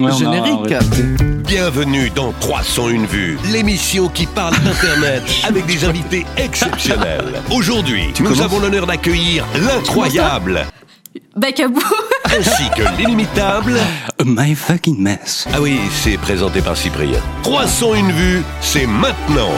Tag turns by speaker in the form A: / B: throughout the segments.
A: Ouais, on a-
B: Générique.
C: Bienvenue dans 301 vues, l'émission qui parle d'Internet avec des invités exceptionnels. Aujourd'hui, nous
A: commences
C: avons l'honneur d'accueillir l'incroyable
D: Bakabou
C: ainsi que l'inimitable.
A: My fucking mess.
C: Ah oui, c'est présenté par Cyprien. 301 vues, c'est maintenant.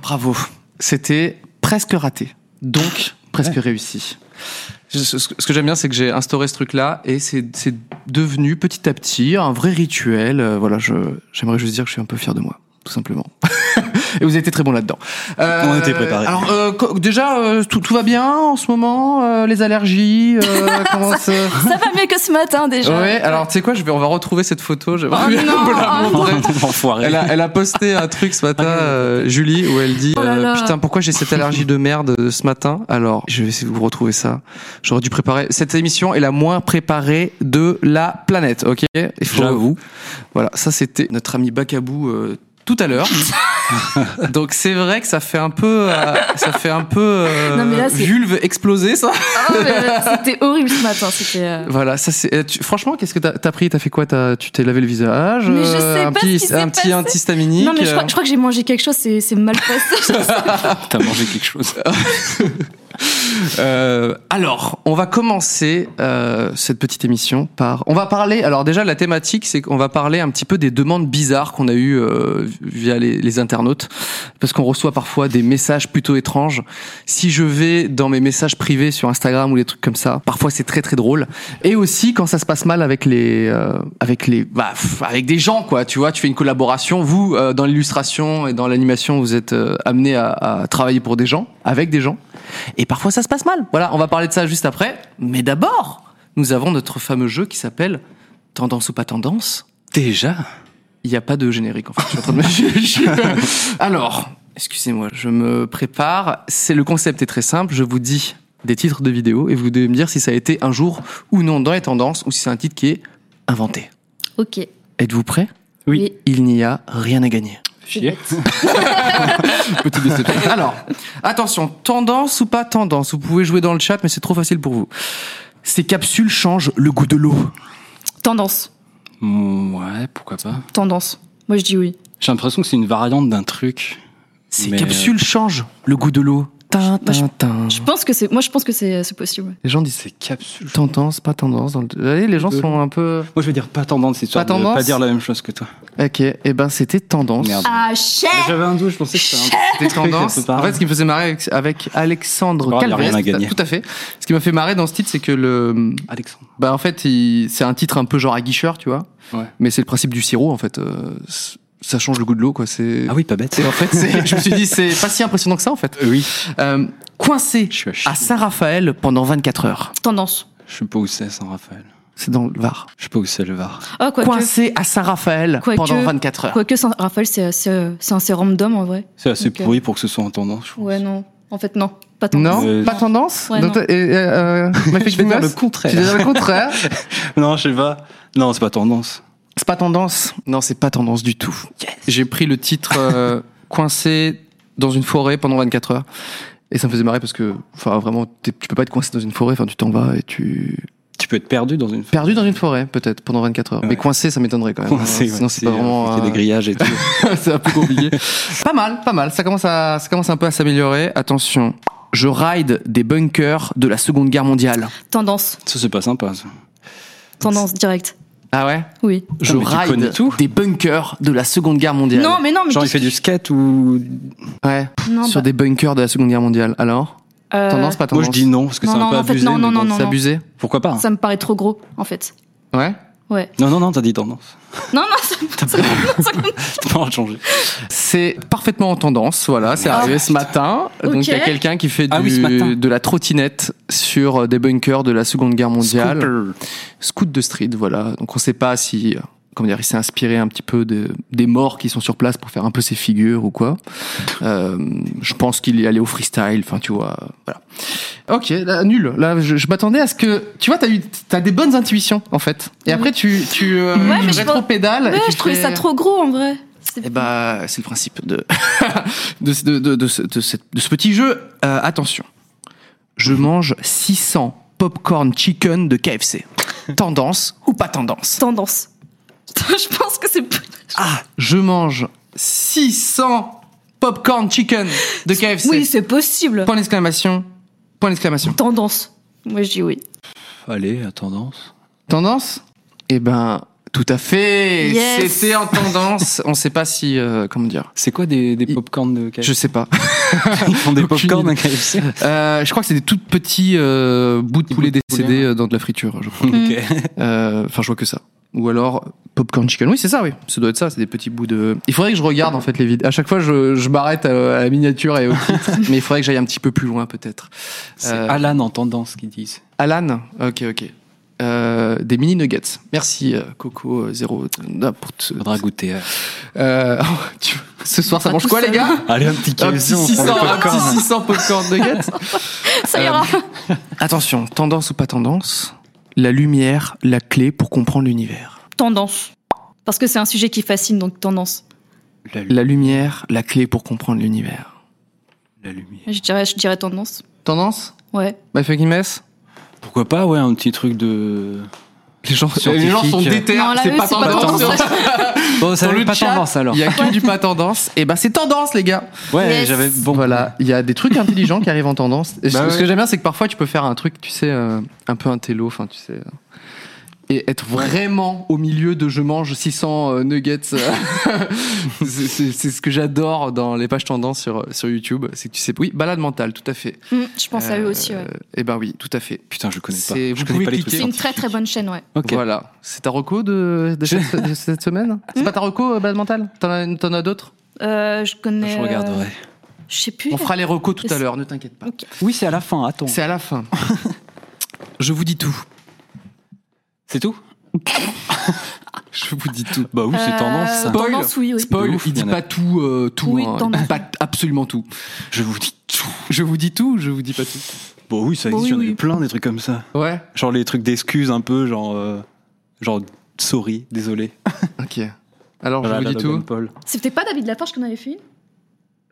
B: Bravo. C'était presque raté. Donc, presque réussi. Je- Ce ce que j'aime bien, c'est que j'ai instauré ce truc-là et c'est c'est devenu petit à petit un vrai rituel. Euh, voilà, je- j'aimerais juste dire que je suis un peu fier de moi, tout simplement. et vous étiez très bon là-dedans. Euh,
A: On était préparés.
B: Alors, euh, co- déjà, euh, tout, tout va bien en ce moment euh, Les allergies euh, comment ça...
D: Ça va mieux que ce matin déjà. Ah,
B: Ouais, alors tu sais quoi, je vais, on va retrouver cette photo. J'aimerais
D: Oh
B: bien
D: non,
B: vous la
D: oh
B: montrer.
A: Enfoiré.
B: Elle a, elle a posté un truc ce matin, euh, Julie, où elle dit
D: Oh là
B: euh,
D: là.
B: Putain, pourquoi j'ai cette allergie de merde euh, ce matin Alors, je vais essayer de vous retrouver ça. J'aurais dû préparer. Cette émission est la moins préparée de la planète, ok Il faut-
A: J'avoue.
B: Voilà, ça c'était notre ami Bakabou euh, tout à l'heure. Donc c'est vrai que ça fait un peu, euh, ça fait un peu euh,
D: Non, mais là, c'est-
B: vulve explosée, ça.
D: Oh, mais, euh, c'était horrible ce matin. C'était. euh,
B: Voilà, ça c'est. euh, tu- Franchement, qu'est-ce que t'as t'as pris T'as fait quoi T'as- Tu t'es lavé le visage
D: Mais je
B: euh,
D: sais
B: un
D: pas
B: petit,
D: ce qui
B: un
D: s'est
B: petit
D: passé.
B: antihistaminique.
D: Non mais je
B: euh,
D: crois, je crois que j'ai mangé quelque chose. C'est c'est mal passé.
A: T'as mangé quelque chose.
B: Euh, alors, on va commencer euh, cette petite émission par. On va parler. Alors déjà, la thématique, c'est qu'on va parler un petit peu des demandes bizarres qu'on a eues euh, via les, les internautes, parce qu'on reçoit parfois des messages plutôt étranges. Si je vais dans mes messages privés sur Instagram ou des trucs comme ça, parfois c'est très très drôle. Et aussi quand ça se passe mal avec les, euh, avec les, bah, pff, avec des gens quoi. Tu vois, tu fais une collaboration. Vous, euh, dans l'illustration et dans l'animation, vous êtes euh, amené à, à travailler pour des gens, avec des gens. Et parfois ça se passe mal. Voilà, on va parler de ça juste après. Mais d'abord, nous avons notre fameux jeu qui s'appelle Tendance ou pas tendance.
A: Déjà.
B: Il n'y a pas de générique en fait. Je suis en train de me- je- je- Alors, excusez-moi, je me prépare. C'est le concept est très simple. Je vous dis des titres de vidéos et vous devez me dire si ça a été un jour ou non dans les tendances ou si c'est un titre qui est inventé.
D: ok.
B: Êtes-vous prêts
D: Oui.
B: Il n'y a rien à gagner.
A: Chier.
B: Petite déception. Alors, attention, tendance ou pas tendance, vous pouvez jouer dans le chat, mais c'est trop facile pour vous. Ces capsules changent le goût de l'eau.
D: Tendance.
A: Mm, Ouais, pourquoi pas.
D: Tendance. Moi je dis oui.
A: J'ai l'impression que c'est une variante d'un truc.
B: Ces
A: Mais, euh,
B: capsules changent le goût de l'eau. Tin,
D: Moi, je-
B: tin, tin.
D: Je pense que c'est. Moi je pense que c'est c'est possible.
B: Les gens disent c'est capsules. Tendance, pas tendance. Dans le... Vous voyez, les gens
A: Deux.
B: sont un peu.
A: Moi, je veux dire pas tendance, c'est
B: Pas
A: sûr de
B: tendance
A: pas dire la même chose que toi.
B: Ok, et ben c'était tendance.
A: Merde. Bah,
D: Ah chef.
A: J'avais un doute, je pensais que c'était un
B: C'était tendance.
A: un peu
B: En
A: pareil.
B: fait, ce qui me faisait marrer avec, avec Alexandre
A: Oh, il y a rien à
B: Calvez,
A: gagner.
B: tout à fait. Ce qui m'a fait marrer dans ce titre, c'est que le,
A: Alexandre.
B: Bah en fait, il- c'est un titre un peu genre aguicheur, tu vois.
A: Ouais.
B: Mais c'est le principe du sirop en fait. euh, c- ça change le goût de l'eau quoi. C'est.
A: Ah oui, pas bête.
B: Et en fait, c'est- je me suis dit c'est pas si impressionnant que ça en fait.
A: Euh, Oui,
B: Euh, coincé
A: je suis à chier.
B: à Saint-Raphaël pendant 24 heures.
D: Tendance.
A: Je sais pas où c'est, Saint-Raphaël.
B: C'est dans le Var.
A: Je sais pas où c'est, le Var.
D: Oh quoi que.
B: coincé à Saint-Raphaël
D: Quoique-
B: pendant 24 heures.
D: Quoique Saint-Raphaël c'est c'est c'est un sérum d'homme en vrai.
A: C'est assez
D: Ok.
A: pourri pour que ce soit en tendance, je pense.
D: Ouais non. En fait non. Pas tendance.
B: Non,
A: Euh,
B: pas tendance.
D: Ouais,
B: Donc,
D: non.
B: et, euh, euh, ma fake
A: Je vais dire le
B: news,
A: contraire.
B: tu veux dire le contraire.
A: Non, je sais pas. Non, c'est pas tendance.
B: C'est pas tendance. Non, c'est pas tendance du tout. J'ai pris le titre euh, coincé dans une forêt pendant 24 heures. Et ça me faisait marrer parce que, enfin, vraiment, t'es- tu peux pas être coincé dans une forêt. Enfin, tu t'en vas et tu
A: Tu peux être perdu dans une
B: perdu dans une forêt peut-être pendant 24 heures.
A: Ouais.
B: Mais coincé, ça m'étonnerait quand même.
A: Coincé, ouais.
B: Sinon, c'est pas
A: euh,
B: vraiment.
A: c'est des
B: euh,
A: grillages et tout.
B: c'est un peu compliqué. pas mal, pas mal. Ça commence à, ça commence un peu à s'améliorer. Attention, je ride des bunkers de la Seconde Guerre mondiale.
D: Tendance.
A: ça, c'est pas sympa, ça.
D: Tendance directe.
B: Ah ouais.
D: Oui.
B: Je
A: mais tu connais
B: ride
A: tout.
B: des bunkers de la Seconde Guerre mondiale.
D: Non mais non mais.
A: Genre, il fait du skate ou.
B: Ouais.
D: Non,
B: sur
D: bah,
B: des bunkers de la Seconde Guerre mondiale. Alors
D: euh,
B: Tendance, pas
A: Moi,
B: tendance
A: je dis non, parce que
D: Non,
A: c'est un
D: non,
A: peu
D: en fait,
A: abusé.
D: non,
A: mais
D: non,
A: bon.
D: non, non.
B: C'est abusé
A: Pourquoi pas hein.
D: Ça me paraît trop gros en fait.
B: Ouais
D: Ouais.
A: Non, non, non, t'as dit tendance.
D: Non, non, ça, ça-
A: T'as pas le changer.
B: C'est parfaitement en tendance, voilà, c'est arrivé ce matin.
D: Ah. Ok.
B: Donc il y a quelqu'un qui fait
A: Ah
B: du-
A: oui, ce matin.
B: de la trottinette sur euh, des bunkers de la Seconde Guerre mondiale.
A: Scooper.
B: Scoot de street, voilà. Donc on sait pas si, euh, comment dire, il s'est inspiré un petit peu de- des morts qui sont sur place pour faire un peu ses figures ou quoi. Euh, je pense qu'il est allé au freestyle, enfin tu vois, euh, voilà. Ok, là, nul. Là, je, je m'attendais à ce que, tu vois, t'as eu, t'as des bonnes intuitions en fait. Et après tu, tu, euh,
D: Mm. Ouais,
B: tu
D: mais je
B: rétro-pédales et
D: ouais,
B: tu
D: je trouvais
B: fais-
D: ça trop gros en vrai. C'est-
B: eh bah, c'est le principe de de, ce- de, de, de ce- de cette- de ce petit jeu. Euh, attention, je
A: Mhm.
B: mange 600 popcorn chicken de KFC. Tendance ou pas tendance
D: Tendance. je pense que c'est.
B: Ah, je mange 600 popcorn chicken de KFC.
D: Oui, c'est possible.
B: Point d'exclamation. Point d'exclamation.
D: Tendance. Moi, je dis oui.
A: Allez, à tendance.
B: Tendance Eh ben, tout à fait.
D: Yes.
B: C'était en tendance. On sait pas si euh, comment dire.
A: C'est quoi des, des
B: Il-
A: popcorn de KFC
B: Je sais pas.
A: Ils font des
B: aucune
A: popcorn
B: idée.
A: à KFC
B: Euh, je crois que c'est des toutes petits euh, bouts de
A: Des
B: poulet
A: bouts de poulet,
B: décédés
A: ouais.
B: euh, dans de la friture, je crois.
A: Ok.
B: Euh, Enfin, je vois que ça. Ou alors popcorn chicken. Oui, c'est ça, oui. Ça doit être ça. C'est des petits bouts de. Il faudrait que je regarde en fait les vidéos. À chaque fois, je, je m'arrête à, à la miniature et au titre, mais il faudrait que j'aille un petit peu plus loin peut-être.
A: C'est
B: Euh,
A: Alan en tendance qu'ils disent.
B: Alan, ok, ok. Euh, des mini nuggets. Merci euh, Coco euh, zéro euh, pour te-
A: Faudra goûter. euh.
B: Euh, tu- Ce soir, ça
D: Pas
B: mange
D: tout
B: quoi les
D: seul.
B: gars
A: Allez, un petit
B: Un
A: KFC,
B: petit
A: on
B: 600,
A: prend le
B: un
A: popcorn.
B: petit 600 popcorn nuggets.
D: Ça
B: Euh,
D: ira.
B: Attention, tendance ou pas tendance, la lumière, la clé pour comprendre l'univers.
D: Tendance. Parce que c'est un sujet qui fascine, donc tendance.
A: La, lu-
B: La lumière, la clé pour comprendre l'univers.
A: la lumière.
D: Je dirais, je dirais tendance.
B: Tendance
D: Ouais.
A: Bah,
B: By fucking mess
A: Pourquoi pas, ouais, un petit truc de.
B: Euh, les gens,
A: Scientifique.
B: déter,
D: Non, là, eux, c'est pas tendance.
A: Bon, euh, ça
B: Dans
A: avait
B: le
A: pas
B: chat,
A: tendance alors.
B: Il y a que du pas tendance. Et bah c'est tendance les gars.
A: Ouais,
D: Yes.
A: j'avais. Bon,
B: Voilà, il y a des trucs intelligents qui arrivent en tendance.
A: Bah
B: Et ce, ce
A: ouais.
B: que j'aime bien c'est que parfois tu peux faire un truc, tu sais, euh, un peu un télo, enfin tu sais. euh, Et être vraiment au milieu de je mange 600 euh, nuggets. euh, c'est c'est- c'est ce que j'adore dans les pages tendance sur, euh, sur YouTube. C'est que tu sais, oui, balade mentale, tout à fait.
D: Mm, je pense à eux aussi, ouais.
B: Et ben oui, tout à fait.
A: Putain, je connais pas.
B: C'est-
A: Je
B: vous
A: connais
B: pouvez
A: pas les
B: cliquer.
A: trucs.
D: C'est une très très bonne chaîne, ouais.
A: Ok.
B: Voilà. C'est ta reco de, de cette, de cette semaine C'est pas ta reco, euh, balade mentale T'en as, t'en as d'autres
D: Euh, je connais.
A: Je
D: euh,
A: regarderai.
D: Je sais plus.
B: On fera les recos tout à
D: C'est-
B: l'heure, ne t'inquiète pas.
D: Ok.
A: Oui, c'est à la fin, attends.
B: C'est à la fin. Je vous dis tout.
A: C'est tout
B: Je vous dis tout.
A: Bah oui, c'est
D: Euh,
A: tendance ça.
B: Spoil.
D: Tendance, oui, oui.
B: Spoil,
A: De ouf,
B: il dit
A: y en a-
B: pas tout, euh, tout,
D: Oui,
B: hein.
D: t'en
B: Il dit
D: as.
B: pas t- absolument tout.
A: Je vous dis tout.
B: Je vous dis tout, je vous dis pas tout.
A: Bon, oui, ça existe,
D: Oui,
A: j'en ai
D: oui.
A: eu plein des trucs comme ça.
B: Ouais.
A: Genre les trucs d'excuses un peu, genre. euh, genre, sorry, désolé.
B: Ok. Alors
A: Voilà,
B: je vous
A: la
B: dis
A: Logan
B: tout.
A: Paul.
D: C'était pas David Lafarge qu'on avait fait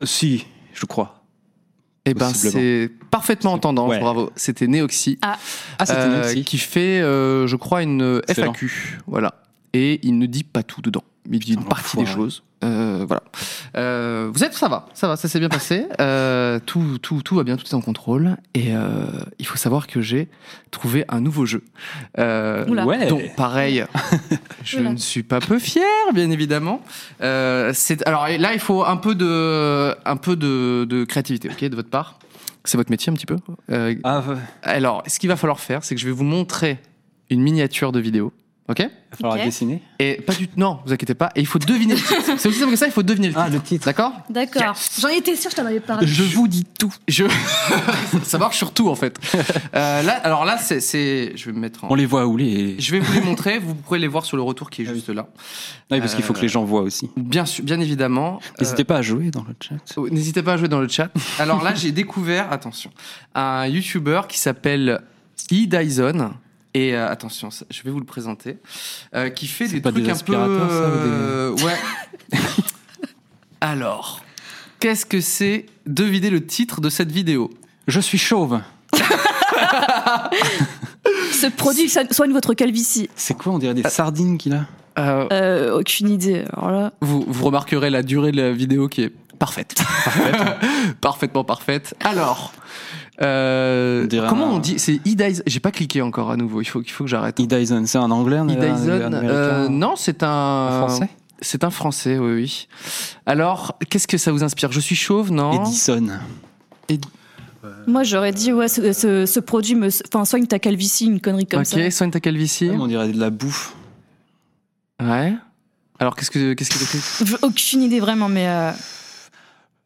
D: une
A: Si, je crois.
B: Eh ben
A: Possiblement.
B: c'est parfaitement en tendance.
A: Ouais.
B: Bravo. C'était Neoxy,
A: Ah, c'était
B: euh,
A: Nancy.
B: qui fait, euh, je crois, une
A: Excellent.
B: FAQ. Voilà. Et il ne dit pas tout dedans. Il dit une
A: Putain,
B: partie des
A: l'enfoiré.
B: choses. Euh, voilà. Euh, vous êtes, ça va, ça va, ça s'est bien passé. Euh, tout, tout, tout va bien, tout est en contrôle. Et euh, il faut savoir que j'ai trouvé un nouveau jeu. Euh,
D: Oula.
A: Ouais.
B: Donc pareil, je
D: Oula.
B: ne suis pas peu fier, bien évidemment. Euh, c'est- alors là, il faut un peu de, un peu de, de créativité, ok, de votre part. C'est votre métier un petit peu. Euh,
A: Ah, ouais.
B: alors, ce qu'il va falloir faire, c'est que je vais vous montrer une miniature de vidéo, ok
A: Il va falloir
D: Ok.
A: dessiner.
B: Et pas du non, vous inquiétez pas. Et il faut deviner. le titre. c'est aussi simple que ça. Il faut deviner Ah, le titre.
A: le titre.
B: D'accord
D: D'accord. J'en étais sûre, je t'en avais parlé.
B: je vous dis tout. Je... ça marche sur tout en fait. Euh, là, alors là, c'est, c'est- je vais me mettre en.
A: On les voit où les.
B: Je vais vous les montrer. Vous pouvez les voir sur le retour qui est juste là.
A: Ah oui, parce qu'il faut
B: Euh,
A: que les gens voient aussi.
B: Bien sûr, bien évidemment.
A: N'hésitez pas à jouer dans le chat.
B: Euh, n'hésitez pas à jouer dans le chat. Alors là, j'ai découvert, attention, un YouTuber qui s'appelle E Dyson. Et euh, attention, ça- je vais vous le présenter, euh, qui fait
A: C'est
B: des
A: pas
B: trucs
A: des
B: un peu.
A: aspirateurs, ça, ou des-
B: euh, Ouais. Alors, qu'est-ce que c'est Devinez le titre de cette vidéo.
A: Je suis chauve.
D: Ce produit so- soigne votre calvitie.
A: C'est quoi On dirait des sardines qu'il a.
B: Euh,
D: Euh, aucune idée. Alors là.
B: vous, vous remarquerez la durée de la vidéo qui est parfaite. Parfaitement parfaite. Alors, euh,
A: On dirait
B: comment
A: un-
B: on dit C'est E Dyson. J'ai pas cliqué encore à nouveau. Il faut, il faut que j'arrête.
A: E. Dyson, c'est un anglais, un,
B: E.
A: un- un
B: Dyson,
A: américain,
B: euh, non, euh, c'est
A: un
B: un
A: français
B: C'est un français, oui, oui. Alors, qu'est-ce que ça vous inspire Je suis chauve, non
A: Edison.
D: Moi, j'aurais dit, ouais, ce, ce- ce produit me, enfin, soigne ta calvitie, une connerie comme
B: Ok,
D: ça.
B: soigne ta calvitie.
A: on dirait de la bouffe.
B: Ouais. Alors qu'est-ce que qu'est-ce qu'il était
D: V- Aucune idée vraiment, mais euh,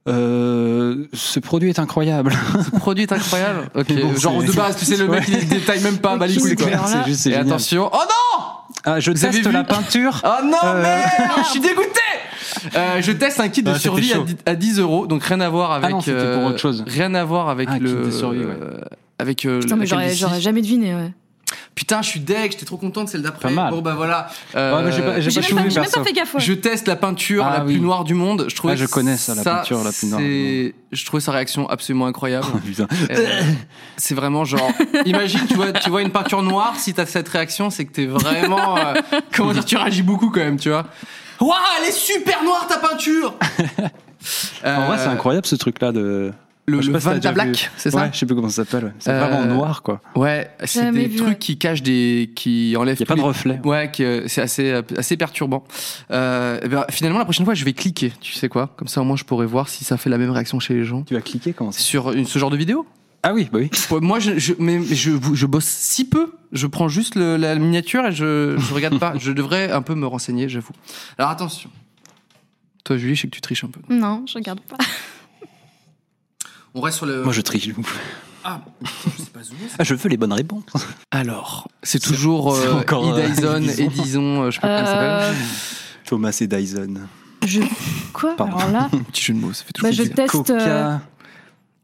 A: Euh, ce produit est incroyable.
B: Ce produit est incroyable. Ok.
A: Bon,
B: Genre
A: c'est-
B: de base, tu sais le mec
A: Ouais.
B: il détaille même pas, bah les
D: Oui,
B: couilles,
D: c'est
B: quoi.
D: clair.
A: c'est juste, c'est
B: Et
A: génial.
B: attention. Oh non
A: Ah, je
B: Vous avez
A: teste
B: vu
A: la peinture.
B: Oh non
A: Euh.
B: merde, Je suis dégoûté. Euh, je teste un kit de
A: Ah, c'était
B: survie à
A: chaud.
B: 10, à 10 euros, donc rien à voir avec. euh,
A: Ah non, c'était pour autre chose.
B: Rien à voir avec
A: Ah, kit
B: le.
A: de survie, ouais.
B: euh, Avec euh,
D: putain, mais
B: la
D: j'aurais
B: calvitie.
D: j'aurais jamais deviné. Ouais.
B: Putain, je suis deg, j'étais trop contente celle d'après.
A: Pas mal.
B: Bon bah voilà.
A: Ouais, mais j'ai pas-
D: J'ai
A: pas
D: même,
A: choué,
D: pas, j'ai même
A: perso.
D: pas fait gaffe. ouais.
B: Je teste la peinture
A: Ah
B: la
A: oui.
B: plus noire du monde. Je trouvais
A: Ah, je
B: que
A: connais ça, la peinture la plus noire du
B: c'est- Je trouvais sa réaction absolument incroyable.
A: Oh, putain.
B: Euh, c'est vraiment genre. Imagine, tu vois, tu vois une peinture noire. Si t'as cette réaction, c'est que t'es vraiment. euh, comment dire, tu réagis beaucoup quand même, tu vois. Waouh, elle est super noire ta peinture.
A: En vrai, c'est
B: Euh,
A: incroyable ce truc-là de.
B: Le,
A: Je sais
B: le
A: pas si t'as
B: Vanta
A: déjà vu.
B: Black, c'est ça
A: Ouais, je sais plus comment ça s'appelle. ouais. C'est
B: Euh,
A: vraiment noir, quoi.
B: Ouais, c'est
D: Jamais
B: des
D: vu,
B: trucs
D: ouais.
B: qui cachent des, qui enlèvent.
A: Il y a pas
B: tous
A: de
B: les-
A: reflet.
B: Ouais, qui, euh, c'est assez euh, assez perturbant. Euh, eh ben, finalement, la prochaine fois, je vais cliquer. Tu sais quoi Comme ça, au moins, je pourrais voir si ça fait la même réaction chez les gens.
A: Tu vas cliquer comment ça
B: Sur une, ce genre de vidéo
A: Ah oui, bah oui.
B: Ouais, Moi, je, je- mais mais je, je bosse si peu. Je prends juste le- la miniature et je, je regarde pas. Je devrais un peu me renseigner, j'avoue. Alors attention. Toi, Julie, je sais que tu triches un peu.
D: Non, je regarde pas.
B: On reste sur le.
A: Moi, je triche.
B: Ah, je sais pas zoomer, ça.
A: Ah, je veux les bonnes réponses.
B: Alors, c'est toujours
A: c'est
B: euh,
A: encore, euh,
B: Edison,
A: Edison.
B: Edison, euh,
A: Ah,
B: je sais pas comment ça s'appelle.
D: Euh,
A: Thomas et Dyson.
D: je quoi
A: Pardon.
D: Alors là,
B: Petit jeu de mots, ça fait toujours
D: bah, je
B: plaisir.
D: teste, euh,
A: Coca.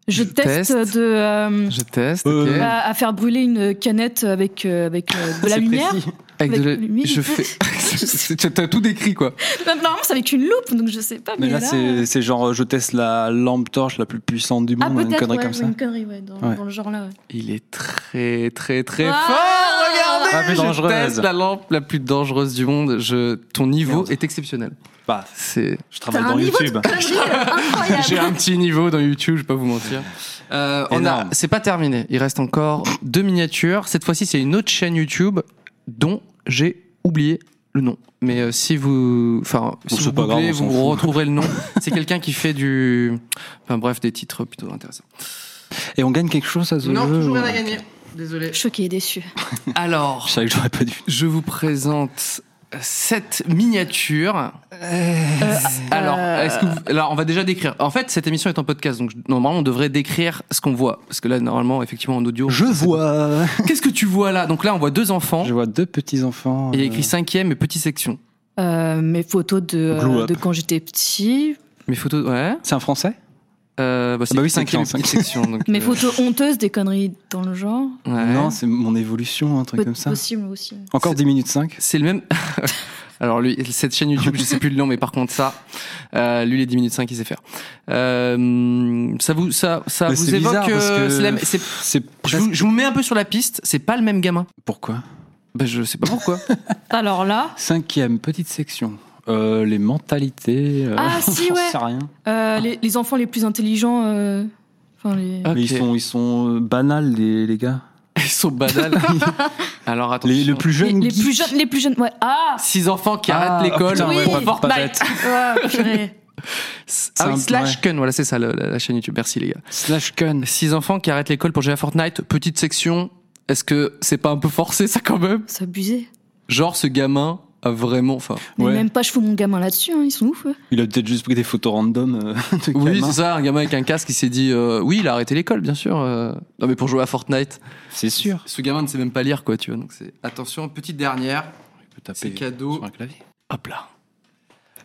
D: je
B: Je
D: teste
B: teste.
D: de euh,
B: Je teste,
A: Euh,
B: ok.
D: à, à faire brûler une canette avec euh, avec euh, de la
A: C'est
D: lumière.
A: précis.
B: Avec de
D: avec
B: la-
D: l'huile.
B: Je fais. C'est- c'est- T'as tout décrit, quoi.
D: Non, Normalement, c'est avec une loupe, donc je sais pas. Mais, euh,
A: Mais là, c'est c'est genre, je teste la lampe torche la plus puissante du
D: ah
A: monde, une
D: peut-être
A: connerie
D: ouais,
A: comme ça.
D: ouais, une connerie ouais, dans,
A: Ouais.
D: dans le genre là. ouais.
B: Il est très, très, très
D: Ah
B: fort. Regardez,
A: La plus
B: je
A: dangereuse.
B: teste la lampe la plus dangereuse du monde. Je... Ton niveau
A: Merde.
B: est exceptionnel.
A: Bah,
B: C'est.
A: je travaille
D: T'as un
A: dans
D: niveau
A: YouTube.
D: de connerie
A: Oh,
D: incroyable.
B: J'ai un petit niveau dans YouTube, je vais pas vous mentir. Euh, on a.
A: Énorme.
B: C'est pas terminé. Il reste encore deux miniatures. Cette fois-ci, c'est une autre chaîne YouTube dont j'ai oublié le nom. Mais euh, si vous, enfin, si
A: c'est
B: vous
A: pas grave,
B: googlez,
A: on s'en
B: vous
A: fout.
B: retrouverez le nom. C'est quelqu'un qui fait du, enfin bref, des titres plutôt intéressants.
A: Et on gagne quelque chose à ce
B: Non,
A: jeu
B: toujours rien
A: ouais.
B: à gagner. Désolé.
D: Choqué, déçu.
B: Alors,
A: Je savais que j'aurais pas dû.
B: je vous présente cette miniature.
A: Euh,
B: Alors, est-ce que vous- alors, on va déjà décrire. En fait, cette émission est en podcast, donc je- normalement, on devrait décrire ce qu'on voit, parce que là, normalement, effectivement, en audio.
A: Je vois.
B: Qu'est-ce que tu vois là Donc là, on voit deux enfants.
A: Je vois deux petits enfants.
B: Et il y a
A: euh,
B: écrit cinquième et petite section.
D: Euh, mes photos de, euh,
A: Glow up.
D: de quand j'étais petit,
B: Mes photos, ouais.
A: C'est un français
B: Euh, bah, c'est
A: Ah bah oui,
B: cinquième et
A: cinquième,
B: petite section. donc,
D: mes
B: euh,
D: photos honteuses, des conneries dans le genre.
B: ouais.
A: Non, c'est mon évolution, un truc
D: Peut-
A: comme ça.
D: Possible aussi.
A: Encore 10 minutes 5
B: C'est le même. Alors lui, cette chaîne YouTube, je sais plus le nom, mais par contre ça, euh, lui les 10 minutes 5, il sait faire. Euh, ça vous, ça, ça
A: Mais
B: vous
A: Bah, c'est
B: évoque.
A: bizarre parce
B: euh,
A: que-
B: c'est la- c'est-
A: C'est
B: je,
A: presque.
B: vous, je vous mets un peu sur la piste. C'est pas le même gamin.
A: Pourquoi
B: Ben je sais pas pourquoi.
D: Alors là,
A: Cinquième, petite section. Euh, les mentalités. euh,
D: Ah, si,
A: j'en
D: ouais.
A: sais rien.
D: euh, les, les enfants les plus intelligents. euh, Enfin, les...
B: Ok.
A: Mais ils sont, ils sont euh, banals, les, les gars.
B: Ils sont banals. Alors attends.
A: Les, le plus
D: les,
A: jeune.
D: les
A: geek.
D: plus jeunes, les plus jeunes. Ouais. Ah.
B: Six enfants qui
A: Ah,
B: arrêtent l'école.
A: putain,
D: ouais, pas-
B: Fortnite.
A: pas
D: Bite. Ouais, purée.
B: Ah oui,
A: un-
B: slash
A: ouais.
B: Kun, voilà c'est ça le- la, la chaîne YouTube. Merci les gars.
A: Slash Kun.
B: Six enfants qui arrêtent l'école pour jouer à Fortnite. Petite section. Est-ce que c'est pas un peu forcé ça quand même
D: C'est abusé.
B: Genre ce gamin a vraiment, enfin.
D: Mais
A: Ouais.
D: même pas, je fous mon gamin là-dessus. hein, ils sont ouf. eux.
A: Il a peut-être juste pris des photos random. euh, de
B: Oui,
A: gamins.
B: c'est ça, un gamin avec un casque qui s'est dit euh, oui, il a arrêté l'école, bien sûr. euh, non, mais pour jouer à Fortnite.
A: c'est sûr.
B: Ce gamin ne sait même pas lire, quoi, tu vois. Donc c'est attention, petite dernière.
A: Il peut taper
B: C'est cadeau.
A: sur un clavier.
B: Hop là.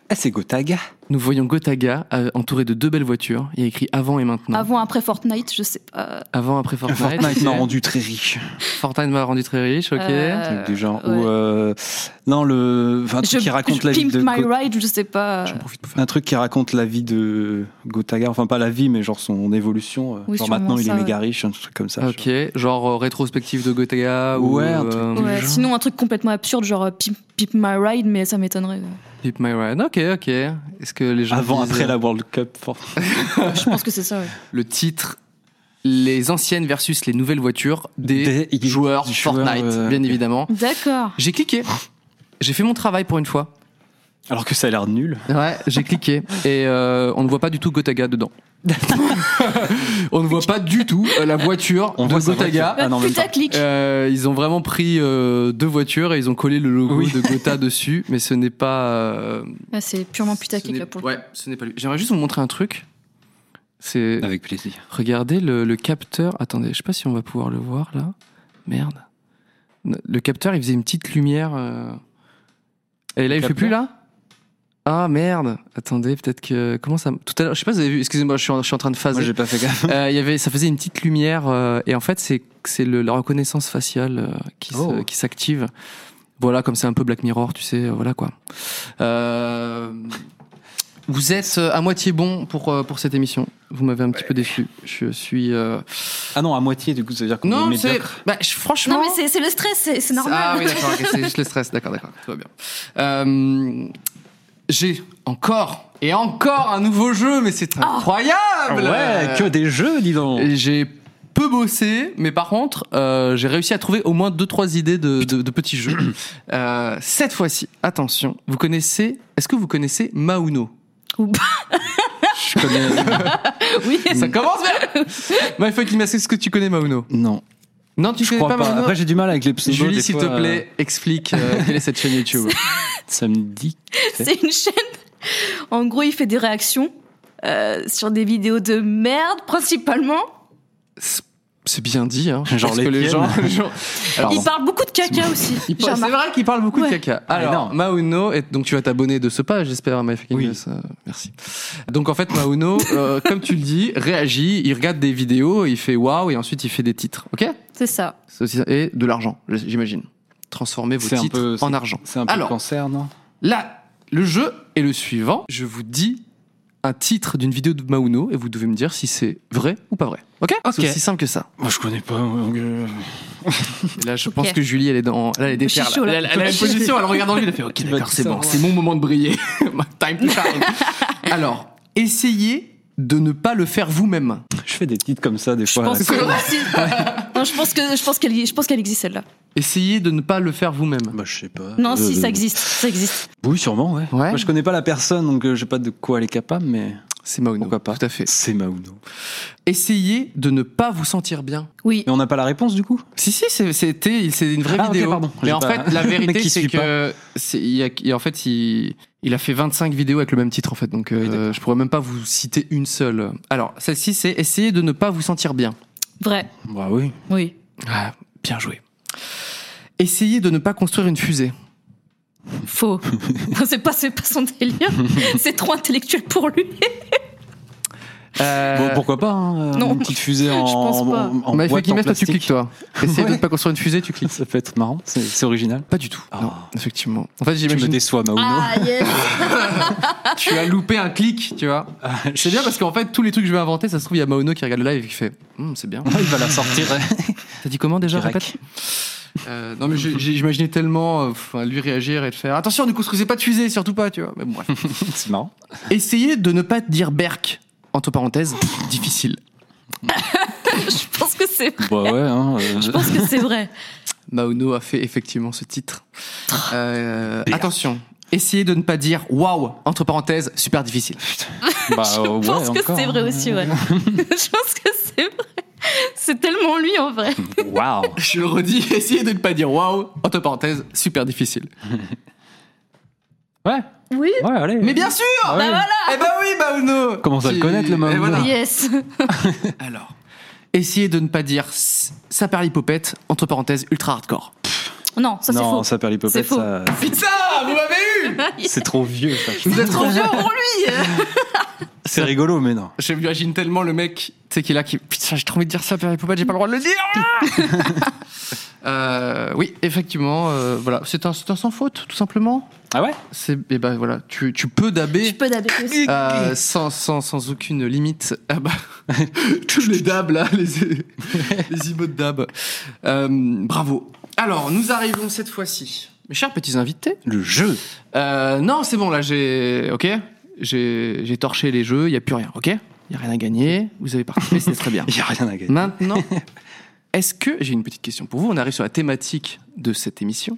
A: Ah, c'est Gotaga.
B: Nous voyons Gotaga euh, entouré de deux belles voitures. Il y a écrit avant et maintenant.
D: Avant, après Fortnite, je sais pas.
B: Avant, après Fortnite.
A: Fortnite m'a
B: Ok.
A: rendu très riche.
B: Fortnite m'a rendu très riche, ok.
D: Euh,
A: Truc du genre.
D: ouais.
A: Ou. euh, non, le. enfin, Un truc qui raconte la vie
D: pimp
A: de.
D: my
A: Go-
D: ride, je sais pas.
B: J'en profite pour faire.
A: Un truc qui raconte la vie de Gotaga, enfin pas la vie, mais genre son évolution. euh,
D: Oui,
A: genre
D: sûrement
A: maintenant il
D: ça,
A: est
D: ouais.
A: méga riche, un truc comme ça.
B: Ok, genre euh, rétrospective de Gotaga
A: Ouais, un
B: ou
A: truc
B: euh,
A: du
D: Ouais,
A: genre.
D: sinon un truc complètement absurde genre euh, pimp, Pimp my ride, mais ça m'étonnerait. ouais.
B: Pimp My Ride. Ok, ok. Est-ce que les gens
A: Avant,
B: disent,
A: après
B: euh,
A: la World Cup, fort-
D: je pense que c'est ça. ouais.
B: le titre les anciennes versus les nouvelles voitures des,
A: Des
B: joueurs
A: joueurs,
B: Fortnite,
A: euh,
B: bien évidemment.
D: D'accord.
B: J'ai cliqué. J'ai fait mon travail pour une fois.
A: alors que ça a l'air nul.
B: Ouais, j'ai cliqué. Et euh, on ne voit pas du tout Gotaga dedans. On ne voit pas du tout euh, la voiture
A: On
B: de
A: voit sa
B: Gotaga.
A: voiture. Ah non, en même temps.
D: Putaclic.
B: Euh, ils ont vraiment pris euh, deux voitures et ils ont collé le logo
A: Oui.
B: de Gotha dessus, mais ce n'est pas. euh,
D: Ah, c'est purement putaclic
B: ce
D: là
B: n'est-
D: pour le
B: Ouais, ce n'est pas lui. J'aimerais juste vous montrer un truc. C'est
A: Avec plaisir.
B: regardez le, le capteur. Attendez, je sais pas si on va pouvoir le voir là. Merde. Le capteur, il faisait une petite lumière. euh. Et là, il fait
A: Capteur
B: plus là. Ah merde. Attendez, peut-être que comment ça Tout à l'heure, je sais pas. si Vous avez vu Excusez-moi, je suis en, je suis en train de
A: Moi,
B: phaser.
A: j'ai pas fait gaffe.
B: Euh, il y avait, ça faisait une petite lumière euh, et en fait c'est c'est le- la reconnaissance faciale euh, qui se-
A: Oh.
B: qui s'active. Voilà, comme c'est un peu Black Mirror, tu sais, euh, voilà quoi. Euh, vous êtes euh, à moitié bon pour euh, pour cette émission. Vous m'avez un petit peu déçu. Je suis euh,
A: Ah non, à moitié, du coup, ça veut dire qu'on est
B: non, c'est
A: médiocre.
B: bah, je- franchement.
D: Non, mais c'est- c'est le stress, c'est c'est
B: Ah
D: normal.
B: oui, d'accord, ok, c'est juste le stress, d'accord, d'accord, tout va bien. Euh, J'ai encore et encore un nouveau jeu, mais c'est
D: Oh.
B: incroyable.
A: Ah Ouais, que des jeux, dis donc.
B: Et J'ai peu bossé, mais par contre, euh, j'ai réussi à trouver au moins deux trois idées de, de- de petits jeux. Euh, cette fois-ci, attention, vous connaissez Est-ce que vous connaissez Mauno
D: Ou-
A: Je connais.
D: oui.
B: Ça commence bien. My fucking Mask, est-ce que tu connais Mauno
A: non,
B: Non, tu
A: je
B: connais
A: crois
B: pas,
A: pas.
B: Mauno
A: Après, j'ai du mal avec les pseudos. des
B: Julie, s'il
A: fois,
B: te plaît, explique euh, quelle est cette chaîne YouTube.
A: euh, ça me dit.
D: C'est une chaîne. En gros, il fait des réactions euh, sur des vidéos de merde, principalement.
B: C'est bien dit, hein.
A: Genre
B: Parce que
A: lesquelles
B: les gens. les gens- Alors,
D: Il parle beaucoup de caca aussi.
B: il
D: j'ai
B: parle- C'est
D: remarqué.
B: vrai qu'il parle beaucoup
D: Ouais.
B: de caca. Alors,
A: Énorme.
B: Mauno, est- donc tu vas t'abonner de ce pas, j'espère, à My Fucking
A: Oui.
B: Mess, euh, merci. Donc en fait, Mauno, euh, comme tu le dis, réagit, il regarde des vidéos, il fait waouh, et ensuite il fait des titres, ok
D: C'est ça.
B: C'est aussi ça. Et de l'argent, j'imagine. Transformez vos
A: C'est un
B: titres
A: peu-
B: en argent.
A: C'est un peu
B: Alors.
A: le cancer, non
B: Là, le jeu est le suivant. Je vous dis un titre d'une vidéo de Mauno, et vous devez me dire si c'est vrai ou pas vrai, ok
A: Ok.
B: C'est aussi simple que ça.
A: Moi, je connais pas. donc, euh,
B: Et Là, je
D: Ok.
B: pense que Julie, elle est dans. Là, elle est
D: Je suis
B: déterre.
D: chaud, là.
B: là. Elle, elle a une position, elle regarde en lui, elle fait Ok,
A: vas
B: d'accord,
A: tout
B: c'est bon,
A: savoir.
B: c'est mon moment de briller. My Time to shine. Alors, essayez de ne pas le faire vous-même.
A: Je fais des titres comme ça, des
D: Je
A: fois. à la
D: pense que.
A: con.
D: non, je pense que je pense qu'elle je pense qu'elle existe celle-là.
B: Euh, Essayez de ne pas le faire vous-même.
A: Bah, je sais pas.
D: Non,
A: Euh,
D: si
A: euh,
D: ça existe, ça existe.
A: Oui, sûrement, ouais.
B: Ouais.
A: Moi, je connais pas la personne, donc euh, je sais pas de quoi elle est capable, mais.
B: C'est Mauno.
A: Pourquoi pas
B: Tout à fait.
A: C'est Mauno.
B: Essayez de ne pas vous sentir bien.
D: Oui.
A: Mais on n'a pas la réponse, du coup
B: Si si, c'est- c'était, il- c'est une vraie
A: Ah, ok,
B: vidéo.
A: pardon.
B: Mais
A: J'ai
B: en
A: pas-
B: fait, la
A: Mec
B: vérité
A: qui
B: c'est
A: suit
B: que c'est- il y a- il- en fait, il, il a fait 25 vidéos avec le même titre en fait, donc euh,
A: Oui, Ah, d'accord.
B: je pourrais même pas vous citer une seule. Alors celle-ci, c'est essayez de ne pas vous sentir bien.
D: Vrai.
A: Bah oui.
D: Oui.
B: Ah, bien joué. Essayez de ne pas construire une fusée.
D: Faux. Non, c'est pas c'est pas son délire. c'est trop intellectuel pour lui.
B: Euh,
A: Bon, pourquoi pas hein, euh,
D: non.
A: Une petite fusée en.
D: pense pas.
A: en- en
B: Mike
A: boîte en
B: Fakimès, toi tu
A: plastique.
B: cliques toi. Essayez de
A: Ouais.
B: ne pas construire une fusée, tu cliques.
A: Ça peut être marrant, c'est- c'est original.
B: Pas du tout.
A: Ah.
B: Non, effectivement. En fait,
A: Tu me
B: j'imagine.
A: déçois, Mauno.
D: Ah yes.
B: Tu as loupé un clic, tu vois.
A: Ah,
B: C'est bien parce qu'en fait, tous les trucs que je vais inventer, ça se trouve, il y a Maono qui regarde le live et qui fait Hum, c'est bien.
A: Il va la sortir. hein.
B: T'as dit comment déjà
A: Direct.
B: répète Euh, non mais j'ai- j'ai- j'imaginais tellement euh, enfin, lui réagir et de faire attention ne construisez pas de fusée surtout pas tu vois mais bon, bref.
A: c'est marrant.
B: essayez de ne pas te dire Berk entre parenthèses difficile
D: je pense que c'est vrai.
A: Bah ouais, hein, euh,
D: Je pense que c'est vrai.
B: Maono a fait effectivement ce titre. Euh, attention, essayez de ne pas dire waouh, entre parenthèses, super difficile.
A: bah,
D: Je
A: ouais,
D: pense que
A: encore,
D: c'est vrai
A: hein.
D: aussi, ouais. je pense que c'est vrai. C'est tellement lui en vrai.
A: Waouh.
B: Je le redis, essayez de ne pas dire waouh, entre parenthèses, super difficile.
A: Ouais,
D: Oui.
A: ouais, allez.
B: Mais bien sûr
D: bah,
A: Ah oui.
B: Eh ben oui, Maono
A: Commence à le connaître, le Maono.
B: Et voilà.
D: Yes.
B: Alors, essayez de ne pas dire s- ça perd l'hypopète, entre parenthèses, ultra hardcore.
D: Non, ça c'est
A: non,
D: faux.
A: ça perd
D: C'est
A: l'hypopète,
D: faux.
A: ça.
B: Pizza, vous m'avez eu
A: C'est trop vieux, ça.
B: Vous êtes
D: Trop
B: trop
D: vieux pour lui.
A: C'est rigolo, mais non.
B: Je m'imagine tellement le mec, tu sais, qui est là, qui. Putain, j'ai trop envie de dire ça, Pierre Poupette, j'ai pas le droit de le dire Ah Euh, Oui, effectivement, euh, voilà. C'est un, c'est un sans faute, tout simplement.
A: Ah ouais
B: C'est, eh ben voilà, tu, tu peux
D: Je
B: daber.
D: peux d'habitude aussi.
B: euh, sans, sans, sans aucune limite. Ah bah, tous les dabs là, les, les emotes dab. Euh, bravo. Alors, nous arrivons cette fois-ci. Mes chers petits invités,
A: Le jeu.
B: euh, non, c'est bon, là, j'ai. Ok J'ai j'ai torché les jeux, il n'y a plus rien, ok Il n'y a rien à gagner, vous avez participé, c'était très bien.
A: Il n'y a rien à gagner.
B: Maintenant, est-ce que. J'ai une petite question pour vous, on arrive sur la thématique de cette émission.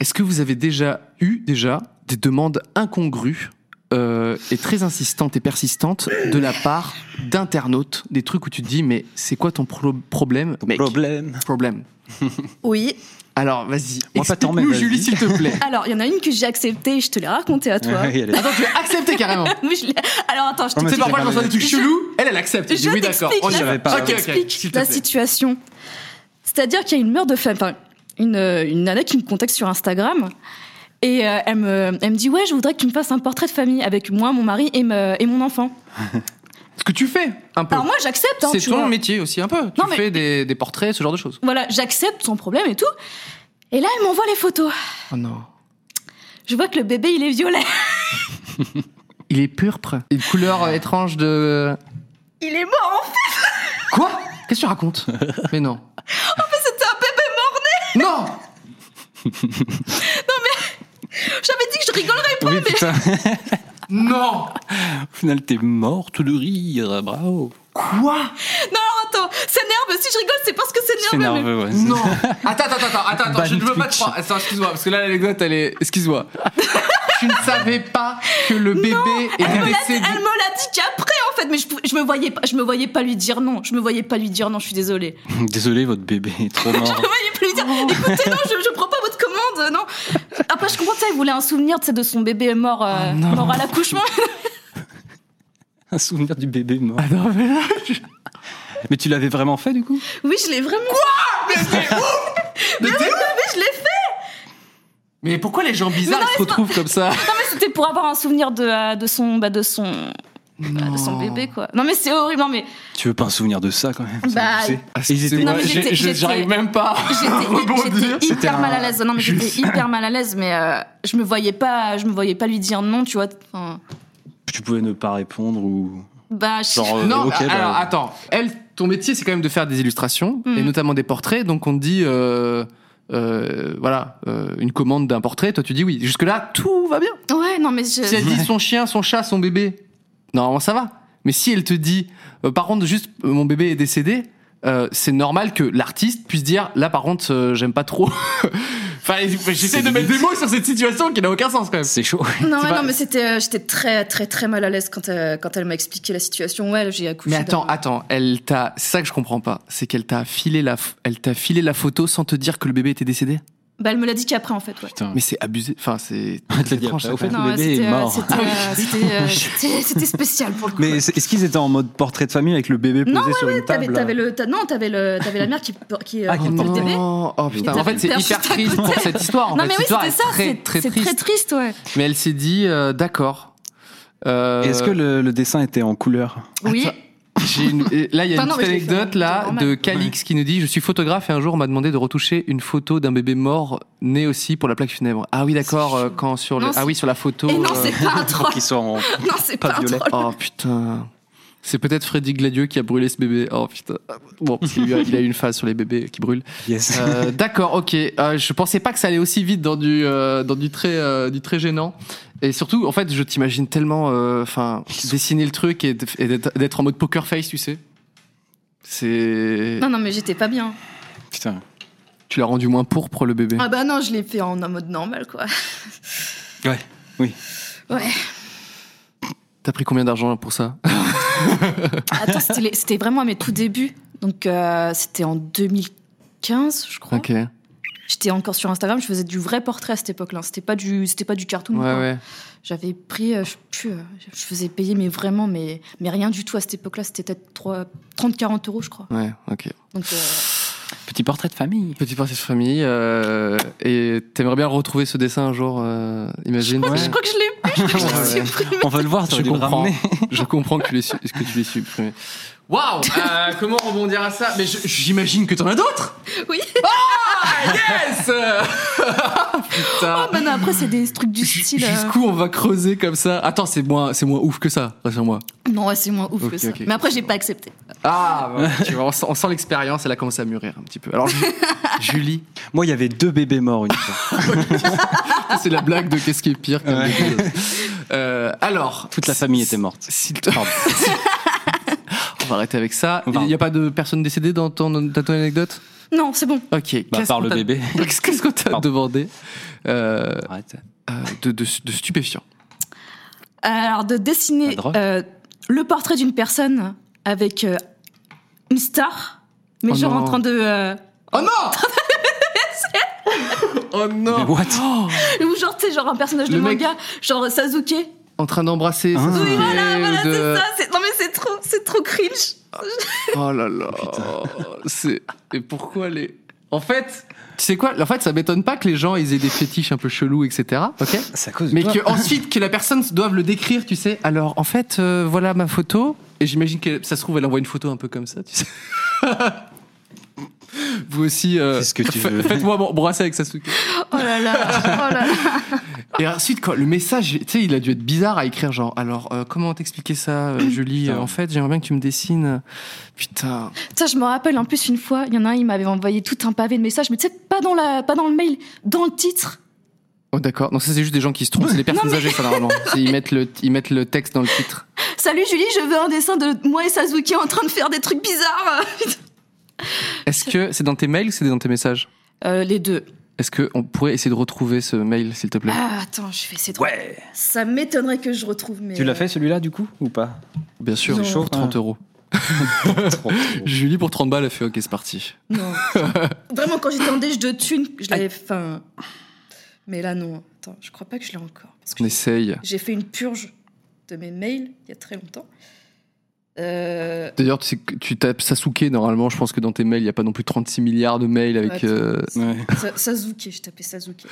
B: Est-ce que vous avez déjà eu déjà des demandes incongrues euh, et très insistante et persistante de la part d'internautes, des trucs où tu te dis mais c'est quoi ton pro- problème, mec
A: Problème.
B: Problème.
D: Oui.
B: Alors vas-y,
A: Moi, pas tant, mais
B: explique-nous
A: vas-y.
B: Julie s'il te plaît.
D: Alors, il y en a une que j'ai acceptée et je te l'ai racontée à toi.
A: Ouais, elle est-
B: Attends, tu as accepté carrément.
D: Oui, je l'ai- Alors, attends, je
A: Non, mais
B: C'est
D: t'explique.
B: parfois je reçois des trucs
D: Je-
B: chelous, elle elle accepte. Elle
D: Je
B: dit oui d'accord,
D: t'explique,
B: on y
D: je
B: va.
A: savais pas.
B: Ok, ok,
D: t'explique
B: s'il te
D: la
B: plaît.
D: situation. C'est-à-dire qu'il y a une mère de femme, enfin, une, euh, une nana qui me contacte sur Instagram. Et euh, elle, me, elle me dit Ouais, je voudrais que tu me fasses un portrait de famille avec moi, mon mari et, me- et mon enfant.
B: Ce que tu fais un peu.
D: Alors, moi, j'accepte. hein,
B: Oh. C'est
D: tu
B: ton
D: vois.
B: métier aussi un peu. Tu
D: Non, mais-
B: fais des, des portraits, ce genre de choses.
D: Voilà, j'accepte sans problème et tout. Et là, elle m'envoie les photos.
B: Oh non.
D: Je vois que le bébé, il est violet.
B: Il est purpre. Une couleur euh, étrange de.
D: Il est mort, en fait.
B: Quoi Qu'est-ce que tu racontes Mais non.
D: C'était un bébé mort.
B: Non
D: J'avais dit que je rigolerais pas,
A: Oui,
D: mais.
A: putain.
B: Non
A: Au final, t'es morte de rire. Bravo.
B: Quoi
D: Non, alors, attends, c'est nerveux. Si je rigole, c'est parce que c'est
A: C'est
D: nerveux. mais-
A: nerveux, ouais.
B: Non Attends, attends, attends, attends, attends, je ne veux
A: Ban
B: pas te
A: Twitch.
B: croire. Attends, excuse-moi, parce que là, l'anecdote, elle est. Excuse-moi. tu ne savais pas que le bébé
D: Elle me
B: était
D: l'a dit,
B: décédé.
D: elle me l'a dit qu'après en fait, mais je, pouvais- je me voyais pas, je me voyais pas lui dire non, je me voyais pas lui dire non, je suis désolée.
A: Désolé, votre bébé est trop
D: Je me
A: mort.
D: voyais pas lui dire, écoutez non, je, je prends pas votre commande, euh, non. Après je comprends ça, il voulait un souvenir tu sais, de son bébé mort, euh,
B: Oh non.
D: mort à l'accouchement.
A: Un souvenir du bébé mort.
B: Ah non, mais là, je-
A: Mais tu l'avais vraiment fait, du coup
D: Oui, je l'ai vraiment.
B: Mais
D: Quoi
B: t'es-
D: Oui, je l'ai fait.
B: Mais pourquoi les gens bizarres
D: Mais non,
B: ils se retrouvent comme ça
D: Non mais c'était pour avoir un souvenir de euh, de son bah, de son bah, de son
B: Non.
D: bébé quoi. Non mais c'est horrible, non mais
A: Tu veux pas un souvenir de ça, quand même ça
D: Bah,
A: me poussait. Ils étaient-
D: Non,
B: Excusez-moi,
D: mais
B: j'ai-
D: j'étais-
B: je-
D: j'étais-
B: j'arrive même pas. à
D: J'étais-
B: rebondir.
D: J'étais
A: C'était
D: hyper
A: un-
D: mal à l'aise. Non, mais j'étais
B: Juste.
D: hyper mal à l'aise, mais euh, je me voyais pas, je me voyais pas lui dire non, tu vois. Enfin,
A: Tu pouvais ne pas répondre ou.
D: bah, je-
A: Genre, euh,
B: Non,
A: ok, bah,
B: alors attends. Elle, ton métier, c'est quand même de faire des illustrations
D: Mm.
B: et notamment des portraits. Donc on te dit, euh, euh, voilà, euh, une commande d'un portrait. Toi, tu dis oui. Jusque là, tout va bien.
D: ouais, non mais je.
B: Si elle dit son chien, son chat, son bébé, normalement ça va. Mais si elle te dit, euh, par contre, juste euh, mon bébé est décédé, euh, c'est normal que l'artiste puisse dire, là par contre, euh, j'aime pas trop. enfin, j'essaie de mettre des mots sur cette situation qui n'a aucun sens quand même.
A: C'est chaud.
D: Non,
B: C'est
D: ouais,
B: pas-
D: non, mais c'était, euh, j'étais très, très, très mal à l'aise quand, euh, quand elle m'a expliqué la situation. Ouais, j'ai accouché.
B: Mais attends,
D: d'un-
B: attends, elle t'a, c'est ça que je comprends pas, c'est qu'elle t'a filé la, f- elle t'a filé la photo sans te dire que le bébé était décédé.
D: Bah, elle me l'a dit qu'après, en fait, ouais.
A: Putain.
B: Mais c'est abusé, enfin c'est.
A: Elle t'a dit
B: étrange,
A: après, au
B: ça, quand
A: fait, Le
B: même.
D: ouais,
A: bébé est
D: c'était, euh,
A: mort.
D: C'était, euh, c'était, euh, c'était- c'était spécial pour le coup.
A: Mais
D: ouais.
A: c'est- est-ce qu'ils étaient en mode portrait de famille avec le bébé posé
D: Non,
A: sur une
D: T'avais,
A: table
D: t'avais le, t'as- non, t'avais le, t'avais la mère qui, qui euh,
A: Ah, qui
B: Oh
D: portait le bébé.
B: non, oh putain,
D: Et
B: en fait c'est
D: t'as-
B: hyper triste pour cette histoire. En
D: non,
B: fait,
D: mais
B: cette
D: oui,
B: histoire
D: c'était ça.
B: est très, très
D: c'est, c'est
B: triste.
D: très triste, ouais.
B: Mais elle s'est dit, euh, d'accord. Euh,
A: Et Est-ce que le, le dessin était en couleur
D: Oui.
B: j'ai une- et Là, il y a
D: Enfin,
B: une
D: non,
B: petite
D: mais je l'ai fait,
B: anecdote
D: c'est
B: là
D: normal.
B: de Calix qui nous dit Je suis photographe et un jour on m'a demandé de retoucher une photo d'un bébé mort né aussi pour la plaque funèbre. Ah oui, d'accord,
D: C'est
B: euh, quand sur
D: Non,
B: le... Ah
D: c'est-
B: oui, sur la photo.
D: Et non,
B: euh,
D: c'est pas un
A: Pour
D: troll.
A: qu'ils soient en.
D: Non, c'est
A: pas
D: pas, un
A: violet.
D: troll.
B: Oh putain. C'est peut-être Freddy Gladieux qui a brûlé ce bébé. Oh putain. Bon, parce qu'il lui a- il a eu une phase sur les bébés qui brûlent.
A: Yes.
B: Euh, D'accord, ok. Euh, je pensais pas que ça allait aussi vite dans du euh, dans du très euh, du très gênant. Et surtout, en fait, je t'imagine tellement, euh, enfin, dessiner le truc et, de- et d'être d'être en mode poker face, tu sais. C'est.
D: Non, non, mais j'étais pas bien.
A: Putain.
B: Tu l'as rendu moins pourpre le bébé.
D: Ah bah non, je l'ai fait en en mode normal, quoi.
A: Ouais. Oui.
D: Ouais.
B: T'as pris combien d'argent pour ça
D: Attends, c'était les- c'était vraiment à mes tout débuts. Donc, euh, c'était en 2015, je crois.
B: Ok. Oh. Ouais,
D: J'étais encore sur Instagram, je faisais du vrai portrait à cette époque-là. C'était pas du, c'était pas du cartoon. quoi.
B: ouais.
D: J'avais pris, euh, je, sais plus, euh, je faisais payer, mais vraiment, mais, mais rien du tout à cette époque-là. C'était peut-être trois- 30-40 euros, je crois.
B: Ouais, ok.
D: Donc, euh,
A: Petit portrait de famille.
B: Petite partie de famille. euh, et t'aimerais bien retrouver ce dessin un jour, euh, imagine.
D: je crois que je l'ai plus, je crois que je l'ai supprimé.
A: On va le voir, ça va
B: Je
A: le
B: comprends.
A: ramener.
B: Je comprends que tu l'aies su- que tu l'aies supprimé. Waouh euh, Comment rebondir à ça Mais je- j'imagine que t'en as d'autres Ah,
D: Oui.
B: Yes Putain
D: Bah non, après, c'est des trucs du
B: Ju-
D: style. euh,
B: Jusqu'où on va creuser comme ça Attends, c'est moins, c'est moins ouf que ça, rassure-moi.
D: euh, Non, ouais, c'est moins ouf que
B: Ok,
D: ça.
B: ok.
D: Mais après, j'ai pas accepté.
B: Ah, bah, tu vois, on sent, on sent l'expérience, elle a commencé à mûrir un petit peu. Alors, Ju- Julie,
A: Moi, il y avait deux bébés morts une fois.
B: c'est la blague de qu'est-ce qui est pire comme
A: Ouais.
B: des choses. Euh, alors,
A: Toute la famille était morte.
B: s'il te-
A: Pardon.
B: on va arrêter avec ça.
A: Pardon.
B: Il n'y a pas de personne décédée dans ton, dans ton anecdote
D: Non, c'est bon.
B: Ok,
A: Bah,
B: qu'est-ce
A: par
B: qu'on
A: le
B: t'a-
A: bébé.
B: Qu'est-ce qu'est-ce qu'on t'a
A: Pardon.
B: demandé euh,
A: Arrête.
B: euh, de, de, de stupéfiant
D: Alors, de
A: La
D: dessiner
A: drogue.
D: euh, le portrait d'une personne avec euh, une star, mais
B: Oh
D: genre en
B: non.
D: train de. euh,
B: Oh non Oh
A: Mais
B: non
A: what
B: Oh,
D: ou genre, tu sais, genre un personnage de
B: Le mec-
D: manga, genre Sasuke.
B: En train d'embrasser.
A: Ah.
B: ça,
A: Oui,
B: c'est-
D: Oui, voilà, voilà,
B: de-
D: c'est ça. c'est- Non, mais c'est trop, c'est trop cringe.
B: Oh là là. C'est et pourquoi les En fait, tu sais quoi En fait, ça m'étonne pas que les gens ils aient des fétiches un peu chelous, etc. Ok.
A: C'est à cause de
B: Mais
A: toi.
B: que ensuite que la personne doive le décrire, tu sais. Alors en fait, euh, voilà ma photo. Et j'imagine que ça se trouve elle envoie une photo un peu comme ça, tu sais. Vous aussi. euh,
A: Fais ce que tu
B: fa-
A: veux.
B: Faites-moi brasser avec Sasuke.
D: Oh là là, oh là là.
B: Et ensuite, quoi, le message, tu sais, il a dû être bizarre à écrire, genre, alors, euh, comment t'expliquer ça, euh, Julie
A: Putain.
B: En fait, j'aimerais bien que tu me dessines. euh, Putain.
D: Ça, je me rappelle en plus une fois, il y en a un, il m'avait envoyé tout un pavé de messages, mais tu sais, pas dans la, pas dans le mail, dans le titre.
B: Oh, d'accord. Donc, ça, c'est juste des gens qui se trompent. C'est les personnes âgées, ça, normalement. C'est- Ils mettent, le, ils mettent le texte dans le titre.
D: Salut Julie, je veux un dessin de moi et Sasuke en train de faire des trucs bizarres.
B: Est-ce que c'est dans tes mails ou c'est dans tes messages
D: Euh, les deux.
B: Est-ce qu'on pourrait essayer de retrouver ce mail, s'il te plaît
D: Ah, attends, je fais ces trucs.
A: Ouais.
D: Ça m'étonnerait que je retrouve mes.
A: Tu l'as fait celui-là du coup ou pas
B: Bien sûr,
D: Non.
B: pour 30 euros. Julie, pour 30 balles, elle fait OK, c'est parti.
D: Non. Vraiment, quand j'étais en déj de thunes, je l'avais. Enfin. Mais là, non. Attends, je crois pas que je l'ai encore. Parce que
B: On essaye.
D: j'ai fait une purge de mes mails il y a très longtemps. Euh,
B: D'ailleurs, tu, sais que tu tapes Sasuke, normalement, je pense que dans tes mails, il n'y a pas non plus 36 milliards de mails avec
D: Ouais,
B: euh,
A: Ouais.
D: Sa- Sasuke, je tapais Sasuke.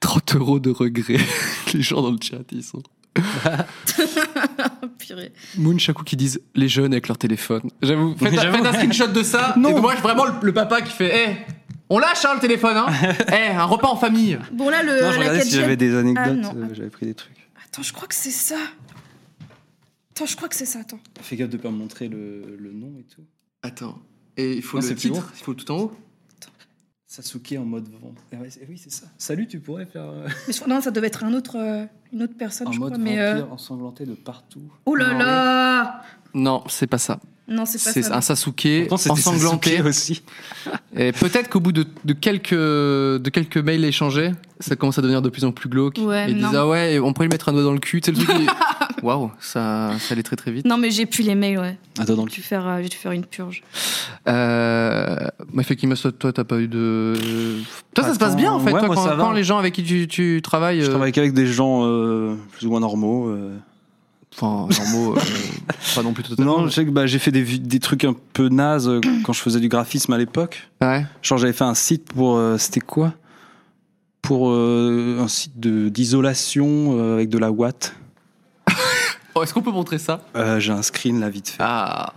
B: 30 euros de regrets. Les gens dans le chat, ils sont.
D: Oh, purée.
B: Moonshaku qui disent les jeunes avec leur téléphone. J'avoue, faites,
A: Oui, j'avoue.
B: faites un screenshot de ça. Non. Et moi, je- vraiment, le, le papa qui fait Eh, on lâche hein, le téléphone, hein Eh, un repas en famille
D: Bon, là, le,
A: Non, je
D: Euh, la
A: regardais si
D: quatrième-
A: j'avais des anecdotes,
D: Ah, non.
A: euh, j'avais pris des trucs.
D: Attends, je crois que c'est ça. Attends, je crois que c'est ça. Attends.
A: Fais gaffe de pas me montrer le, le nom et tout.
B: Attends. Et il
D: Ah,
B: faut
A: Non,
B: le
A: c'est plus
B: titre,
A: long.
B: il faut tout en haut.
A: Sasuke en mode vent. Eh ouais, c'est- eh oui, c'est ça. Salut, tu pourrais faire euh,
D: Mais je crois- non, ça devait être un autre, euh, une autre personne,
A: en
D: je
A: mode
D: crois.
A: vampire
D: Mais euh,
A: ensanglanté de partout.
D: oh là
B: Non,
D: là
B: Non, c'est pas ça.
D: Non, c'est pas
B: C'est
D: ça.
B: un Sasuke
A: Pourtant, c'était
B: ensanglanté.
A: Sasuke aussi.
B: Et peut-être qu'au bout de, de quelques, de quelques mails échangés, ça commence à devenir de plus en plus glauque.
D: Ouais,
B: et ils
D: non.
B: disent Ah ouais, on pourrait lui mettre un doigt dans le cul. Tu sais, le truc. qui- Waouh, ça, ça allait très très vite.
D: Non, mais j'ai plus les mails, ouais.
A: Attends, dans le
D: J'ai dû faire, euh, j'ai dû faire une purge.
B: Euh, mais effectivement, toi, toi, t'as pas eu de. Toi, ça se passe
A: Attends,
B: bien en fait.
A: ouais,
B: toi,
A: moi,
B: quand,
A: ça va.
B: quand les gens avec qui tu, tu travailles,
A: Je
B: euh,
A: travaille qu'avec des gens euh, plus ou moins normaux. euh.
B: enfin, normaux, euh, pas non plus totalement.
A: Non, je sais que bah, j'ai fait des, vi- des trucs un peu nazes euh, quand je faisais du graphisme à l'époque.
B: Ouais.
A: Genre, j'avais fait un site pour. euh, C'était quoi Pour euh, un site de- d'isolation euh, avec de la Watt.
B: Oh, Est-ce qu'on peut montrer ça
A: Euh, j'ai un screen là vite fait.
B: Ah.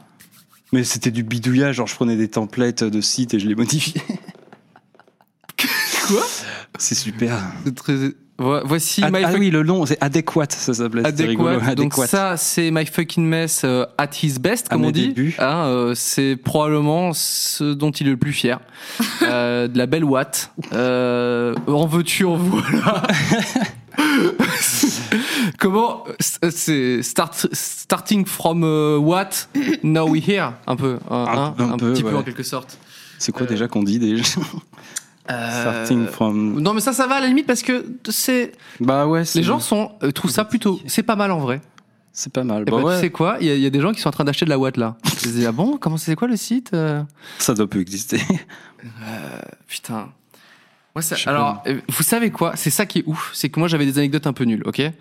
A: Mais c'était du bidouillage, genre je prenais des templates de sites et je les modifiais.
B: Quoi
A: C'est super.
B: c'est Très... Vo- Voici
A: Ad-
B: My
A: ah
B: Fuck-
A: oui, le long, c'est adéquate, ça s'appelait. c'était
B: Adéquat.
A: rigolo.
B: Donc
A: Adéquat.
B: ça, c'est My Fucking Mess euh, at his best,
A: À
B: comme
A: mes
B: on dit.
A: débuts.
B: Hein, euh, c'est probablement ce dont il est le plus fier. Euh, de la belle Watt. Euh, en veux-tu, en voilà. Comment euh, c'est start, starting from euh, what now we here un peu hein,
A: Un-
B: hein,
A: un peu,
B: petit peu
A: ouais.
B: en quelque sorte
A: C'est quoi
B: euh,
A: déjà qu'on dit déjà Starting
B: Euh,
A: from.
B: non mais ça ça va à la limite parce que c'est
A: Bah ouais, c'est-
B: les gens sont euh, trouvent ça plutôt c'est pas mal en vrai
A: C'est pas mal.
B: Eh
A: Bah
B: ben,
A: ouais,
B: Tu sais quoi Il y, a- il y a des gens qui sont en train d'acheter de la Watt là. Ils se disent, ah bon Comment c'est quoi le site Euh,
A: Ça doit plus exister.
B: Putain. Moi, ça-
A: Je sais
B: alors, euh, vous savez quoi C'est ça qui est ouf. C'est que moi, j'avais des anecdotes un peu nulles, ok Et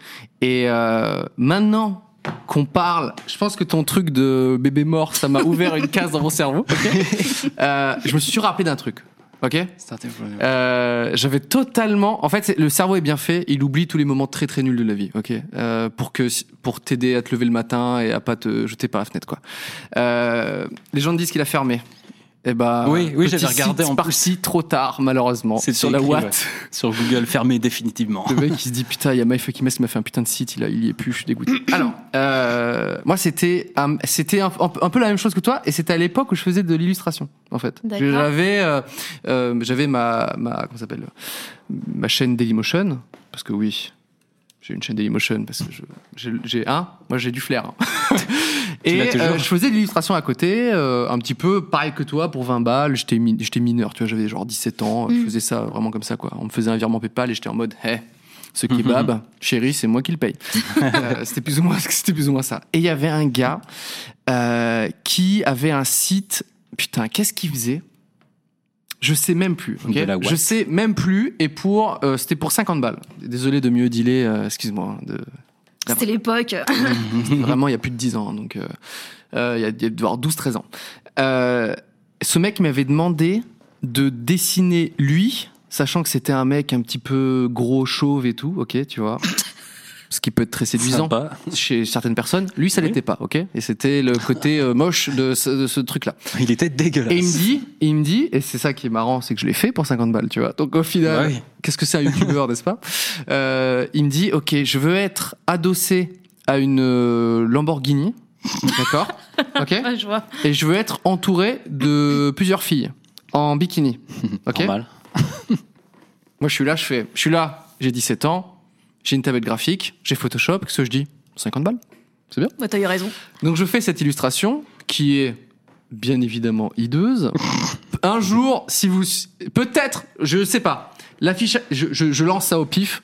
B: euh, maintenant qu'on parle, je pense que ton truc de bébé mort, ça m'a ouvert une case dans mon cerveau, ok Euh, Je me suis rappelé d'un truc, ok
A: Starting from.
B: euh, j'avais totalement. En fait, c'est- le cerveau est bien fait. Il oublie tous les moments très très nuls de la vie. Ok. Euh, pour que pour t'aider à te lever le matin et à pas te jeter par la fenêtre quoi. Euh, les gens te disent qu'il a fermé. Eh ben.
A: Oui, oui,
B: petit
A: j'avais regardé
B: site
A: en plus.
B: parti trop tard malheureusement.
A: C'est
B: sur la
A: écrit,
B: Watt.
A: ouais. Sur Google, fermé définitivement.
B: Le mec qui se dit putain, il y a My Fucking Mess qui m'a fait un putain de site, il, a, il y est plus, je suis dégoûté. Alors, euh, moi c'était un, c'était un, un- un peu la même chose que toi, et c'était à l'époque où je faisais de l'illustration en fait.
D: D'accord.
B: J'avais, euh, euh, j'avais ma, ma comment ça s'appelle, ma chaîne Dailymotion, parce que oui, j'ai une chaîne Dailymotion parce que je, j'ai, j'ai hein, moi j'ai du flair. hein.
A: l'as
B: Et
A: toujours.
B: euh, je faisais de l'illustration à côté, euh, un petit peu pareil que toi, pour 20 balles. J'étais, mi- j'étais mineur, tu vois, j'avais genre 17 ans. Je
D: Mm.
B: faisais ça vraiment comme ça, quoi. On me faisait un virement PayPal et j'étais en mode, hé, ce kebab, chérie, c'est moi qui le paye. Euh, c'était plus ou moins, c'était plus ou moins ça. Et il y avait un gars euh, qui avait un site. Putain, qu'est-ce qu'il faisait Je sais même plus. ok
A: De la ouate.
B: Je sais même plus. Et pour, euh, c'était pour 50 balles. Désolé de mieux dealer. euh, excuse-moi. De...
D: C'était l'époque.
B: Vraiment, il y a plus de 10 ans. Donc, euh, euh, il y a il y a dû avoir 12-13 ans. Euh, ce mec m'avait demandé de dessiner lui, sachant que c'était un mec un petit peu gros, chauve et tout, ok, tu vois. Ce qui peut être très séduisant
A: Sympa.
B: chez certaines personnes. Lui, ça l'était pas, ok. Et c'était le côté euh, moche de ce, de ce truc-là.
A: Il était dégueulasse.
B: Et il me dit, il me dit, et c'est ça qui est marrant, c'est que je l'ai fait pour 50 balles, tu vois. Donc au final,
A: Ouais.
B: qu'est-ce que c'est un youtubeur, n'est-ce pas Euh, Il me dit, ok, je veux être adossé à une euh, Lamborghini, d'accord, ok,
D: Ah, je vois.
B: et je veux être entouré de plusieurs filles en bikini, ok.
A: Normal.
B: Moi, je suis là, je fais, je suis là, j'ai 17 ans, j'ai une tablette graphique, j'ai Photoshop, qu'est-ce que je dis 50 balles.
D: Bah, t'as eu raison.
B: Donc je fais cette illustration qui est bien évidemment hideuse. Un jour, si vous, peut-être, je sais pas, l'affiche, je, je- je lance ça au pif,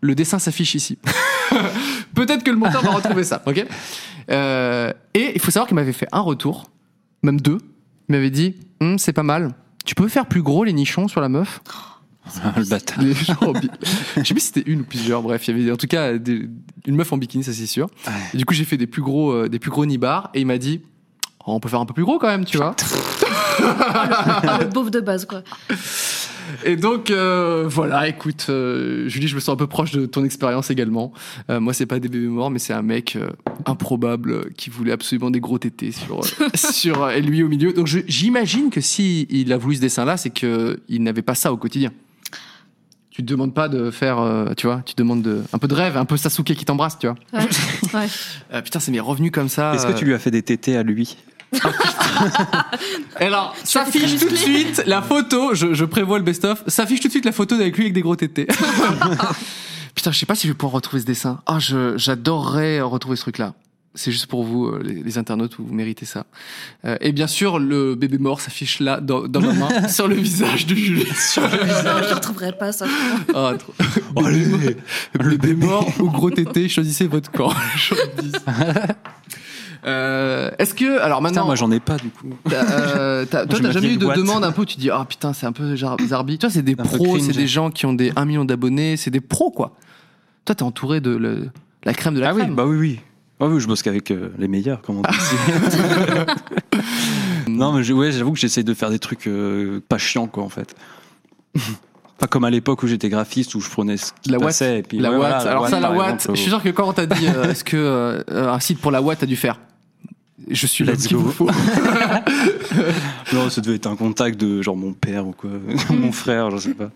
B: le dessin s'affiche ici. peut-être que le monteur va retrouver ça, ok Euh, Et il faut savoir qu'il m'avait fait un retour, même deux. Il m'avait dit, Hum, c'est pas mal. Tu peux faire plus gros les nichons sur la meuf
A: Ah, le bâtard.
B: les gens en bi- Je sais plus si c'était une ou plusieurs, bref, il y avait en tout cas des- une meuf en bikini, ça c'est sûr.
A: Ouais.
B: Et du coup, j'ai fait des plus gros, euh, des plus gros nibards et il m'a dit Oh, on peut faire un peu plus gros quand même, tu vois.
D: Ah, le beauf de base, quoi.
B: Et donc euh, voilà, écoute, euh, Julie, je me sens un peu proche de ton expérience également. Euh, moi, c'est pas des bébés morts, mais c'est un mec euh, improbable euh, qui voulait absolument des gros tétés sur euh, sur euh, et lui au milieu. Donc je- j'imagine que si il a voulu ce dessin-là, c'est que il n'avait pas ça au quotidien. Tu te demandes pas de faire, euh, tu vois, tu demandes de, un peu de rêve, un peu Sasuke qui t'embrasse, tu vois.
D: Ouais. Ouais.
B: Euh, putain, c'est mes revenus comme ça.
A: Est-ce que tu lui as fait des tétés à lui
B: Et Alors, s'affiche tout de suite la photo, je, je prévois le best-of, s'affiche tout de suite la photo avec lui avec des gros tétés. Putain, je sais pas si je vais pouvoir retrouver ce dessin. Ah, je- j'adorerais euh, retrouver ce truc-là. C'est juste pour vous, euh, les, les internautes, vous méritez ça. Euh, et bien sûr, le bébé mort s'affiche là, dans, dans ma main, sur le visage de Julie.
D: Non, je retrouverai pas ça.
B: Ah, trop-
A: Allez,
B: bébé,
A: le
B: bébé
A: bébé.
B: mort ou gros tété, choisissez votre corps. Je vous dis ça. Euh, Est-ce que alors
A: Putain,
B: maintenant
A: moi j'en ai pas du coup.
B: T'as, euh, t'as- toi,
A: J'ai
B: t'as
A: ma
B: jamais eu
A: vieille
B: de
A: boîte.
B: demande un peu où tu dis, ah putain, c'est un peu jar- zarbi. Toi, c'est des
A: Un peu
B: pros, c'est
A: cringe.
B: des gens qui ont des 1 million d'abonnés, c'est des pros, quoi. Toi, t'es entouré de le- la crème de la
A: Ah oui,
B: crème.
A: bah oui, oui. Ah oui, je bosse qu'avec euh, les meilleurs, comme on dit ici. non, mais je- ouais, j'avoue que j'essaie de faire des trucs euh, pas chiants, quoi, en fait. pas comme à l'époque où j'étais graphiste, où je prenais ce qui
B: La Watt.
A: passait. Et puis,
B: la
A: ouais,
B: Watt.
A: voilà,
B: Alors, ça, la
A: par
B: Watt,
A: exemple, oh.
B: je suis sûr que quand on t'a dit, euh, est-ce que euh, un site pour la Watt, t'as dû faire Je suis là
A: Let's go. euh, Non, ça devait être un contact de genre mon père ou quoi,
B: Hmm.
A: mon frère, je sais pas.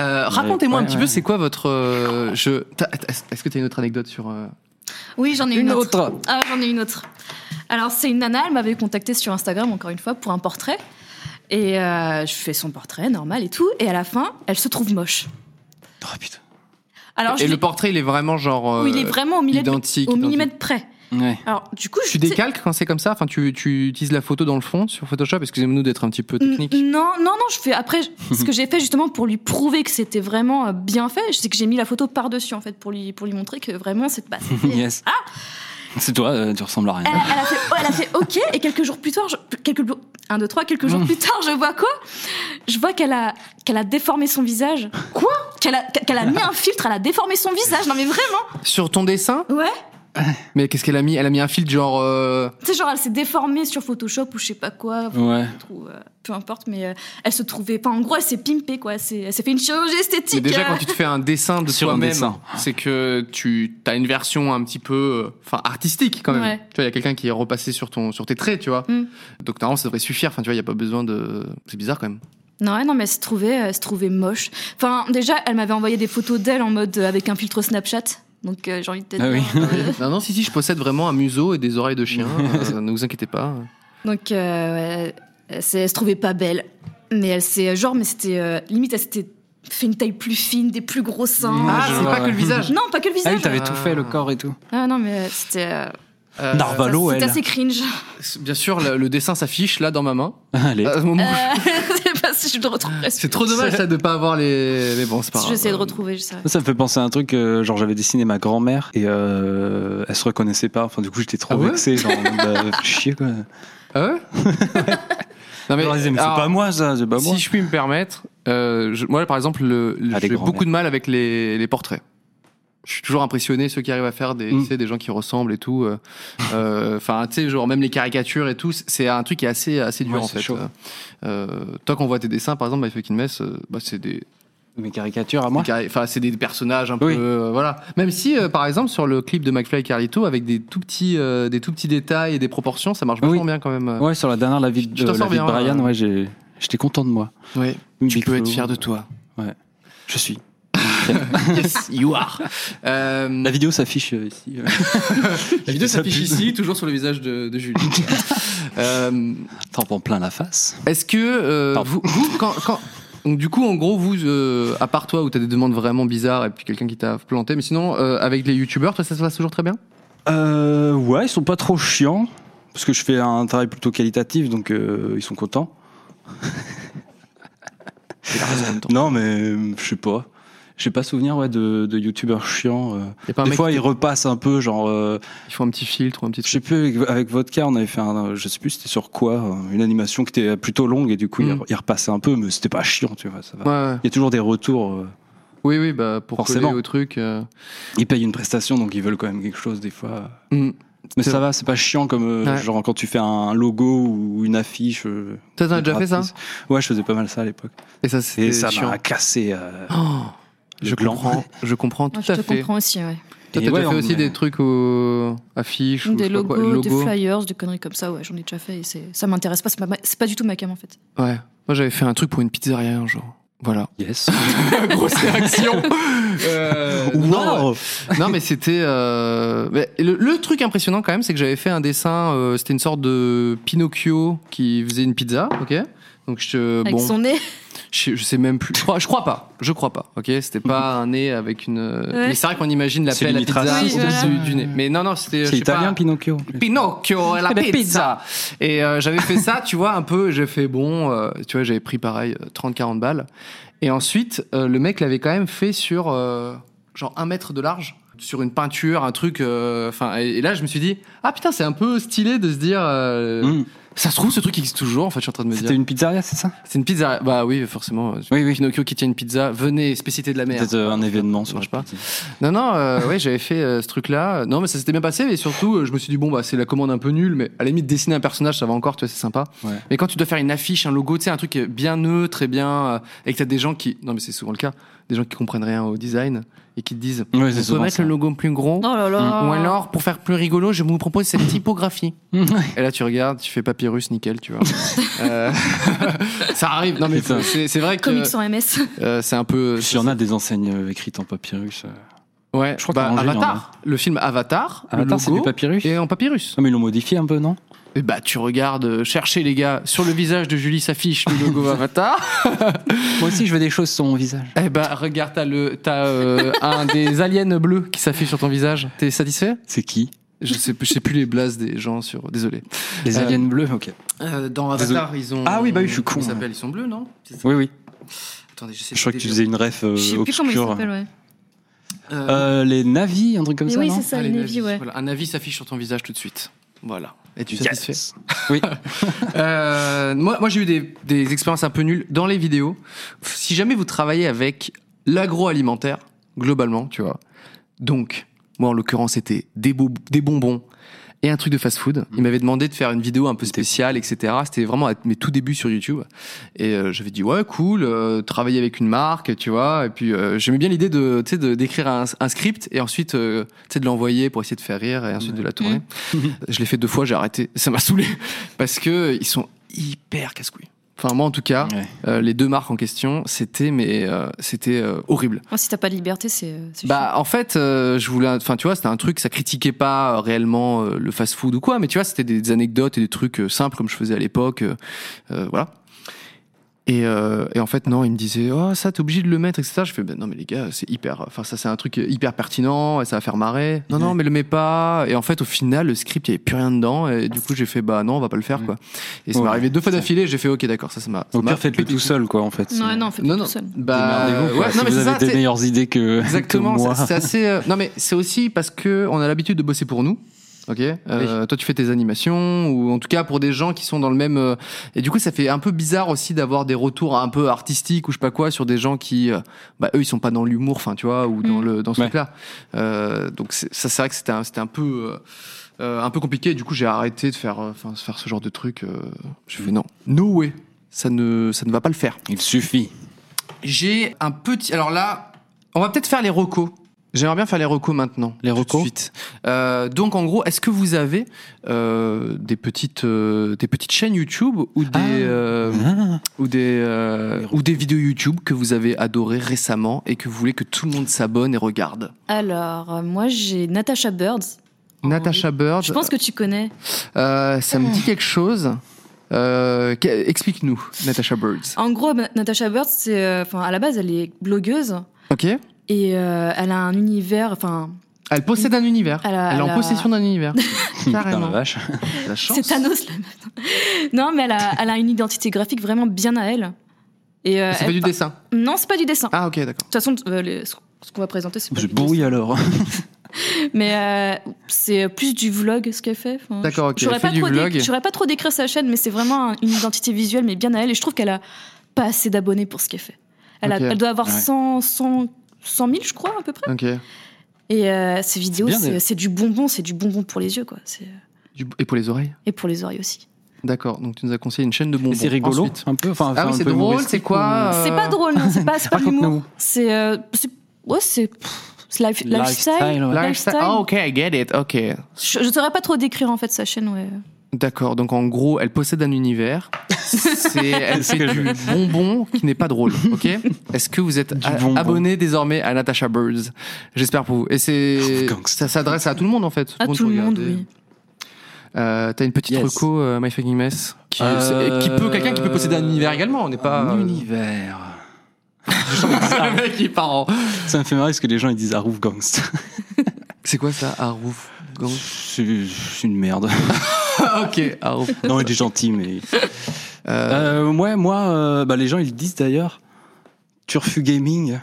B: Euh, Racontez-moi un
A: Ouais,
B: petit
A: ouais,
B: peu,
A: ouais.
B: c'est quoi votre. euh, je... t'as- est-ce- Est-ce que t'as une autre anecdote sur. euh,
D: Oui, j'en ai une, autre. Ah, j'en ai une autre. Alors, c'est une nana, elle m'avait contactée sur Instagram, encore une fois, pour un portrait. Et euh, je fais son portrait, normal et tout. Et à la fin, elle se trouve moche.
A: Ah putain.
D: Alors, je
B: Et
D: l'ai-
B: le portrait, il est vraiment genre.
D: où il est
B: euh,
D: vraiment au millimètre,
B: identique,
D: au
B: identique.
D: millimètre près.
A: Ouais.
D: Alors, du coup, je
B: Tu
D: tu sais-
B: décalques quand c'est comme ça Enfin, tu, tu utilises la photo dans le fond sur Photoshop Excusez-nous d'être un petit peu technique.
D: N- Non, non, non, je fais après je- ce que j'ai fait justement pour lui prouver que c'était vraiment euh, bien fait, c'est que j'ai mis la photo par-dessus en fait pour lui pour lui montrer que vraiment c'est pas
A: Yes.
B: Ah
A: C'est toi, euh, tu ressembles à
D: elle,
A: rien.
D: a- elle a fait, ouais, elle a fait OK et quelques jours plus tard, je, quelques blo- un, deux, trois, quelques
B: Mm.
D: jours plus tard, je vois quoi Je vois qu'elle a qu'elle a déformé son visage. Quoi Qu'elle a qu'elle a mis un filtre, elle a déformé son visage. Non mais vraiment
B: Sur ton dessin
D: Ouais.
B: Mais qu'est-ce qu'elle a mis Elle a mis un filtre genre. euh,
D: Tu sais genre elle s'est déformée sur Photoshop ou je sais pas quoi.
A: Ouais.
B: Mm.
D: je trouve, euh, Peu importe, mais euh, elle se trouvait. Enfin, en gros, elle s'est pimpée, quoi. Elle s'est elle s'est fait une chirurgie
B: Mais
D: esthétique.
B: déjà,
D: euh,
B: quand tu te fais un dessin de
A: Sur un
B: toi-même,
A: dessin.
B: c'est que tu as une version un petit peu, euh, enfin artistique quand même.
D: Ouais.
B: Tu vois, il y a quelqu'un qui est repassé sur ton, sur tes traits, tu vois.
D: Mm.
B: Donc normalement, ça devrait suffire. Enfin, tu vois, il y a pas besoin de. C'est bizarre quand même.
D: Non, ouais, non, mais elle se trouvait, euh, elle se trouvait moche. Enfin, déjà, elle m'avait envoyé des photos d'elle en mode euh, avec un filtre Snapchat. Donc, euh, j'ai envie de te
A: Ah
D: dire,
A: oui.
D: euh,
B: non, non, si si, je possède vraiment un museau et des oreilles de chien. euh, ne vous inquiétez pas.
D: donc, euh, ouais, elle, s'est- elle se trouvait pas belle. Mais elle s'est, genre, mais c'était euh, limite, elle s'était fait une taille plus fine, des plus gros seins.
A: Ah,
B: Ah,
A: je
B: c'est
A: vois,
B: pas que
A: ouais.
B: le visage.
D: Non, pas que le
A: Ah
D: visage.
A: oui, t'avais tout fait, le corps et tout.
D: Ah, non, mais euh, c'était. euh,
B: Euh,
A: Narvalo,
D: c'était
A: elle.
D: assez cringe.
B: Bien sûr, le, le dessin s'affiche là dans ma main.
A: Allez.
B: À ce moment où
D: Euh, je sais pas si je le retrouve presque.
B: C'est trop dommage ça euh, de pas avoir les. Mais bon, c'est pas grave.
D: J'essaie de retrouver, je sais.
A: Ça me fait penser à un truc, euh, genre j'avais dessiné ma grand-mère et euh, elle se reconnaissait pas. Enfin, du coup, j'étais trop
B: Ah ouais
A: vexé. Genre, bah, chier quoi.
B: Ah ouais Non, mais,
A: Genre, elle disait, mais c'est
B: alors,
A: pas moi ça, c'est pas Bah, moi.
B: Si je puis me permettre, euh, je- moi par exemple, le- le-
A: Ah, les
B: j'ai
A: grands-mères.
B: beaucoup de mal avec les, les portraits. Je suis toujours impressionné ceux qui arrivent à faire des,
A: Mm.
B: tu sais, des gens qui ressemblent et tout. euh, euh, Enfin, tu sais, genre même les caricatures et tout, c- c'est un truc qui est assez assez dur
A: Ouais,
B: en
A: c'est
B: fait.
A: chaud.
B: Euh, euh, toi, quand on voit tes dessins, par exemple, My Fucking Mess, euh, bah, c'est des,
A: Mes caricatures à moi.
B: des cari- enfin c'est des personnages un
A: Oui.
B: peu, euh, voilà. Même si, euh, par exemple, sur le clip de McFly et Carlito, avec des tout petits, euh, des tout petits détails et des proportions, ça marche
A: Oui.
B: vachement bien quand même. euh.
A: Ouais, sur la dernière, la vie,
B: Tu
A: de,
B: t'en
A: la
B: sors
A: vie de
B: bien,
A: Brian,
B: euh.
A: ouais, j'ai- j'étais content de moi.
B: Ouais. Tu
A: Big
B: peux être
A: Flo.
B: fier de toi.
A: Je suis.
B: Yes, you are. Euh,
A: La vidéo s'affiche euh, ici.
B: La vidéo
A: Ça
B: s'affiche
A: pue.
B: ici, toujours sur le visage de, de Julie. Euh,
A: T'en prends plein la face.
B: Est-ce que euh,
A: Pardon.
B: vous, vous, quand, quand- donc du coup, en gros, vous, euh, à part toi où t'as des demandes vraiment bizarres et puis quelqu'un qui t'a planté, mais sinon, euh, avec les youtubeurs, toi, ça se passe toujours très bien
A: Euh, ouais, ils sont pas trop chiants. Parce que je fais un travail plutôt qualitatif, donc euh, ils sont contents. Non, mais euh, je sais pas. J'ai pas souvenir ouais, de, de youtubeurs chiants. euh.
B: Y a pas un
A: Des
B: mec
A: fois,
B: qui-
A: ils repassent un peu, genre. euh,
B: ils font un petit filtre ou un petit
A: je
B: truc.
A: sais plus, avec, avec Vodka, on avait fait un. Je sais plus, c'était sur quoi. euh, Une animation qui était plutôt longue, et du coup, ils
B: Mm.
A: ils repassaient un peu, mais c'était pas chiant, tu vois. Ça va.
B: Ouais, ouais.
A: Il y a toujours des retours. euh,
B: Oui, oui, bah, pour
A: Forcément.
B: coller au truc. euh,
A: Ils payent une prestation, donc ils veulent quand même quelque chose des fois. euh.
B: hmm.
A: Mais
B: C'est
A: ça va, c'est pas chiant comme euh,
B: Ouais.
A: genre quand tu fais un logo ou une affiche. euh,
B: Toi, t'en as déjà fait ça
A: gratis. Ouais, je faisais pas mal ça à l'époque.
B: Et ça, c'est
A: Et ça
B: chiant.
A: m'a cassé. euh,
B: Oh,
A: Le
B: je
A: gland.
B: comprends, je comprends tout
D: je
B: à
D: te
B: fait.
D: comprends aussi, ouais.
B: Toi,
A: Et
B: t'as
A: ouais,
B: déjà fait
A: on-
B: aussi des trucs aux affiches, ou je
D: Des
B: sais pas
D: logos,
B: quoi,
D: des flyers, des conneries comme ça, ouais, j'en ai déjà fait et c'est- ça m'intéresse pas, c'est pas, ma- c'est pas du tout ma cam en fait.
B: Ouais. Moi, j'avais fait un truc pour une pizzeria un jour. Voilà.
A: Yes.
B: Grosse réaction. Euh, non,
A: Wow.
B: non, mais c'était. euh, mais Le, le truc impressionnant quand même, c'est que j'avais fait un dessin. euh, c'était une sorte de Pinocchio qui faisait une pizza, ok. Donc je
D: Avec
B: bon, Mmh.
D: son nez,
B: je, je sais même plus. Je crois, je crois pas. Je crois pas. Ok, c'était pas un nez avec une. Mais c'est vrai qu'on imagine la
A: C'est
B: pelle à pizza
A: l'imitation,
D: Oui, voilà.
B: au-dessus du nez. Mais non, non, c'était. je
A: C'est
B: sais pas.
A: italien, Pinocchio.
B: Pinocchio et la
D: Et la
B: pizza.
D: pizza.
B: Et euh, j'avais fait ça, tu vois, un peu, j'ai fait bon, euh, tu vois, j'avais pris pareil euh, 30-40 balles. Et ensuite, euh, le mec l'avait quand même fait sur euh, genre un mètre de large, sur une peinture, un truc. euh, Enfin, et, et là, je me suis dit, ah putain, c'est un peu stylé de se dire. euh,
A: Mm.
B: Ça se trouve, ce truc existe toujours, en fait, je suis en train de me dire.
A: C'était une pizzeria, c'est ça
B: C'est une pizza. Bah oui, forcément. euh,
A: Oui, oui.
B: Pinocchio qui tient une pizza, venez, spécialité de la mer.
A: Peut-être euh, un événement sur
B: marche
A: la
B: pas.
A: pizza.
B: Non, non, euh, ouais, j'avais fait euh, ce truc-là. Non, mais ça s'était bien passé. Et surtout, euh, je me suis dit, bon, bah, c'est la commande un peu nulle, mais à la limite, dessiner un personnage, ça va encore, tu vois, c'est sympa.
A: Ouais.
B: Mais quand tu dois faire une affiche, un logo, tu sais, un truc euh, bien neutre et bien. euh, et que t'as des gens qui. Non, mais c'est souvent le cas. Des gens qui comprennent rien au design et qui te disent,
A: Ouais, c'est
B: on peut
A: souvent
B: mettre
A: ça.
B: le logo plus gros.
D: oh là là.
B: Ou alors, euh, pour faire plus rigolo, je vous propose cette typographie.
A: Mmh.
B: Et là, tu regardes, tu fais papyrus, nickel, tu vois. Euh, ça arrive. Non, mais
A: Putain.
B: c'est c'est vrai que
D: Comics en MS.
B: euh, c'est un peu.
A: S'il y en a des enseignes euh, écrites en papyrus. euh.
B: Ouais,
A: Je crois
B: bah,
A: qu'en Angers, il y en a.
B: Avatar. Le film Avatar. Ah, le
A: Avatar, c'est
B: logo
A: du papyrus
B: Et en papyrus.
A: Non, mais ils l'ont modifié un peu, non
B: Et bah, tu regardes, euh, cherchez les gars, sur le visage de Julie s'affiche le logo Avatar.
A: Moi aussi, je veux des choses sur mon visage.
B: Eh bah, regarde, t'as le, t'as euh, un des aliens bleus qui s'affiche sur ton visage. T'es satisfait
A: C'est qui
B: Je sais, plus- je sais plus les blases des gens sur. Désolé.
A: Les
B: Euh,
A: aliens bleus, ok.
B: dans
A: Avatar,
B: ils ont.
A: Ah oui, bah oui, je suis con.
B: Ils s'appellent, ils sont bleus, non
A: Oui, oui.
B: Attendez, je sais
A: Je crois que tu faisais une ref euh,
D: Je sais plus comment il
A: obscure.
D: s'appelle, ouais.
A: Euh, les navis, un truc comme
D: Mais
A: ça,
D: oui,
A: non
D: c'est Ah, ça, le Navy, ouais.
B: Voilà, un avis s'affiche sur ton visage tout de suite. Voilà. Es-tu
A: Yes.
B: satisfait
A: Oui.
B: Euh, moi, moi j'ai eu des, des expériences un peu nulles dans les vidéos. Si jamais vous travaillez avec l'agroalimentaire, globalement, tu vois. Donc, moi, en l'occurrence, c'était des, bo- des bonbons et un truc de fast-food. Il m'avait demandé de faire une vidéo un peu spéciale, etc. C'était vraiment à mes tout débuts sur YouTube. Et euh, j'avais dit, ouais, cool, euh, travailler avec une marque, tu vois. Et puis, euh, j'aimais bien l'idée de, tu sais, de- d'écrire un, un script et ensuite, euh, tu sais, de l'envoyer pour essayer de faire rire et ensuite de la tourner. Je l'ai fait deux fois, j'ai arrêté. Ça m'a saoulé parce que ils sont hyper casse-couilles. Enfin moi en tout cas,
A: Ouais.
B: euh, les deux marques en question, c'était mais euh, c'était euh, horrible.
D: Oh, si t'as pas de liberté, c'est. euh, c'est
B: Bah en fait, euh, je voulais, enfin tu vois, c'était un truc, ça critiquait pas euh, réellement euh, le fast-food ou quoi, mais tu vois, c'était des anecdotes et des trucs euh, simples comme je faisais à l'époque, euh, euh, voilà. Et, euh, et en fait, non, il me disait, oh, ça, t'es obligé de le mettre, etc. Je fais, ben non, mais les gars, c'est hyper, enfin, ça, c'est un truc hyper pertinent, et ça va faire marrer. Non, non, mais le mets pas. Et en fait, au final, le script, il n'y avait plus rien dedans, et du coup, j'ai fait, bah non, on va pas le faire, quoi. Et ça
A: Ouais.
B: m'est arrivé deux fois d'affilée, j'ai fait, ok, d'accord, ça, ça m'a. ça
A: Au
B: m'a
A: pire, faites-le
B: pété.
A: tout seul, quoi, en fait.
D: Non, non, faites
B: Non,
D: tout
B: non.
D: seul.
B: Bah,
A: Démerdez-vous, quoi,
B: ouais,
A: si
B: non, mais
A: vous
B: c'est
A: avez
B: ça,
A: des
B: c'est-
A: meilleures idées que,
B: Exactement,
A: que moi.
B: ça- c'est assez. euh, non, mais c'est aussi parce que on a l'habitude de bosser pour nous. Ok. Euh, Toi, tu fais tes animations ou en tout cas pour des gens qui sont dans le même. euh, et du coup, ça fait un peu bizarre aussi d'avoir des retours un peu artistiques ou je sais pas quoi sur des gens qui, euh, bah, eux, ils sont pas dans l'humour, enfin, tu vois, ou dans
D: Mm.
B: le dans ce
A: Ouais.
B: truc-là. Euh, donc c'est- ça, c'est vrai que c'était un, c'était un peu. euh, euh, un peu compliqué, du coup j'ai arrêté de faire, euh, enfin, faire ce genre de truc. euh, je fais non, no way, ça ne, ça ne va pas le faire.
A: Il suffit.
B: J'ai un petit. Alors là, on va peut-être faire les recos. J'aimerais bien faire les recos maintenant.
A: Les
B: tout de
A: recos
B: suite. Euh, donc en gros, est-ce que vous avez euh, des petites euh, des petites chaînes YouTube ou des
A: Ah.
B: euh,
A: Ah.
B: ou des euh, ou des vidéos YouTube que vous avez adorées récemment et que vous voulez que tout le monde s'abonne et regarde
D: Alors, euh, moi, j'ai Natasha Birds.
B: Natasha Bird.
D: Je pense que tu connais.
B: euh, ça me dit quelque chose. Euh, que- Explique-nous, Natasha Birds.
D: En gros, Ma- Natasha Birds, c'est, euh, enfin, à la base, elle est blogueuse
B: Ok.
D: et euh, elle a un univers, enfin,
B: Elle possède un univers.
D: Elle a-
B: Elle est
D: elle
B: en
D: a-
B: possession d'un univers.
A: Putain, la
B: Carrément.
A: vache.
B: Ah, La chance.
D: c'est Thanos. Là, non, mais elle a, elle a une identité graphique vraiment bien à elle. Et euh,
B: C'est
D: elle
B: pas du
D: par-
B: dessin.
D: Non, c'est pas du dessin. De
B: Ah ok d'accord.
D: toute façon, euh, les- ce ce qu'on va présenter, c'est pas
A: Je
D: du dessin.
A: brouille alors.
D: Mais euh, c'est plus du vlog ce qu'elle fait. Enfin,
B: D'accord, ok,
D: je- j'aurais
B: elle fait
D: pas
B: du
D: trop dé-
B: vlog.
D: J'aurais pas trop décrire sa chaîne, mais c'est vraiment un- une identité visuelle, mais bien à elle. Et je trouve qu'elle a pas assez d'abonnés pour ce qu'elle fait. Elle, a-
B: Ok.
D: elle doit avoir
A: Ouais.
D: 100, 100, 100 000, je crois, à peu près.
B: Ok.
D: Et euh, ses vidéos,
A: bien,
D: c'est
A: d'ailleurs.
D: c'est du bonbon, c'est du bonbon pour les yeux, quoi. C'est-
B: Du- Et pour les oreilles.
D: Et pour les oreilles aussi.
B: D'accord. Donc tu nous as conseillé une chaîne de bonbons.
A: Et c'est rigolo,
B: Ensuite-
A: un peu. Enfin,
B: Ah
A: un
B: oui, c'est
A: peu
B: drôle.
A: humoristique,
B: C'est quoi euh,
D: C'est pas drôle, non, c'est pas, c'est pas de l'humour.
A: Raconte-nous.
D: C'est. euh, c'est- ouais, c'est. pff, c'est life-
A: ou-
D: lifestyle.
A: ouais.
B: Lifestyle.
D: Lifestyle.
B: Ah, ok, I get it. Ok.
D: Je, je saurais pas trop décrire en fait sa chaîne, ouais.
B: D'accord. Donc en gros, elle possède un univers. C'est
A: C'est
B: elle
A: ce
B: fait
A: que je
B: du
D: Euh,
A: veux.
B: bonbon qui n'est pas drôle. Ok. Est-ce que vous êtes
A: Du
B: a-
A: bonbon.
B: abonné désormais à Natasha Birds J'espère pour Oh, vous. Et c'est
A: Gangster.
B: ça s'adresse à tout le monde en fait.
D: À tout
B: peut
D: le monde,
B: regarder.
D: oui.
B: Euh, T'as une petite
A: Yes.
B: reco euh, My Fucking Mess euh, qui,
A: Euh,
B: c'est- qui peut quelqu'un qui peut posséder un univers également. On n'est pas
A: Un univers.
B: le mec qui part en-
A: Ça me fait marrer parce que les gens ils disent ah, Aruf Gangst.
B: C'est quoi ça, Harouf
A: C'est c'est une merde.
B: Ok, Harouf.
A: Non, il est gentil, mais.
B: Euh,
A: Euh, ouais, moi, euh, bah, les gens ils le disent d'ailleurs. Turfu Gaming.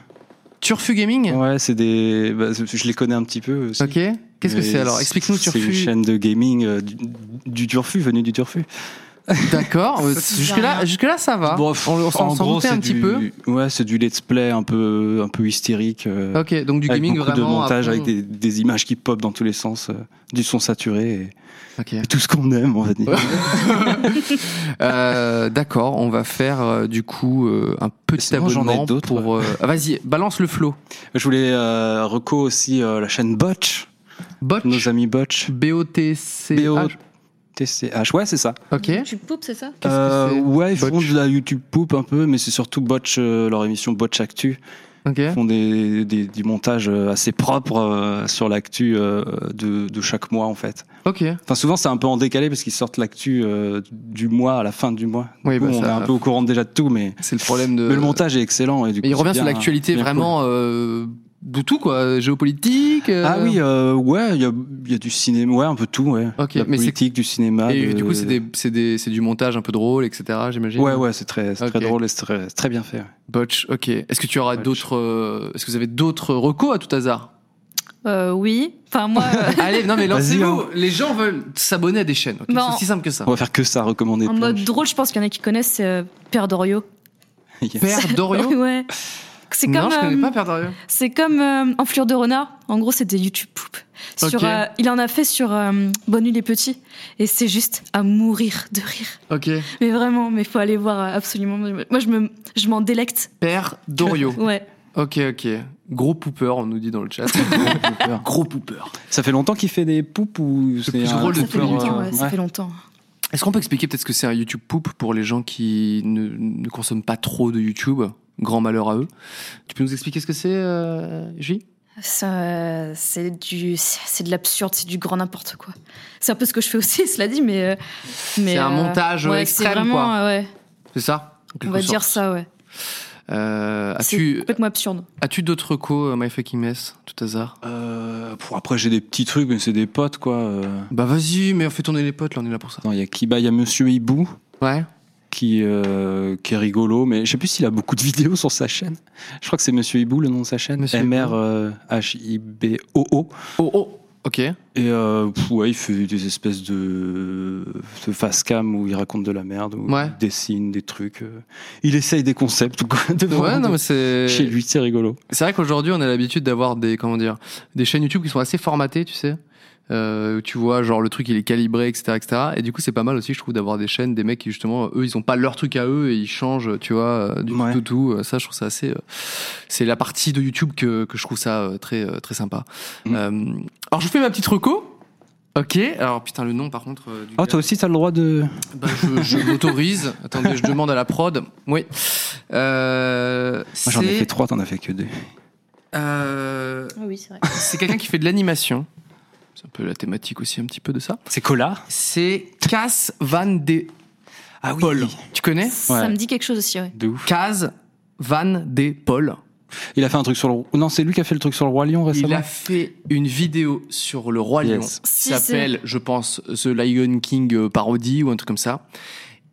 B: Turfu Gaming
A: Ouais, c'est des. bah, je les connais un petit peu. aussi.
B: Ok. Qu'est-ce que
A: Mais
B: c'est alors Explique-nous
A: C'est une
B: Turfu.
A: chaîne de gaming euh, du, du Turfu, venue du Turfu.
B: D'accord. euh, Jusque-là, jusque-là, ça va.
A: Bon, pff,
B: Ah, on on s'en
A: en
B: s'en
A: gros,
B: doutait un
A: c'est
B: petit
A: du-
B: peu.
A: Ouais, c'est du let's play un peu, un peu hystérique. euh,
B: Ok, donc du
A: avec
B: gaming
A: beaucoup
B: vraiment.
A: de montage,
B: à
A: avec
B: fond.
A: des, des images qui pop dans tous les sens, euh, du son saturé et,
B: Ok.
A: et tout ce qu'on aime, on va dire.
B: Euh, D'accord, on va faire euh, du coup euh, un petit
A: Sinon, j'en ai
B: abonnement
A: d'autres.
B: pour. euh, ah, Vas-y, balance le flow.
A: Je voulais euh, reco aussi euh, la chaîne Botch, nos
B: Botch.
A: amis Botch.
B: B-O-T-C.
A: B-O-T-C-H, ouais, c'est ça.
B: Ok.
D: Tu poupes, c'est ça
B: Qu'est-ce que
A: Euh,
B: c'est
A: ouais, ils font
B: Botch
A: de la YouTube poupe un peu, mais c'est surtout Botch, euh, leur émission Botch Actu.
B: Ok.
A: Ils font des, des, des montages euh, assez propres euh, sur l'actu euh, de, de chaque mois, en fait.
B: Ok.
A: Enfin, souvent, c'est un peu en décalé parce qu'ils sortent l'actu euh, du mois à la fin du mois.
B: Oui,
A: Du coup,
B: bah,
A: on est
B: ça-
A: un peu au courant déjà de tout, mais,
B: C'est le problème de.
A: mais le montage est excellent. Et du
B: Mais il
A: coup, c'est
B: revient sur
A: bien-
B: l'actualité
A: bien
B: vraiment euh, de tout, quoi. Géopolitique.
A: cool.
B: euh,
A: Ah oui, euh, ouais, il y a, il y a du cinéma, ouais, un peu tout, ouais.
B: Ok,
A: De la
B: mais c'est-
A: politique, du cinéma.
B: Et
A: de-
B: du coup, c'est des- c'est des- c'est du montage un peu drôle, etc. J'imagine.
A: Ouais, ouais, c'est très, c'est très
B: Ok.
A: drôle et c'est très, c'est très bien fait. ouais.
B: Botch, ok. Est-ce que tu auras
A: Botch.
B: d'autres. euh, Est-ce que vous avez d'autres recos à tout hasard
D: Euh, oui. Enfin, moi. euh,
B: Allez, non, mais
A: Vas-y,
B: lancez-vous. Les gens veulent s'abonner à des chaînes. ok
D: hein. Bon.
B: C'est aussi simple que ça.
A: On va faire que ça, recommander.
D: En
A: plein de
D: mode
A: choses.
D: drôle, je pense qu'il y en a qui connaissent, c'est euh, Père Doriot.
A: Yes.
B: Père Dorian
D: Ouais. C'est
B: Non,
D: comme,
B: je connais
D: euh,
B: pas Père Dorian.
D: c'est comme euh, Enflure de renard. En gros, c'est des YouTube poop. Sur,
B: Ok.
D: euh, il en a fait sur euh, Bonne nuit les petits. Et c'est juste à mourir de rire.
B: Ok.
D: Mais vraiment, mais faut aller voir euh, absolument. Moi, je me, je m'en délecte.
B: Père Dorian.
D: Ouais.
B: ok, ok. Gros poupeur, on nous dit dans le chat. Gros poupeur.
A: Ça fait longtemps qu'il fait des poupes ou c'est
B: plus
A: un
B: drôle de
D: ça
A: truc,
D: fait
B: faire,
D: longtemps,
A: euh,
D: ouais, ça
A: ouais.
D: fait longtemps.
B: Est-ce qu'on peut expliquer peut-être ce que c'est un YouTube poop pour les gens qui ne, ne consomment pas trop de YouTube Grand malheur à eux. Tu peux nous expliquer ce que c'est, euh, J
D: Ça, euh, c'est du, c'est c'est de l'absurde, c'est du grand n'importe quoi. C'est un peu ce que je fais aussi, cela dit, mais. euh, mais
B: C'est un
D: euh,
B: montage
D: ouais,
B: extrême,
D: c'est vraiment,
B: quoi.
D: euh, ouais.
B: C'est ça en
D: On
B: quelque
D: va
B: sorte.
D: dire ça, ouais.
B: Euh,
D: C'est
B: As-tu
D: complètement absurde.
B: as d'autres recos, euh, My Fucking Mess, tout hasard
A: Euh, pour après, j'ai des petits trucs, mais c'est des potes, quoi. euh.
B: Bah vas-y, mais on fait tourner les potes, là on est là pour ça.
A: Attends, il y a qui Bah, il y a Monsieur Hibou,
B: Ouais.
A: qui, euh, qui est rigolo, mais je sais plus s'il a beaucoup de vidéos sur sa chaîne. Je crois que c'est Monsieur Hibou, le nom de sa chaîne. euh,
B: Monsieur Hibou.
A: M-R-H-I-B-O-O.
B: Oh oh Ok.
A: Et euh, pff, ouais, il fait des espèces de, de face cam où il raconte de la merde, où
B: Ouais.
A: il dessine des trucs. euh. Il essaye des concepts, quoi. de
B: Ouais,
A: vraiment
B: non,
A: de-
B: mais c'est.
A: Chez lui, c'est rigolo.
B: C'est vrai qu'aujourd'hui, on a l'habitude d'avoir des comment dire des chaînes YouTube qui sont assez formatées, tu sais. Euh, où tu vois, genre le truc il est calibré, etc., etc. Et du coup, c'est pas mal aussi, je trouve, d'avoir des chaînes, des mecs qui justement, eux, ils ont pas leur truc à eux et ils changent, tu vois, euh, du
A: Ouais.
B: tout au tout. Euh, Ça, je trouve ça assez. euh, c'est la partie de YouTube que, que je trouve ça euh, très euh, très sympa.
A: Mm.
B: Euh, alors, je vous fais ma petite reco. Ok. Alors, putain, le nom, par contre. euh, du
A: Ah,
B: gars-
A: toi aussi, t'as le droit de.
B: Bah, je, je m'autorise. Attendez, je demande à la prod. Oui. Euh,
A: Moi, j'en ai
B: c'est,
A: fait trois, t'en as fait que deux.
B: euh,
D: Ah Oui, c'est vrai.
B: c'est quelqu'un qui fait de l'animation. C'est un peu la thématique aussi, un petit peu de ça.
A: C'est Collard
B: C'est Cas Van De
A: Ah oui.
B: Paul. Tu connais
D: Ça
A: Ouais.
D: me dit quelque chose aussi, ouais.
A: De ouf.
B: Cas Van De Paul.
A: Il a fait un truc sur le. Non, c'est lui qui a fait le truc sur le Roi Lion récemment.
B: Il a fait une vidéo sur le roi
A: Yes.
B: lion
D: Si,
B: qui s'appelle, je pense, The Lion King euh, parodie ou un truc comme ça.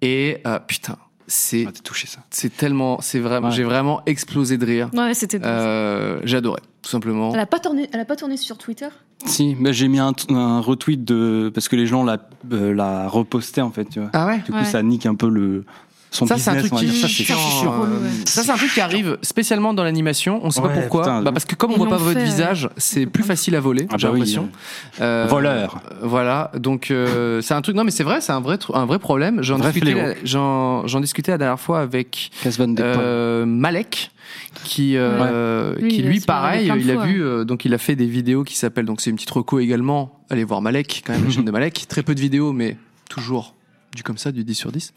B: Et euh, putain, c'est
A: Ah, t'as touché ça.
B: c'est tellement, c'est vraiment,
A: Ouais.
B: j'ai vraiment explosé de rire.
D: Ouais, c'était drôle.
B: Euh, j'ai adoré, tout simplement.
D: Elle a pas tourné, elle a pas tourné sur Twitter.
A: Si, mais j'ai mis un, t- un retweet de. Parce que les gens la, euh, la repostaient, en fait, tu vois.
B: Ah ouais.
A: Du coup,
D: Ouais.
A: ça nique un peu le. Son
B: Ça, c'est un
A: business,
B: truc
A: on va
B: qui-
A: dire. Ça, c'est
B: chiant.
A: chiant.
D: relou, ouais.
B: Ça, c'est un truc qui arrive spécialement dans l'animation. On sait pas
A: Euh, Ouais,
B: pourquoi.
A: putain, de
B: bah,
A: ouf.
B: parce que comme on
D: Ils
B: voit pas
D: l'ont
B: votre
D: fait,
B: visage, c'est plus facile à voler.
A: Ah,
B: j'ai
A: bah oui.
B: l'impression. Euh,
A: Voleur.
B: euh, Voilà. Donc, euh, c'est un truc. Non, mais c'est vrai. C'est un vrai, tru- un vrai problème. J'en
A: Vrai
B: discutais,
A: fléau.
B: la- j'en, j'en discutais la dernière fois avec
A: Cas Van de Paul.
B: euh, Malek, qui, euh,
D: Ouais. Lui,
B: qui
D: il a
B: lui,
D: se fait regarder
B: pareil,
D: plein de
B: il a
D: fois.
B: vu. euh, donc, il a fait des vidéos qui s'appellent. Donc, c'est une petite reco également. Allez voir Malek, quand même, la chaîne de Malek. Très peu de vidéos, mais toujours du comme ça, du 10 sur 10.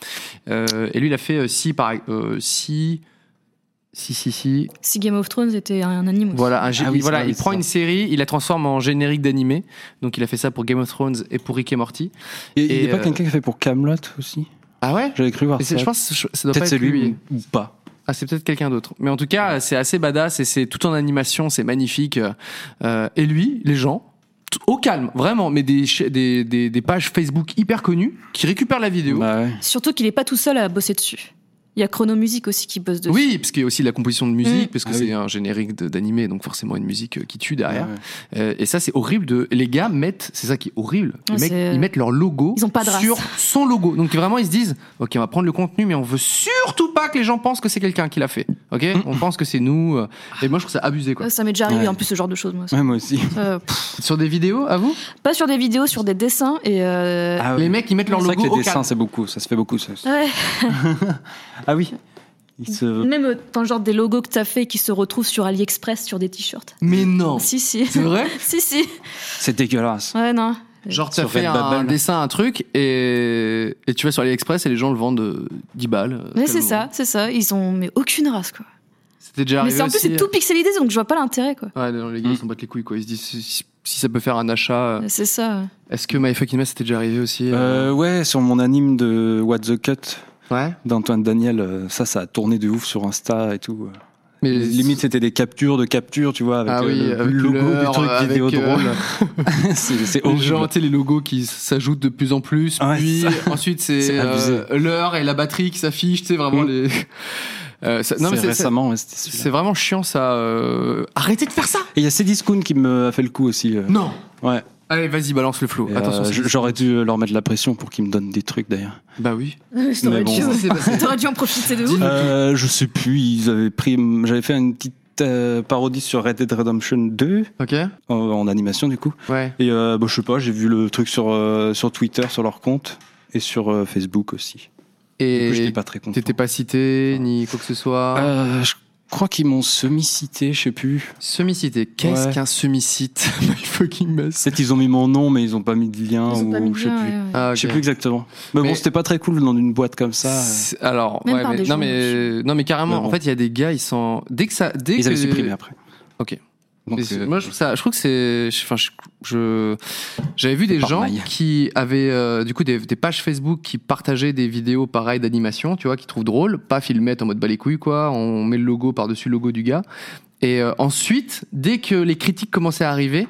B: Euh, et lui, il a fait euh, si, pareil, euh, si. Si, si, si.
D: Si Game of Thrones était un anime aussi.
B: Voilà, un gé-
A: Ah oui,
B: il- voilà,
A: c'est vrai,
B: il
A: c'est
B: prend
A: ça.
B: une série, il la transforme en générique d'animé. Donc il a fait ça pour Game of Thrones et pour Rick et Morty.
A: Et, il
B: et,
A: n'est pas
B: euh,
A: quelqu'un qui a fait pour Camelot aussi
B: Ah ouais
A: J'avais cru voir ça.
B: Je pense que je- ça doit pas
A: Peut-être c'est
B: être lui.
A: lui ou pas.
B: Ah, c'est peut-être quelqu'un d'autre. Mais en tout cas, c'est assez badass et c'est tout en animation, c'est magnifique. Euh, et lui, les gens, t- au calme, vraiment, mais des, cha- des, des, des pages Facebook hyper connues qui récupèrent la vidéo.
A: Bah ouais.
D: Surtout qu'il est pas tout seul à bosser dessus. Il y a Chrono Music aussi qui bosse dessus.
B: oui, parce qu'il y a aussi la composition de musique,
D: Mm.
B: parce que
A: Ah
B: c'est
A: oui.
B: un générique de- d'animé, donc forcément une musique euh, qui tue derrière.
A: Ah Ouais, ouais.
B: Euh, et ça, c'est horrible. De... Les gars mettent, c'est ça qui est horrible. Les
D: Ouais,
B: mecs,
D: c'est-
B: ils mettent leur logo
D: Ils ont pas de race.
B: sur son logo. Donc vraiment, ils se disent, ok, on va prendre le contenu, mais on veut surtout pas que les gens pensent que c'est quelqu'un qui l'a fait. Ok,
A: Mm.
B: on pense que c'est nous. euh, Et moi, je trouve ça abusé, quoi.
D: Ouais, Ça m'est déjà arrivé
A: Ouais.
D: en plus ce genre de choses moi.
A: Ouais, moi aussi.
D: Euh, pff,
B: Sur des vidéos, à vous
D: pas sur des vidéos, sur des dessins et. euh,
A: Ah
B: Les
A: oui.
B: mecs, ils mettent leur
A: C'est vrai que
B: logo
A: les
B: au
A: dessins,
B: cadre.
A: c'est beaucoup. Ça se fait beaucoup, ça.
D: ouais.
A: Ah oui. Il se.
D: Même euh, dans le genre des logos que t'as fait qui se retrouvent sur AliExpress sur des t-shirts.
B: Mais non
D: Si si.
B: Oh. C'est vrai
D: si si.
A: C'est dégueulasse.
D: Ouais non.
B: Genre, tu as
A: Sur
B: fait un,
A: Redbubble.
B: dessin, un truc, et, et tu vas sur AliExpress et les gens le vendent euh, 10 balles. euh,
D: Mais c'est
B: tellement.
D: ça, c'est ça. Ils ont mais aucune race quoi.
B: C'était déjà
D: Mais
B: arrivé.
D: c'est en plus
B: aussi,
D: c'est tout pixelisé donc je vois pas l'intérêt quoi.
B: euh, Ouais, non, les gars,
A: Mm.
B: ils s'en battent les couilles, quoi. Ils se disent, si, si ça peut faire un achat. euh,
D: C'est ça.
B: Est-ce que My Fucking Mess c'était déjà arrivé aussi
A: Euh, ouais, sur mon anime de What the Cut
B: Ouais.
A: d'Antoine Daniel, euh, ça, ça a tourné de ouf sur Insta et tout.
B: Mais
A: Limite, c'était des captures de captures, tu vois, avec
B: ah
A: euh,
B: oui,
A: le,
B: avec
A: logo
B: l'heure,
A: du truc
B: avec,
A: vidéo
B: euh,
A: drôle. c'est c'est
B: Les
A: horrible.
B: gens, tu sais, les logos qui s'ajoutent de plus en plus.
A: Ouais,
B: puis
A: ça.
B: ensuite, c'est
A: C'est abusé.
B: euh, l'heure et la batterie qui s'affichent, tu sais, vraiment
A: Mm.
B: les. Euh, ça- non, mais
A: C'est
B: c'est- c'est
A: récemment, ouais, c'était celui-là.
B: c'est vraiment chiant ça. euh, Arrêtez de faire ça
A: Et il y a Cédiscoon qui me a fait le coup aussi. euh.
B: Non
A: Ouais.
B: Allez, vas-y, balance le flow.
A: Et,
B: Mmh. Attention.
A: euh,
B: c'est-
A: j- j'aurais dû leur mettre la pression pour qu'ils me donnent des trucs d'ailleurs.
B: Bah oui.
D: T'aurais
A: Mais bon.
D: dû,
B: Qu'est-ce qui s'est passé
D: t'aurais dû en profiter de ouf.
B: Dis-nous
A: Euh, je sais plus, ils avaient pris. J'avais fait une petite euh, parodie sur Red Dead Redemption 2
B: Ok
A: en, en animation du coup.
B: Ouais.
A: Et euh, bah, je sais pas, j'ai vu le truc sur euh, sur Twitter, sur leur compte et sur euh, Facebook aussi. Du coup, j'étais
B: Et
A: pas très content.
B: t'étais pas cité, ni quoi que ce soit.
A: Euh, je crois qu'ils m'ont semi-cité, je sais plus.
B: Semi-cité. Qu'est-ce
A: Ouais.
B: qu'un semi-cite My fucking mess.
A: Peut-être ils ont mis mon nom, mais ils ont pas mis de lien
D: Ils ont pas mis
A: ou
D: de
A: je sais
D: lien,
A: plus.
D: ouais, ouais.
B: Ah, ok.
A: Je sais plus exactement. Mais,
B: Mais-
A: bon, c'était pas très cool dans une boîte comme ça. euh.
B: C'est- Alors,
D: Même
B: ouais,
D: par
B: mais-
D: des
B: non
D: gens,
B: mais non mais carrément.
A: Mais bon.
B: En fait, il y a des gars, ils sont dès que ça, dès
A: Ils
B: que
A: avaient supprimé après. Donc,
B: Mais c'est-
A: euh,
B: moi, je trouve, ça, je trouve que c'est. je- Enfin, je- je j'avais vu des
A: Par
B: gens
A: maille.
B: qui avaient euh, du coup des, des pages Facebook qui partageaient des vidéos pareilles d'animation, tu vois, qui trouvent drôle, pas filmettes en mode bas les couilles, quoi. On met le logo par-dessus le logo du gars. Et euh, ensuite, dès que les critiques commençaient à arriver,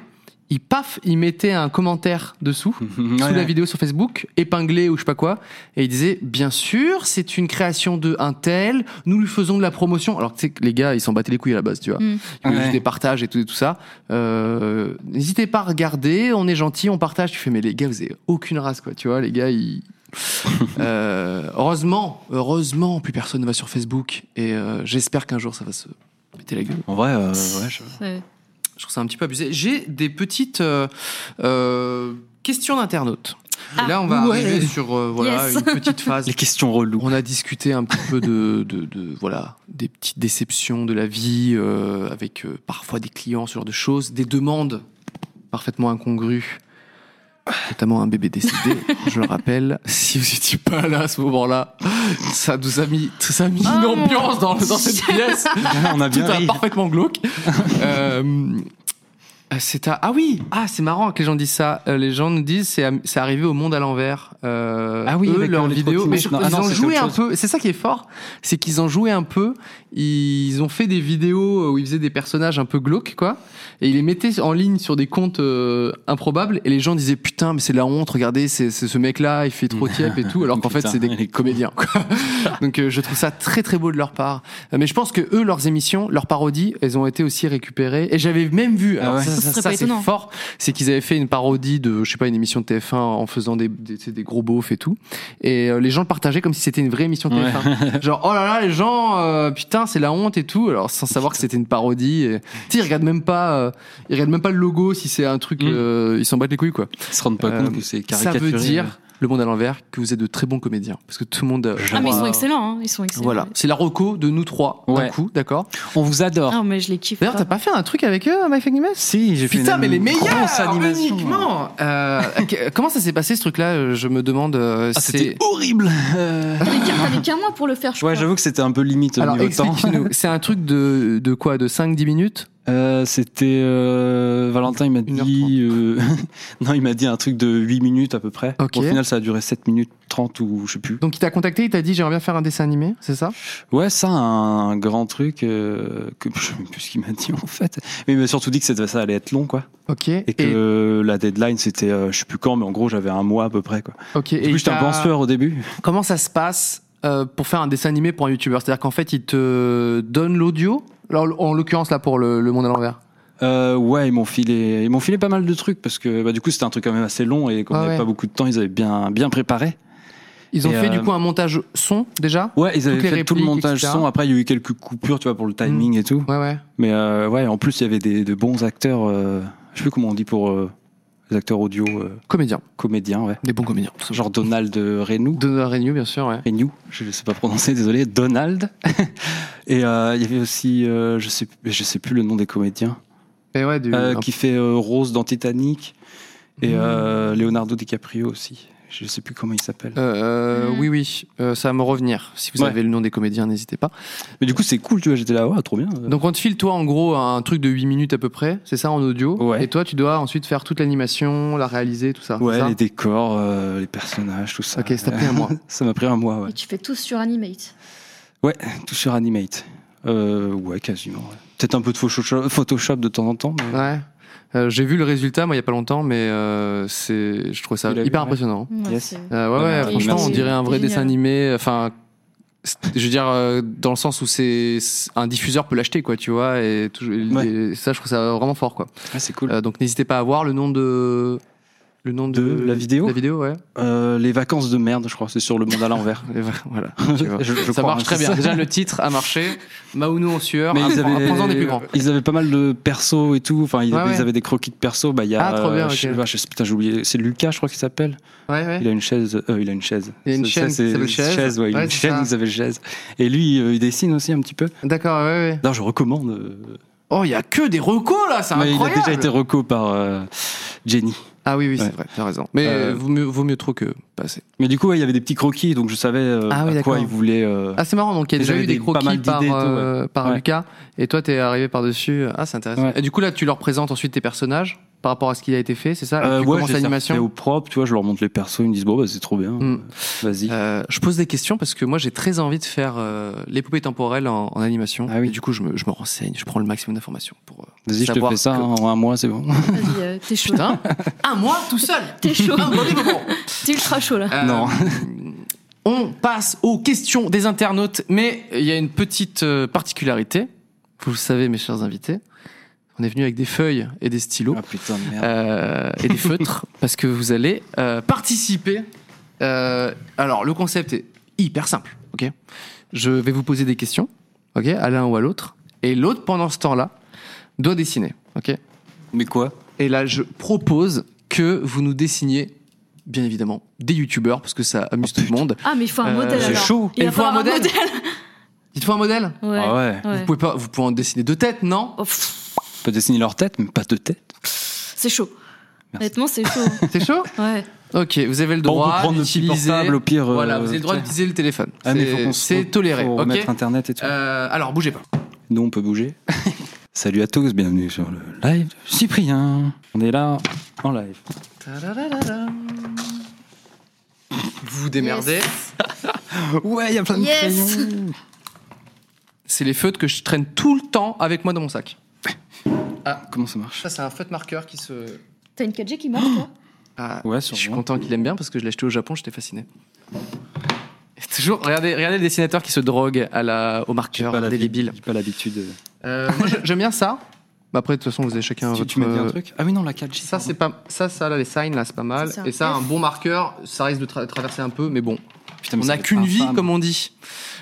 B: ils paf, ils mettaient un commentaire dessous
A: Hmm. ouais,
B: sous la
A: ouais.
B: vidéo sur Facebook, épinglé ou je sais pas quoi, et il disait bien sûr c'est une création de un tel, nous lui faisons de la promotion. Alors tu sais que les gars ils s'en battaient les couilles à la base, tu vois.
D: Mm.
B: Ils faisaient
A: Ouais.
B: juste des partages et tout, et tout ça. Euh, N'hésitez pas à regarder, on est gentil, on partage. Tu fais mais les gars vous avez aucune race quoi, tu vois les gars ils. Euh, heureusement, heureusement plus personne ne va sur Facebook et euh, j'espère qu'un jour ça va se péter la gueule.
A: En vrai, euh, ouais, je-
D: Ouais.
B: Je trouve ça un petit peu abusé. J'ai des petites euh, euh, questions d'internautes.
D: Ah,
B: Et là, on va
A: ouais.
B: arriver sur euh, voilà,
D: Yes.
B: une petite phase.
A: les questions reloues.
B: On a discuté un petit peu de, de, de, voilà des petites déceptions de la vie euh, avec euh, parfois des clients, ce genre de choses, des demandes parfaitement incongrues, notamment un bébé décédé. je le rappelle, si vous n'étiez pas là à ce moment-là, ça nous a mis, ça a mis une
D: Oh mon
B: ambiance dans, dans cette pièce
A: on a bien
B: tout
A: ri.
B: un parfaitement glauque. Euh, c'est à... Ah oui Ah, c'est marrant que les gens disent ça. Euh, les gens nous disent c'est am- c'est arrivé au monde à l'envers. Euh,
A: Ah oui,
B: eux,
A: avec
B: leur
A: les
B: vidéo. Mais
A: trottinettes.
B: je-
A: Non, ah
B: ils
A: non,
B: ont
A: c'est
B: joué
A: autre
B: un
A: chose.
B: peu. C'est ça qui est fort, c'est qu'ils ont joué un peu. Ils ont fait des vidéos où ils faisaient des personnages un peu glauques, quoi. Et ils les mettaient en ligne sur des comptes euh, improbables. Et les gens disaient putain, mais c'est de la honte. Regardez, c'est c'est ce mec-là, il fait trop tiep et tout. Alors qu'en fait,
A: Putain,
B: c'est
A: elle
B: des
A: est con.
B: comédiens. quoi. Donc euh, je trouve ça très très beau de leur part. Euh, Mais je pense que eux, leurs émissions, leurs parodies, elles ont été aussi récupérées. Et j'avais même vu, alors
A: Ah ouais.
B: ça,
D: Ça
B: ça,
D: serait
B: ça,
D: pas
B: c'est
D: étonnant.
B: fort, c'est qu'ils avaient fait une parodie de, je sais pas, une émission de TF1 en faisant des, des, tu sais, des gros beaufs et tout. Et euh, les gens le partageaient comme si c'était une vraie émission de
A: Ouais.
B: TF1. Genre, oh là là, les gens, euh, putain, c'est la honte et tout. Alors sans savoir que c'était une parodie. Et... Tu sais, ils regardent même pas, euh, ils regardent même pas le logo si c'est un truc,
A: Mm.
B: euh, ils s'en battent les couilles quoi.
A: Ils se rendent pas
B: Euh,
A: compte que c'est
B: Ça
A: caricaturé.
B: veut dire le monde à l'envers que vous êtes de très bons comédiens parce que tout le monde. euh,
D: Ah, mais ils sont
B: voit-
D: excellents, hein, ils sont excellents.
B: voilà, c'est la reco de nous trois d'un
A: Ouais.
B: coup, d'accord.
A: On vous adore.
D: Ah, mais je les kiffe.
B: D'ailleurs, t'as
D: pas.
B: pas fait un truc avec eux, à My Fucking Mess
A: Si, j'ai fait
B: Putain,
A: une
B: mais les
A: grosse
B: meilleurs Ah,
A: animation.
B: uniquement. Euh, ok, comment ça s'est passé ce truc-là euh, Je me demande. euh,
A: Ah,
B: c'est
A: c'était horrible. Euh,
D: T'avais qu'un mois Ah, pour le faire, je
A: Ouais,
D: crois.
A: j'avoue que c'était un peu limite au
B: alors
A: niveau temps.
B: explique-nous. C'est un truc de de quoi De 5-10 minutes
A: Euh, c'était euh, Valentin, il m'a
B: 1h30.
A: dit euh, non, il m'a dit un truc de 8 minutes à peu près.
B: Ok.
A: Au final, ça a duré 7 minutes 30 ou je sais plus.
B: Donc il t'a contacté, il t'a dit j'aimerais bien faire un dessin animé, c'est ça
A: Ouais, ça un grand truc euh, que je sais même plus ce qu'il m'a dit en fait. Mais il m'a surtout dit que ça, ça allait être long quoi
B: Ok.
A: et que la deadline c'était euh, je sais plus quand mais en gros, j'avais un mois à peu près quoi.
B: ok.
A: Du
B: et
A: coup, j'étais un peu en
B: t'as-
A: sueur au début.
B: Comment ça se passe euh, pour faire un dessin animé pour un youtubeur C'est-à-dire qu'en fait, il te donne l'audio. Alors, en l'occurrence là pour le, le monde à l'envers.
A: Euh, ouais, ils m'ont filé, ils m'ont filé pas mal de trucs parce que bah, du coup c'était un truc quand même assez long et qu'on
B: Ouais,
A: n'avait
B: Ah ouais.
A: pas beaucoup de temps, ils avaient bien, bien préparé.
B: Ils ont
A: Et,
B: fait
A: euh,
B: du coup un montage son déjà.
A: Ouais, ils avaient
B: Toutes les
A: fait tout le
B: répliques,
A: montage
B: etc. Mm.
A: son. Après, il y a eu quelques coupures, tu vois, pour le timing et tout.
B: Ouais ouais.
A: Mais euh, ouais, en plus il y avait des de bons acteurs. euh, je sais plus comment on dit pour euh, les acteurs audio, euh,
B: Comédien.
A: comédiens, ouais.
B: Des bons comédiens.
A: Genre Donald Renou.
B: Donneur Renew, bien sûr, ouais.
A: Renou, je ne sais pas prononcer, désolé. Donald. et euh, il y avait aussi, euh, je sais, je sais plus le nom des comédiens,
B: Et Ben ouais, du,
A: euh,
B: un-
A: qui fait euh, Rose dans Titanic et
B: Mmh.
A: euh, Leonardo DiCaprio aussi. Je sais plus comment il s'appelle.
B: Euh, euh,
D: Mm.
B: Oui, oui, euh, ça va me revenir. Si vous
A: Hmm. Ouais.
B: avez le nom des comédiens, n'hésitez pas.
A: Mais du coup, c'est cool, tu vois. J'étais là, ouais, trop bien.
B: Donc on te file, toi, en gros, un truc de 8 minutes à peu près, c'est ça, en audio.
A: Ouais.
B: Et toi, tu dois ensuite faire toute l'animation, la réaliser, tout ça. c'est
A: ouais,
B: ça
A: les décors, euh, les personnages, tout ça.
B: Ok, ça t'a pris un mois.
A: Ça m'a pris un mois, ouais.
D: Et tu fais tous sur Animate.
A: Tout sur Animate. Euh, ouais, quasiment. ouais. Peut-être un peu de Photoshop, Photoshop de temps en temps. mais-
B: Ouais. Euh, J'ai vu le résultat, moi, il n'y a pas longtemps, mais euh, c'est, je trouvais ça
A: Tu l'as
B: hyper
A: vu, ouais.
B: impressionnant.
D: Ouais,
A: Yes.
D: c'est-
B: Euh, ouais,
A: Ouais,
B: ouais,
A: mais
B: franchement,
A: merci.
B: on dirait un vrai
D: C'est génial.
B: dessin animé. Enfin, c'est- je veux dire, euh, dans le sens où c'est un diffuseur peut l'acheter, quoi, tu vois. Et, tout- et
A: Ouais.
B: ça, je trouve ça vraiment fort, quoi.
A: Ouais, c'est cool.
B: Euh, donc n'hésitez pas à voir le nom de le nom de,
A: De la vidéo
B: La vidéo, ouais.
A: Euh, les vacances de merde, je crois. C'est sur le monde à l'envers.
B: Et voilà. tu vois.
A: Je- je
B: ça
A: crois,
B: marche
A: hein,
B: très
A: c'est
B: bien.
A: ça.
B: Déjà le titre a marché. Maounou en sueur.
A: Mais
B: un-
A: ils
B: un- prends-en
A: avaient,
B: des plus grands.
A: ils avaient pas mal de persos et tout. Enfin, ils,
B: Ouais,
A: avaient, ils
B: ouais.
A: avaient des croquis de persos. Bah, il y a.
B: Ah, trop bien,
A: euh, je sais
B: ok.
A: pas, je sais- putain, j'ai oublié. C'est Lucas, je crois qu'il s'appelle.
B: Ouais, ouais.
A: Il a une chaise. euh, il a une chaise.
B: Il a une
A: Ça,
B: chaîne
A: c'est-
B: qui s'appelle chaise.
A: ouais, il a
B: Ouais,
A: une
B: c'est
A: chaîne.
B: ça.
A: Ils avaient chaise. Et lui, euh, il dessine aussi un petit peu.
B: D'accord, ouais, ouais.
A: D'ailleurs, je recommande. euh,
B: Oh, il y a que des recos là, c'est
A: mais il a
B: incroyable.
A: déjà été reco par euh, Jenny.
B: Ah oui, oui,
A: Ouais.
B: c'est vrai, t'as raison. Mais
A: Euh,
B: vaut, mieux, vaut mieux trop que pas assez.
A: Mais du coup, ouais, il y avait des petits croquis, donc je savais euh,
B: Ah oui,
A: à
B: d'accord.
A: quoi ils voulaient. euh,
B: Ah, c'est marrant, donc il y
A: Et
B: a déjà
A: j'avais
B: eu des
A: des- pas
B: croquis
A: mal
B: par,
A: d'idées et tout,
B: euh, par
A: Ouais.
B: Lucas, et toi, t'es arrivé par-dessus. Ah, c'est intéressant.
A: Ouais.
B: Et du coup, là, tu leur présentes ensuite tes personnages par rapport à ce qu'il a été fait, c'est ça Et
A: euh,
B: Tu
A: ouais,
B: commences
A: j'ai
B: l'animation
A: fait au propre, tu vois, je leur montre les persos, ils me disent bon, bah, c'est trop bien,
B: Hmm.
A: vas-y.
B: Euh, je pose des questions parce que moi j'ai très envie de faire euh, l'épopée temporelle en, en animation.
A: Ah oui.
B: Et du coup, je me, je me renseigne, je prends le maximum d'informations pour. euh,
A: Vas-y, je te
B: savoir
A: fais ça
B: que-
A: hein, en un mois, c'est bon.
D: Vas-y, euh, t'es chaud.
B: Putain, un mois Ah, tout seul. Ah,
D: T'es chaud.
B: Un premier moment.
D: T'es ultra chaud là.
B: Euh,
A: Non.
B: On passe aux questions des internautes, mais il y a une petite euh, particularité. Vous le savez, mes chers invités, on est venu avec des feuilles et des stylos
A: Ah putain de merde.
B: euh, et des feutres parce que vous allez euh, participer. Euh, alors, le concept est hyper simple. Ok, je vais vous poser des questions, ok, à l'un ou à l'autre, et l'autre pendant ce temps-là doit dessiner. Ok.
A: Mais quoi
B: Et là, je propose que vous nous dessiniez, bien évidemment, des youtubeurs, parce que ça amuse
A: Oh,
B: tout le monde.
D: Ah, mais il faut un
B: Euh,
D: modèle
B: c'est
D: alors.
A: chaud.
D: Il
B: Il
D: va
B: faut un
D: falloir
B: modèle. Dites-vous un modèle
D: Ouais.
A: Ah ouais.
B: Vous
D: ouais.
B: pouvez pas, vous pouvez en dessiner deux têtes, non
D: Oh, pff,
A: On peut dessiner leur tête, mais pas de tête.
D: c'est chaud.
A: Merci.
D: Honnêtement, c'est chaud.
B: C'est chaud
D: Ouais.
B: Ok, vous avez le
A: Bon, on peut
B: droit
A: prendre le petit
B: d'utiliser.
A: portable, au pire, euh,
B: voilà, vous avez le droit
A: tiens.
B: d'utiliser le téléphone.
A: Ah, mais faut
B: C'est-
A: qu'on se-
B: c'est toléré.
A: Faut
B: Ok.
A: remettre internet et tout.
B: Euh, alors, bougez pas.
A: Nous, on peut bouger. Salut à tous, bienvenue sur le live de Cyprien. On est là en live.
B: Vous vous démerdez.
A: Ouais, il y a plein
D: de Yes.
B: C'est les feutres que je traîne tout le temps avec moi dans mon sac.
A: Comment ça marche
B: Ça, c'est un feutre marqueur qui se.
D: T'as une 4G qui marche, toi
B: Ah,
A: Ouais,
B: je suis
A: sûrement.
B: content qu'il aime bien parce que je l'ai acheté au Japon, j'étais fasciné. Et toujours, regardez, regardez le dessinateur qui se drogue à la, au marqueur
A: Pas
B: débile.
A: l'habitude- Pas l'habitude. euh,
B: moi, je- j'aime bien ça. Bah, après, de toute façon, vous avez chacun
A: Si
B: votre.
A: tu m'as dit un
B: euh,
A: truc Ah oui, non, la 4G.
B: Ça,
A: pardon.
B: c'est pas, ça, ça, là, les signs, là, c'est pas mal.
D: Ça, c'est un
B: Et ça,
D: F.
B: un bon marqueur, ça risque de tra- traverser un peu, mais bon.
A: Putain, mais
B: On
A: ça
B: n'a
A: va être
B: qu'une vie,
A: infâme.
B: comme on dit.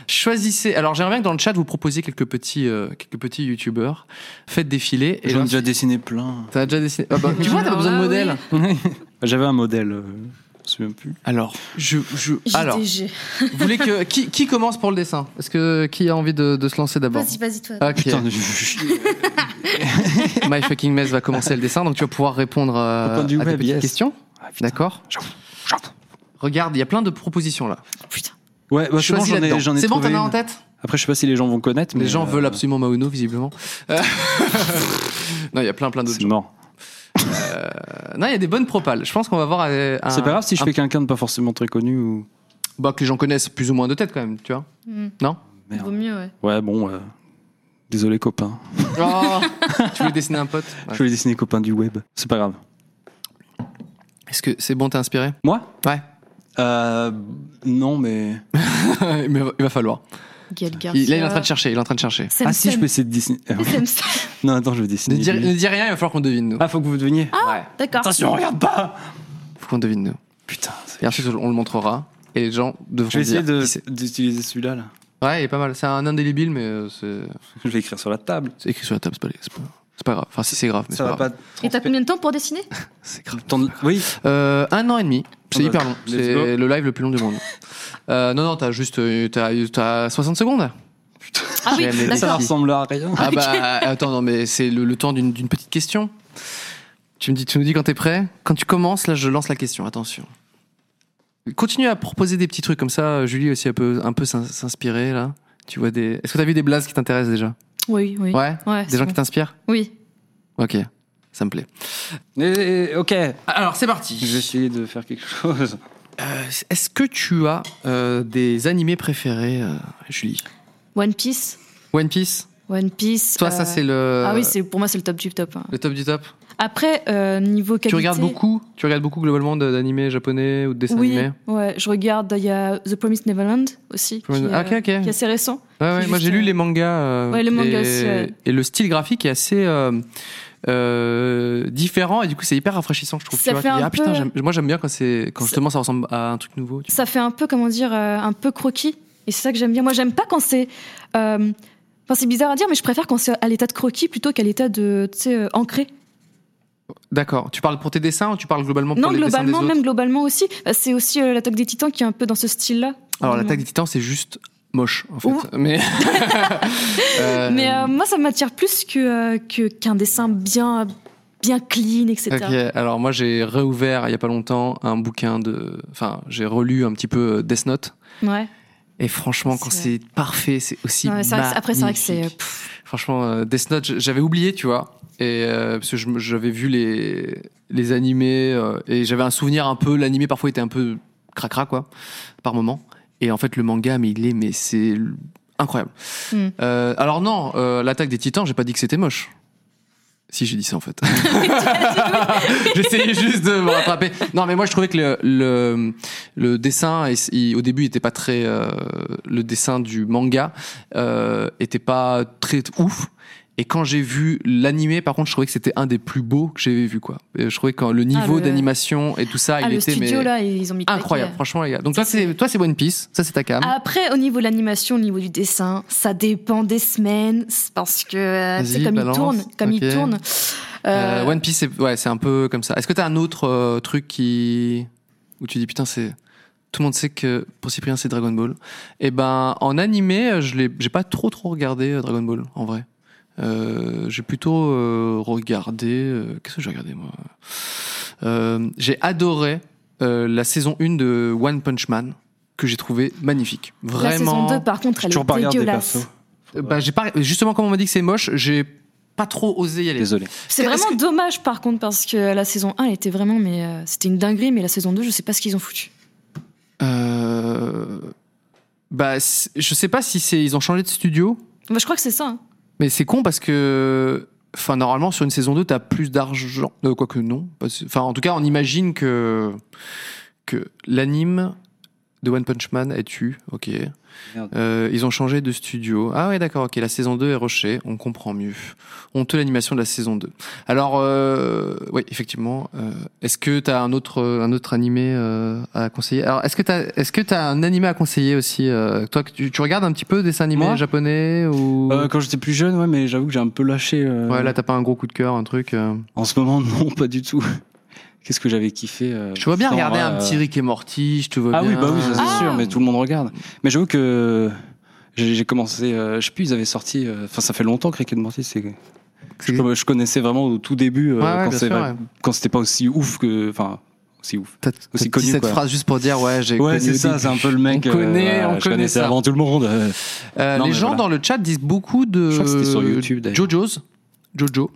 B: Choisissez. Alors, j'aimerais bien que dans le chat, vous proposiez quelques petits, euh, quelques petits youtubeurs. Faites défiler. Et
A: J'en ai
B: là-
A: déjà dessiné plein.
B: T'as déjà dessiné. Ah bah, tu vois, t'as pas
D: Alors
B: besoin de
D: là, oui.
B: modèle.
A: J'avais un modèle, euh, je me souviens plus.
B: Alors, je, je, alors,
D: JDG.
B: vous voulez que qui, qui commence pour le dessin Est-ce que qui a envie de, de se lancer d'abord
D: Vas-y, vas-y, toi.
B: Ok.
A: Putain, je- je-
B: My fucking mess va commencer le dessin, donc tu vas pouvoir répondre euh,
A: Open du
B: à tes
A: web,
B: petites
A: yes.
B: questions.
A: Ah, putain.
B: D'accord. Regarde, il y a plein de propositions là.
D: Putain.
A: Ouais, bah, c'est bon,
B: Choisis
A: j'en ai,
B: là-dedans.
A: j'en ai
B: C'est bon, t'en
A: trouvé
B: as en
A: une.
B: tête
A: Après, je sais pas si les gens vont connaître.
B: Les
A: mais,
B: gens
A: euh,
B: veulent absolument Mauno, visiblement. Euh, non, il y a plein, plein d'autres.
A: C'est
B: gens.
A: mort.
B: Euh, Non, il y a des bonnes propales. Je pense qu'on va voir. euh, un-
A: C'est pas grave si je
B: un-
A: fais quelqu'un de pas forcément très connu ou.
B: Bah, que les gens connaissent plus ou moins de tête quand même, tu vois.
D: Hmm.
B: Non
D: Vaut
A: Merde.
D: mieux, ouais.
A: Ouais, bon. euh, Désolé, copain.
B: Oh, Tu veux dessiner un pote Ouais.
A: Je voulais dessiner copain du web. C'est pas grave.
B: Est-ce que c'est bon, t'es inspiré
A: Moi
B: Ouais.
A: Euh. Non, mais.
B: Mais il va falloir.
D: Gaël Garcia.
B: Il, là, il est en train de chercher, il est en train de chercher.
D: Samson.
A: ah si, je peux essayer de dessiner. Ah, oui.
D: Samson.
A: non, attends, je vais
B: Ne
A: dessiner.
B: dis, ne dis rien, il va falloir qu'on devine nous.
A: Ah, faut que vous deviniez.
B: ouais.
D: D'accord.
A: Attention, regarde pas
B: Faut qu'on devine nous.
A: Putain, c'est-
B: Et ensuite, on le montrera. Et les gens devront
A: je vais essayer
B: dire
A: de-
B: qui c'est.
A: d'utiliser celui-là. Là.
B: Ouais, il est pas mal. C'est un indélébile, mais euh, c'est
A: Je vais écrire sur la table.
B: c'est écrit sur la table, c'est pas, c'est pas- c'est pas grave. Enfin, si c'est grave, mais c'est
A: Ça
B: pas
A: va
B: grave.
A: pas.
D: Et t'as
A: transper-
D: combien de temps pour dessiner
B: C'est grave.
A: T'en- Oui,
B: Euh, un an et demi.
A: Ah
B: C'est
A: bah,
B: hyper long.
A: let's
B: C'est le live le plus long du monde. Euh, non, non, t'as juste euh, t'as- t'as 60 secondes.
D: Ah oui,
B: J'aime les
A: ça
D: d'accord.
A: ressemble à rien.
B: Ah bah attends, non, mais c'est le, le temps d'une d'une petite question. Tu me dis, tu nous dis quand t'es prêt. Quand tu commences, là, je lance la question. Attention. Continue à proposer des petits trucs comme ça. euh, Julie aussi, elle peut un peu s'in- s'inspirer là. Tu vois des. Est-ce que t'as vu des blases qui t'intéressent déjà
D: Oui, oui.
B: Ouais.
D: Ouais,
B: Des
D: c'est
B: gens
D: bon.
B: qui t'inspirent
D: Oui.
B: Ok. Ça me plaît.
A: Eh, ok,
B: Ah, Alors c'est
A: je
B: parti.
A: vais essayer de faire quelque chose.
B: Euh, Est-ce que tu as euh, des animés préférés, euh, Julie
D: One Piece.
B: One Piece.
D: One Piece.
B: Toi,
D: euh,
B: ça c'est le.
D: Ah oui, c'est pour moi c'est le top du top. hein.
B: le top du top.
D: Après euh, niveau qualité.
B: Tu regardes beaucoup. Tu regardes beaucoup globalement de- d'animés japonais ou de dessins
D: Oui.
B: animés.
D: Ouais, je regarde. Il y a The Promised Neverland aussi. Qui,
B: Ah, ok,
D: euh,
B: ok.
D: qui est assez récent.
B: Ouais, ouais,
D: C'est
B: moi j'ai
D: juste,
B: lu
D: euh,
B: les mangas. euh,
D: Ouais, les mangas
B: et,
D: aussi, ouais.
B: et le style graphique est assez euh, euh, différent et du coup c'est hyper rafraîchissant je trouve.
D: Ça
B: tu vois.
D: fait
B: Tu dis,
D: un
B: ah putain,
D: peu-
B: j'aime- moi j'aime bien quand c'est quand
D: Ça-
B: justement ça ressemble à un truc nouveau. tu vois.
D: Ça fait un peu comment dire, euh, un peu croquis. Et c'est ça que j'aime bien. Moi, j'aime pas quand c'est. euh, Enfin, c'est bizarre à dire, mais je préfère quand c'est à l'état de croquis plutôt qu'à l'état de, tu sais, euh, ancré.
B: D'accord. Tu parles pour tes dessins ou tu parles globalement pour
D: Non,
B: les dessins des
D: globalement,
B: autres
D: même globalement aussi. Bah, C'est aussi euh, l'attaque des titans qui est un peu dans ce style-là.
B: Alors
D: Vraiment.
B: l'attaque des titans c'est juste moche en fait.
D: Ouh.
B: Mais euh,
D: euh, Mais euh, moi, ça m'attire plus que euh, que- qu'un dessin bien bien clean, etc.
B: Ok, alors moi j'ai réouvert il y a pas longtemps un bouquin de. Enfin, j'ai relu un petit peu euh, Death Note.
D: Ouais.
B: Et franchement, quand
D: C'est
B: c'est parfait, c'est aussi.
D: Non, mais c'est vrai que- après, c'est vrai que c'est,
B: magnifique. Franchement, euh, Death Note, j- j'avais oublié, tu vois. Et euh, parce que je me- j'avais vu les, les animés euh, et j'avais un souvenir un peu. L'animé parfois était un peu cracra, quoi, par moment. Et en fait, le manga, mais il est, mais c'est l- incroyable.
D: Mm.
B: Euh, alors, non, euh, l'attaque des titans, j'ai pas dit que c'était moche. Si, j'ai dit ça en fait. J'essayais juste de me rattraper. Non, mais moi je trouvais que le, le, le dessin, il- il- au début, il était pas très. euh, le dessin du manga euh, était pas très ouf. Et quand j'ai vu l'animé, par contre, je trouvais que c'était un des plus beaux que j'avais vu, quoi. Et Je trouvais que le niveau
D: Ah, le-
B: d'animation et tout ça,
D: Ah,
B: il
D: le
B: était
D: studio,
B: mais,
D: là, ils ont mis le paquet.
B: incroyable, franchement, les gars. Donc toi, c'est toi, c'est One Piece, ça c'est ta cam.
D: Après, au niveau de l'animation, au niveau du dessin, ça dépend des semaines, c'est parce que euh,
B: Vas-y,
D: c'est comme
B: balance.
D: il tourne, comme
B: Ok.
D: il tourne.
B: Euh,
D: Euh,
B: One Piece, c'est ouais, c'est un peu comme ça. Est-ce que t'as un autre euh, truc qui où tu dis putain c'est tout le monde sait que pour Cyprien c'est Dragon Ball. Et ben en animé, euh, je l'ai j'ai pas trop trop regardé euh, Dragon Ball en vrai. Euh, j'ai plutôt euh, regardé euh, qu'est-ce que j'ai regardé moi. Euh, j'ai adoré euh, la saison 1 de One Punch Man que j'ai trouvé magnifique. Vraiment.
D: La saison 2, par contre, elle
A: toujours pas
D: est
A: regardé
D: dégueulasse.
A: perso.
B: Euh, bah, j'ai pas justement comme on m'a dit que c'est moche, j'ai pas trop osé y aller.
A: Désolé.
D: C'est
B: Est-ce
D: vraiment
B: que-
D: dommage, par contre, parce que la saison 1 elle était vraiment, mais euh, c'était une dinguerie, mais la saison 2, je sais pas ce qu'ils ont foutu.
B: Euh, Bah, c- je sais pas si c'est ils ont changé de studio,
D: Moi, je crois que c'est ça. hein.
B: mais c'est con parce que, enfin, normalement sur une saison 2 t'as plus d'argent, euh, quoique non. parce- Enfin, en tout cas, on imagine que que l'anime de One Punch Man est tu, ok.
A: Merde.
B: Euh, ils ont changé de studio. Ah ouais, d'accord, ok. La saison 2 est rushée, on comprend mieux. Honteux l'animation de la saison 2. Alors, euh, oui, effectivement. euh, est-ce que t'as un autre, un autre animé euh, à conseiller Alors, est-ce que t'as, est-ce que t'as un animé à conseiller aussi euh, Toi, que tu, tu regardes un petit peu dessin animé
A: Moi
B: japonais ou
A: Euh, quand j'étais plus jeune, ouais, mais j'avoue que j'ai un peu lâché. euh,
B: Ouais, là, t'as pas un gros coup de cœur, un truc. euh.
A: En ce moment, non, pas du tout. Qu'est-ce que j'avais kiffé euh,
B: Je te vois bien
A: pourtant,
B: regarder
A: ouais,
B: un petit
A: euh,
B: Rick et Morty. Je te vois
A: Ah oui,
B: bien.
A: bah oui, ça, c'est
D: Ah.
A: sûr, mais tout le monde regarde. Mais j'avoue que euh, j'ai j'ai commencé, euh, je sais plus, ils avaient sorti, euh, enfin ça fait longtemps que Rick and Morty, c'est
B: C'est-
A: je, je connaissais vraiment au tout début euh,
B: Ouais, ouais,
A: quand
B: bien
A: c'est-
B: sûr, ouais.
A: quand c'était pas aussi ouf que, enfin aussi ouf.
B: T'as
A: Aussi
B: t'as
A: connu,
B: dit cette
A: quoi.
B: phrase juste pour dire ouais, j'ai
A: Ouais,
B: connu
A: c'est
B: au
A: ça,
B: début.
A: c'est un peu le mec.
B: On connaît,
A: euh,
B: on
A: je
B: connaît
A: connaissais
B: ça.
A: avant tout le monde. euh.
B: Euh,
A: Non,
B: les
A: mais
B: gens
A: voilà.
B: dans le chat disent beaucoup de
A: Je crois que c'était sur YouTube, d'ailleurs.
B: JoJo's, Jojo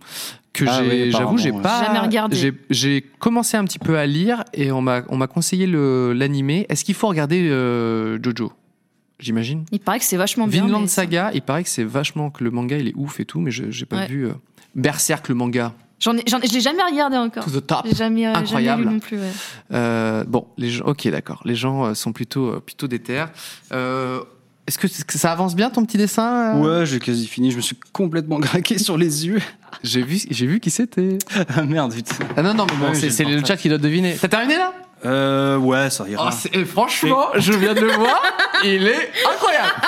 B: que
A: Ah
B: j'ai-
A: oui,
B: j'avoue j'ai
A: apparemment, ouais.
B: pas
D: Jamais regardé.
B: j'ai- j'ai commencé un petit peu à lire et on m'a on m'a conseillé le l'animé. Est-ce qu'il faut regarder euh, Jojo J'imagine.
D: Il paraît que c'est vachement bien.
B: Vinland
D: mais-
B: Saga, il paraît que c'est vachement que le manga il est ouf et tout, mais je- j'ai pas
D: Ouais.
B: vu euh, Berserk le manga.
D: J'en ai, j'en ai- je l'ai jamais regardé encore.
B: To the top.
D: J'ai jamais, euh, jamais
B: Incroyable.
D: lu non plus. ouais.
B: Euh, bon, les gens, ok, d'accord. Les gens euh, sont plutôt euh, plutôt déter. Euh, Est-ce que, est-ce que ça avance bien ton petit dessin euh
A: Ouais, j'ai quasi fini, je me suis complètement craqué sur les yeux.
B: J'ai vu, j'ai vu qui c'était.
A: ah merde, putain.
B: Ah non, non, mais bon,
A: Ouais, j'ai
B: c'est
A: le
B: c'est le
A: portrait.
B: chat qui doit deviner. T'as terminé là
A: Euh, ouais, ça
B: Oh,
A: ira.
B: c'est- et Franchement, je viens de le voir, il est incroyable.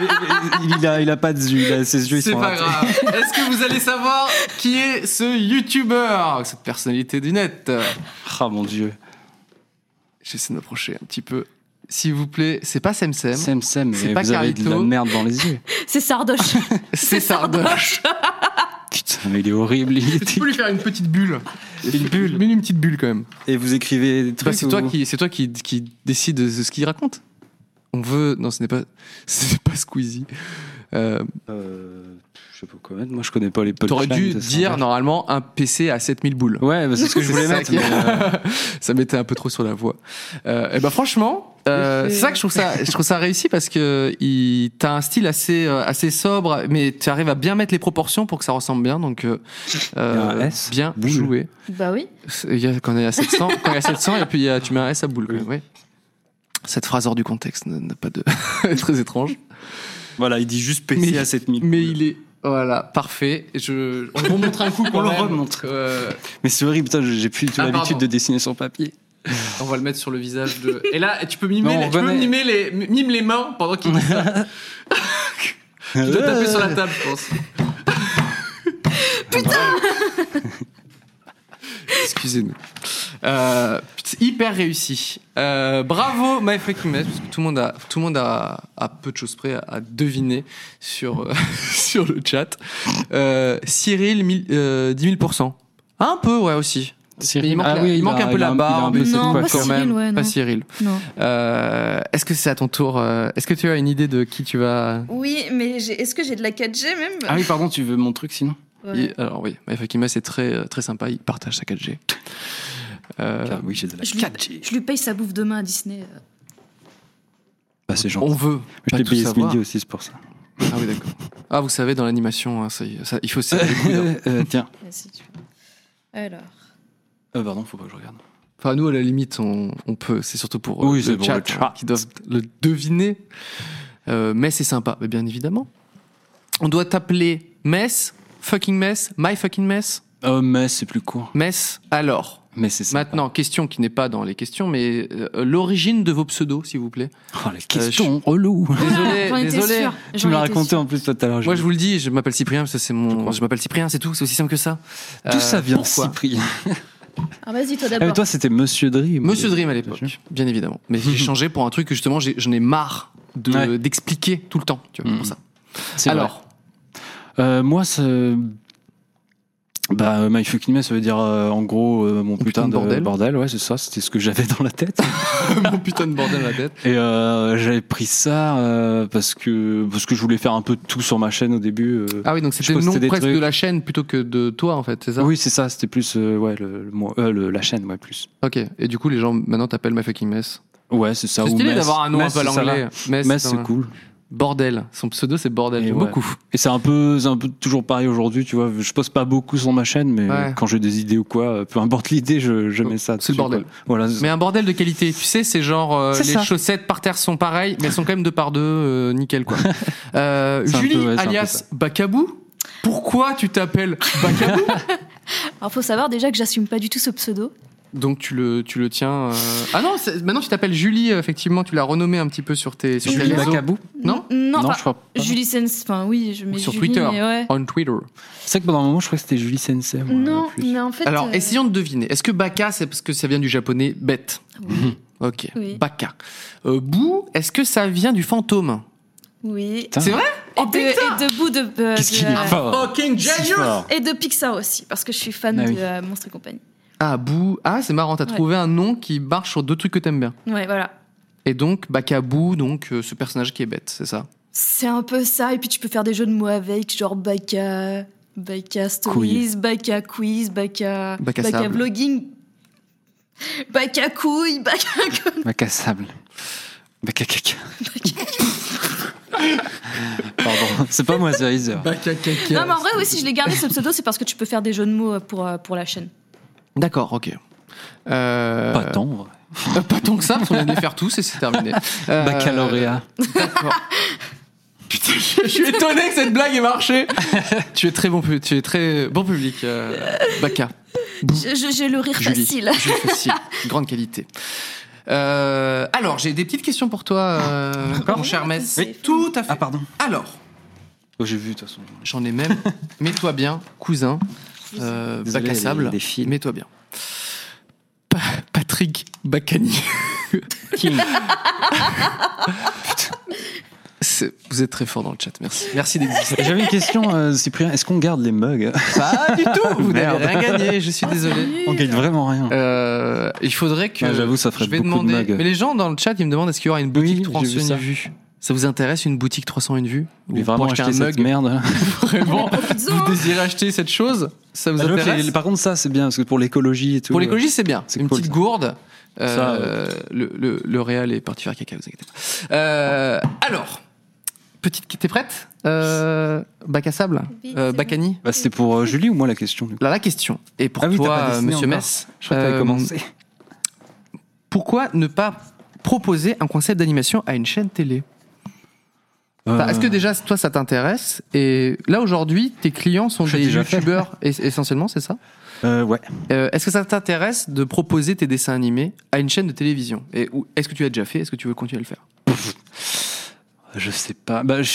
A: Mais- mais il, a, il a pas de yeux, il a- ses yeux ils
B: C'est
A: sont
B: pas
A: ratés.
B: grave. Est-ce que vous allez savoir qui est ce youtubeur, cette personnalité du net
A: Ah mon dieu.
B: J'essaie de m'approcher un petit peu. S'il vous plaît, c'est pas Semsem,
A: Sem Sem,
B: C'est
A: mais
B: pas
A: vous avez de la
B: Carlito.
A: merde dans les yeux.
D: C'est Sardoche.
B: c'est Sardoche.
A: Putain, mais il est horrible. il
B: Tu
A: était-
B: peux lui faire une petite bulle.
A: Une bulle.
B: Mets-lui une petite bulle quand même.
A: Et vous écrivez des
B: Bah,
A: trucs
B: c'est toi
A: ou-
B: qui, c'est toi qui, qui décide de ce qu'il raconte. On veut, non, ce n'est pas, c'est pas Squeezie. Euh,
A: Euh, je sais pas quoi mettre. Moi, je connais pas les
B: T'aurais
A: punchlines.
B: dû
A: ça, c'est
B: dire
A: un-
B: normalement un PC à 7000 boules.
A: Ouais, bah, c'est ce que je voulais
B: ça
A: mettre.
B: qui-
A: mais, euh,
B: ça mettait un peu trop sur la voix. Euh, et ben franchement, euh, c'est ça que je trouve ça, je trouve ça réussi parce que il- t'as un style assez euh, assez sobre, mais tu arrives à bien mettre les proportions pour que ça ressemble bien. Donc euh,
A: un
B: euh,
A: S,
B: bien
A: boule.
B: joué.
D: bah oui.
B: Il y a- quand on est à 700, quand il y a 700 et puis il y a- tu mets un S à boule. quand même, ouais. Cette phrase hors du contexte n- n'a pas de très étrange.
A: voilà, il dit juste
B: Mais-
A: PC à 7000.
B: Mais il est voilà parfait. Je, on le remontre un coup.
A: On
B: quand
A: le
B: même.
A: remontre.
B: Euh,
A: Mais c'est horrible, putain, j'ai plus du tout
B: Ah,
A: l'habitude
B: pardon.
A: de dessiner sur papier.
B: On va le mettre sur le visage de. Et là, tu peux mimer,
A: Non,
B: les,
A: on
B: tu peux
A: reconnaît.
B: mimer les, mime les mains pendant qu'il dit ça. tu dois taper sur la table, je pense. Putain Ah, Excusez-nous. Euh, c'est hyper réussi. Euh, bravo, My Fucking Mess, parce que tout le monde a, tout le monde a, à peu de choses près à, à deviner sur, euh, sur le chat. Euh, Cyril, mille- euh, 10 000%. Un peu, ouais, aussi.
A: Cyril-
B: Mais il manque,
A: ah
B: la-
A: oui,
B: il
A: il
B: manque
A: a-
B: un peu
A: il a
B: la
A: un- il a un
B: barbe.
A: peu
B: et
A: cette
B: tout,
A: voix
B: quand
D: quand même.
B: même.
D: Cyril, ouais,
B: pas
D: non.
B: Cyril.
D: Non.
B: Euh, Est-ce que c'est à ton tour euh, Est-ce que tu as une idée de qui tu vas
E: Oui, mais j'ai- est-ce que j'ai de la 4G même
A: Ah oui, pardon, tu veux mon truc sinon
E: Ouais.
B: Il- Alors oui, Mafakima c'est très euh, très sympa, il partage sa 4G. Euh,
A: Ah Oui, j'ai de la
D: Je lui, je lui paye sa bouffe demain à Disney. euh,
A: Bah, c'est gentil.
B: on veut.
A: Je
B: pas
A: t'ai
B: tout
A: payé ce
B: savoir.
A: midi aussi, c'est pour ça.
B: Ah oui d'accord. Ah vous savez dans l'animation, hein, ça y est, ça- il faut serrer les coudes, hein.
A: Euh, tiens.
E: Vas-y, tu vois. Alors.
A: Euh, pardon, faut pas que je regarde.
B: Enfin nous à la limite on, on peut, c'est surtout pour euh,
A: Oui,
B: le,
A: c'est pour
B: chat,
A: le chat.
B: hein, qui doivent le deviner. Euh, mais c'est sympa, mais bien évidemment. On doit t'appeler Mess, fucking Mess, my fucking Mess,
A: Oh, mais c'est plus court.
B: Mess. Alors.
A: Mais c'est ça.
B: Maintenant, question qui n'est pas dans les questions, mais euh, l'origine de vos pseudos, s'il vous plaît.
A: Oh, la question relou.
B: Désolé,
D: Oh J'en étais
B: désolé.
D: sûre.
A: Tu
D: J'en
A: me l'as
D: étais
A: raconté
D: sûre.
A: en plus tout à l'heure.
B: Moi, je vous le dis, je m'appelle Cyprien, parce que c'est mon. Je m'appelle Cyprien, c'est tout, c'est aussi simple que ça.
A: D'où
B: Euh,
A: ça vient,
B: pourquoi
A: Cyprien
E: Ah, vas-y, toi
A: Ah, mais
E: d'abord.
A: toi, c'était Monsieur Dream.
B: Monsieur Dream à
A: Bien
B: l'époque, bien évidemment. Mais j'ai changé pour un truc que justement, j'ai- j'en ai marre de-
A: Ouais.
B: d'expliquer tout le temps. Tu vois,
A: Mm.
B: pour ça.
A: C'est vrai.
B: Alors,
A: Euh, moi, ça... Bah, euh, My Fucking Mess, ça veut dire euh, en gros euh, mon putain,
B: putain de
A: de
B: bordel.
A: ouais, c'est ça, c'était ce que j'avais dans la tête.
B: mon putain de bordel à la tête.
A: Et euh, j'avais pris ça euh, parce que parce que je voulais faire un peu de tout sur ma chaîne au début. euh.
B: Ah oui, donc c'était le
A: postais
B: nom
A: des
B: presque
A: trucs.
B: de la chaîne plutôt que de toi, en fait, c'est ça
A: oui, c'est ça, c'était plus euh, ouais le, le moi- euh, le- la chaîne, ouais plus.
B: Ok. Et du coup, les gens maintenant t'appellent ma fucking mess.
A: Ouais, c'est ça.
B: C'est
A: ou
B: stylé
A: Mess.
B: d'avoir un nom
A: Mess,
B: un peu à
A: ça va.
B: l'anglais. Mess,
A: Mess,
B: c'est
A: c'est
B: un-
A: cool.
B: Bordel. Son pseudo, c'est bordel.
A: Et
B: J'aime
A: ouais.
B: beaucoup.
A: Et c'est un peu, c'est un peu toujours pareil aujourd'hui, tu vois. Je poste pas beaucoup sur ma chaîne, mais
B: Ouais.
A: quand j'ai des idées ou quoi, euh, peu importe l'idée, je, je mets ça.
B: C'est le
A: dessus,
B: bordel.
A: quoi. Voilà. c'est-
B: Mais un bordel de qualité. Tu sais, c'est genre euh,
A: C'est
B: les
A: ça.
B: chaussettes par terre sont pareilles, mais elles sont quand même deux par deux, euh, nickel quoi. Euh,
A: C'est un
B: Julie,
A: peu- ouais, c'est un peu
B: alias
A: ça.
B: Bakabou, pourquoi tu t'appelles Bakabou
D: Alors, faut savoir déjà que j'assume pas du tout ce pseudo.
B: Donc tu le, tu le tiens. euh, Ah non, c'est- maintenant tu t'appelles Julie. euh, Effectivement, tu l'as renommée un petit peu sur tes sur tes
D: Julie
B: réseaux.
A: Bacabou
B: Non
D: Non,
A: Non,
D: enfin,
A: je crois pas.
D: Julie Sense, enfin oui, je mets
B: Sur
D: Julie,
B: Twitter.
D: mais ouais.
B: On Twitter.
A: C'est vrai que pendant un moment, je crois que c'était Julie Sensei. Oh, moi,
E: Non,
A: plus.
E: mais en fait.
B: Alors,
E: euh,
B: essayons de deviner. Est-ce que Baka, c'est parce que ça vient du japonais bête
D: Ah Oui.
B: Ok.
D: Oui.
B: Baka. Euh, Bou, est-ce que ça vient du fantôme
E: Oui.
A: Putain.
B: C'est vrai
D: Et, de, et de bout de. euh,
A: Qu'est-ce
D: de,
A: qu'il
D: euh,
A: est fort
B: Fucking
A: Si fort.
D: et de Pixar aussi, parce que je suis fan
A: Ah oui.
D: de euh, Monstres et compagnie.
B: Ah, Bou. Ah, c'est marrant, t'as
D: Ouais.
B: trouvé un nom qui marche sur deux trucs que t'aimes bien.
D: Ouais, voilà.
B: Et donc, Bakabou, donc, euh, ce personnage qui est bête, c'est ça
D: C'est un peu ça, et puis tu peux faire des jeux de mots avec, genre Baka, Baka Stories, Baka Quiz, Baka,
B: Baka
D: Baka
B: sable.
D: Vlogging, Baka Couille, Baka.
A: Bac à sable. Bac à caca. Pardon, c'est pas moi, c'est
B: Euh,
A: Razer.
B: Bakakaka.
D: Non, mais en vrai, oui, si je l'ai gardé ce pseudo, c'est parce que tu peux faire des jeux de mots euh, pour, euh, pour la chaîne.
B: D'accord, ok. Euh,
A: Pas tant, en vrai.
B: euh, pas tant que ça, parce qu'on vient de les faire tous et c'est terminé. Euh,
A: Baccalauréat.
B: D'accord. Putain, je suis étonné que cette blague ait marché. tu es très bon, pu- tu es très bon public, euh, Baka.
D: Je- je- J'ai le rire
B: Julie.
D: facile.
B: Julie facile, grande qualité. Euh, alors, j'ai des petites questions pour toi, euh, mon cher Metz.
E: Oui.
B: Tout à fait.
A: Ah, pardon.
B: Alors,
A: Oh, j'ai vu, de toute façon.
B: j'en ai même. Mets-toi bien, cousin. Euh,
A: Désolé,
B: bac à
A: les-
B: sable.
A: les filles.
B: Mets-toi bien. Pa- Patrick Bacani. C'est- Vous êtes très fort dans le chat, merci. Merci d'exister.
A: J'avais une question, euh, Cyprien. Est-ce qu'on garde les mugs
B: Pas du tout, vous n'avez
A: Merde.
B: rien gagné, je suis désolé.
A: On gagne vraiment rien.
B: Euh, il faudrait que.
A: Ah, j'avoue, ça ferait
B: je vais
A: beaucoup de
B: demander.
A: mugs.
B: Mais les gens dans le chat, ils me demandent est-ce qu'il y aura une boutique
A: Oui, j'ai vu
B: 301
A: ça.
B: vues Ça vous intéresse une boutique 301 vues
A: Mais
B: Ou
A: vraiment,
B: pour acheter
A: acheter
B: un
A: cette
B: mug
A: merde.
B: Vraiment,
D: Profites-en.
B: vous désirez acheter cette chose Ça vous
A: Ah, je vois que
B: intéresse
A: les- Par contre, ça, c'est bien, parce que pour l'écologie et tout.
B: Pour l'écologie, c'est bien.
A: c'est
B: Une
A: cool,
B: petite
A: ça.
B: gourde. Euh,
A: Ça,
B: le, le, le Real est parti faire caca, vous inquiétez pas. Euh, alors, petite, t'es prête euh, Bac à sable
E: Oui,
B: euh,
E: c'est
B: Bacani
A: Bah, c'était pour euh, Julie ou moi la question du coup
B: Là, la question. Et pour
A: Ah oui, t'as
B: toi,
A: pas
B: euh,
A: dessiné
B: monsieur
A: encore.
B: Metz,
A: Je crois que t'avais
B: euh,
A: commencé.
B: pourquoi ne pas proposer un concept d'animation à une chaîne télé
A: Euh.
B: Enfin, Est-ce que déjà, toi, ça t'intéresse Et là, aujourd'hui, tes clients sont
A: Je l'ai
B: des
A: déjà fait.
B: youtubeurs es- essentiellement, c'est ça
A: Euh, ouais.
B: Euh, Est-ce que ça t'intéresse de proposer tes dessins animés à une chaîne de télévision Et ou- est-ce que tu l'as déjà fait Est-ce que tu veux continuer à le faire
A: Je sais pas. Bah, je...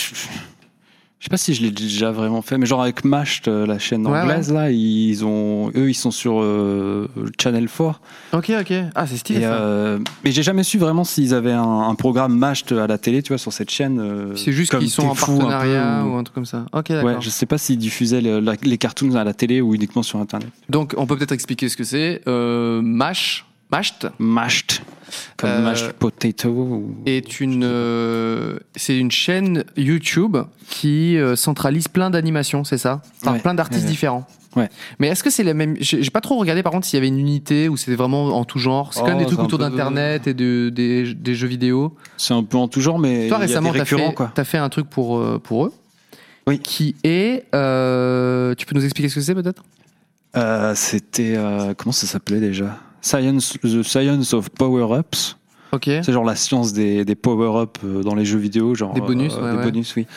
A: Je sais pas si je l'ai déjà vraiment fait, mais genre avec Mashed, euh, la chaîne
B: Ouais,
A: anglaise, là, ils ont, eux, ils sont sur euh, Channel 4.
B: Ok, ok. Ah, c'est
A: Et,
B: stylé. ça.
A: euh, mais j'ai jamais su vraiment s'ils avaient un, un programme Mashed à la télé, tu vois, sur cette chaîne. euh,
B: C'est juste
A: comme
B: qu'ils sont
A: T'es
B: en
A: fou, un peu,
B: partenariat
A: ou-
B: ou un truc comme ça. Ok,
A: Ouais,
B: d'accord.
A: je sais pas s'ils diffusaient le- la- les cartoons à la télé ou uniquement sur Internet.
B: Donc, on peut peut-être expliquer ce que c'est. Euh, mash, mashed
A: Mashed, comme
B: Euh,
A: Mashed Potato. ou-
B: est une, euh, c'est une chaîne YouTube qui euh, centralise plein d'animations, c'est ça Par
A: Ouais,
B: plein d'artistes
A: ouais, ouais.
B: différents.
A: Ouais.
B: Mais est-ce que c'est la même J'ai j'ai pas trop regardé par contre s'il y avait une unité ou c'était vraiment en tout genre. C'est quand même
A: Oh,
B: des trucs
A: c'est un
B: autour
A: peu-
B: d'Internet et de, des, des jeux vidéo.
A: C'est un peu en tout genre, mais
B: Toi
A: il y a des
B: récemment, t'as
A: récurrents,
B: fait,
A: quoi.
B: t'as fait un truc pour euh, pour eux.
A: Oui.
B: Qui est euh, Tu peux nous expliquer ce que c'est peut-être
A: Euh, C'était. euh, comment ça s'appelait déjà Science, The Science of Power-Ups.
B: Ok.
A: C'est genre la science des, des power-up euh, dans les jeux vidéo, genre
B: Des bonus,
A: euh,
B: ouais,
A: des
B: ouais.
A: bonus, oui.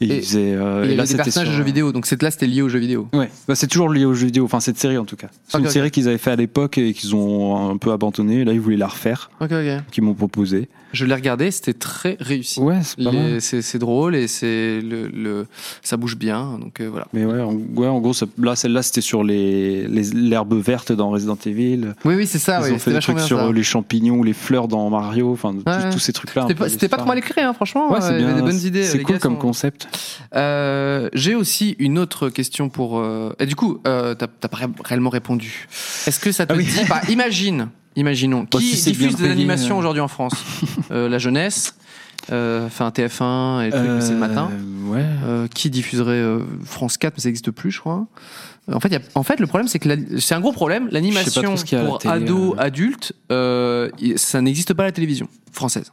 A: Et,
B: Et-
A: ils faisaient, euh,
B: Il
A: et
B: y
A: là,
B: avait des
A: c'était
B: personnages
A: sur-
B: de jeux vidéo, donc c'est là c'était lié aux jeux vidéo.
A: Ouais, bah, c'est toujours lié aux jeux vidéo. Enfin, cette série en tout cas. C'est
B: Ok,
A: une
B: ok.
A: série qu'ils avaient fait à l'époque et qu'ils ont un peu abandonné. Là, ils voulaient la refaire,
B: Ok, ok.
A: qu'ils m'ont proposé.
B: Je l'ai regardé, c'était très réussi.
A: Ouais, c'est pas
B: Les-
A: mal.
B: C'est c'est drôle et c'est le, le- ça bouge bien, donc euh, voilà.
A: Mais ouais, en, ouais, en gros, ça- là, celle-là, c'était sur les les- l'herbe verte dans Resident Evil.
B: Oui, Ah oui, c'est ça.
A: ils ont fait des trucs sur euh, les champignons, les fleurs dans Mario, enfin, tous-
B: Ouais.
A: tous ces trucs-là. un
B: C'était
A: peu
B: pas, c'était pas
A: bizarres.
B: trop mal écrit, hein, franchement.
A: Ouais, c'est
B: euh, il y
A: bien.
B: avait des bonnes idées.
A: C'est
B: les
A: cool
B: gars
A: comme
B: sont-
A: concept.
B: Euh, J'ai aussi une autre question pour. euh, Et du coup, euh, t'as t'as pas ré- réellement répondu. Est-ce que ça te
A: Ah oui.
B: dit bah, Imagine, imaginons,
A: Bah,
B: qui
A: si c'est
B: diffuse
A: bien
B: des
A: payé,
B: animations
A: euh.
B: aujourd'hui en France Euh, La jeunesse, euh, enfin TF1 et le truc, mais c'est le matin.
A: Euh, Ouais.
B: Euh, qui diffuserait euh, France 4, mais ça n'existe plus, je crois. Euh, En fait, il y a- en fait, le problème, c'est que la- c'est un gros problème.
A: Je sais pas
B: L'animation
A: trop ce qu'il y a à la
B: pour
A: télé,
B: ados, adultes, euh, y- ça n'existe pas à la télévision française.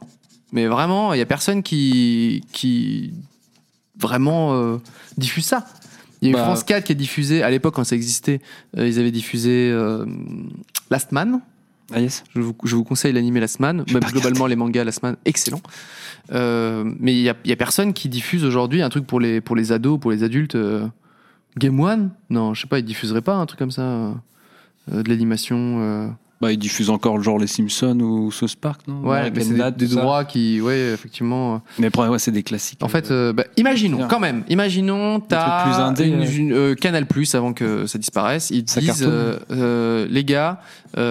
B: Mais vraiment, il y a personne qui qui vraiment euh, diffuse ça. Il y a eu
A: Bah.
B: France 4 qui est diffusé à l'époque quand ça existait. euh, ils avaient diffusé euh, Last Man.
A: Ah yes.
B: Je vous, je vous conseille l'animé Last Man, même
A: pas
B: globalement les mangas Last Man, excellent. Euh, mais il y a, il y a personne qui diffuse aujourd'hui un truc pour les, pour les ados, pour les adultes. euh, Game One Non, je sais pas, ils diffuseraient pas un truc comme ça, euh, euh, de l'animation. euh.
A: Bah, ils diffusent encore genre les Simpsons ou South Park, non
B: Ouais,
A: American
B: mais c'est
A: Dad,
B: des, des
A: tout ça.
B: droits qui, ouais, effectivement. euh.
A: Mais après, ouais, c'est des classiques.
B: En fait, euh, bah, imaginons
A: bien.
B: quand même, imaginons t'as
A: trucs plus indés,
B: une-
A: euh.
B: une- euh, Canal Plus avant que ça disparaisse, ils
A: Ça
B: disent
A: cartonne.
B: euh, euh, les gars,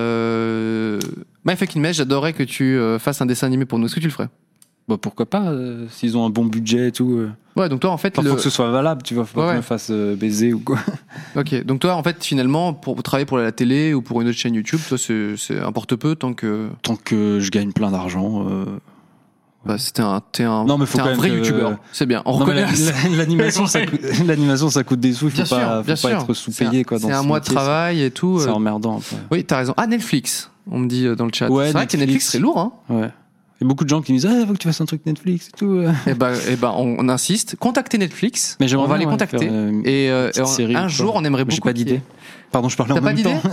B: euh, My Fucking Mesh, j'adorerais que tu euh, fasses un dessin animé pour nous, est-ce que tu le ferais
A: bah, pourquoi pas euh, S'ils ont un bon budget et tout. euh.
B: Ouais, donc toi en fait,
A: Enfin,
B: le-
A: faut que ce soit valable, tu vois. Faut
B: Ouais,
A: pas
B: ouais.
A: qu'on me fasse euh, baiser ou quoi.
B: ok. Donc toi en fait, finalement, pour travailler pour la télé ou pour une autre chaîne YouTube, toi c'est c'est importe peu tant que
A: Tant que je gagne plein d'argent. euh.
B: bah, c'était un t'es un,
A: Non, mais faut
B: t'es
A: quand
B: un
A: même
B: vrai
A: que-
B: YouTuber. C'est bien. On
A: Non, mais
B: reconnaît.
A: la- la- L'animation, ça coûte- l'animation, ça coûte des sous. Il
B: Bien
A: faut
B: sûr,
A: pas, faut
B: bien
A: pas
B: sûr.
A: être sous-payé quoi.
B: C'est
A: dans
B: un
A: ce
B: mois de
A: métier,
B: travail et tout.
A: c'est- C'est
B: euh.
A: emmerdant. un peu.
B: Oui, t'as raison. Ah Netflix, on me dit euh, dans le chat.
A: Ouais,
B: c'est vrai que Netflix
A: Netflix.
B: c'est lourd. Hein.
A: Ouais. Il y a beaucoup de gens qui me disent Ah, faut que tu fasses un truc Netflix et tout. euh.
B: Eh ben, eh ben, on, on insiste. Contactez Netflix.
A: Mais j'aimerais
B: on va les
A: bien, ouais,
B: contacter.
A: faire, euh,
B: et euh,
A: petite
B: et on-
A: série
B: un
A: ou
B: jour,
A: quoi.
B: on aimerait
A: Mais
B: beaucoup.
A: J'ai pas
B: qu'il y ait-
A: d'idée. Pardon, je parlais
B: T'as
A: en
B: pas
A: même
B: d'idée
A: temps. Euh.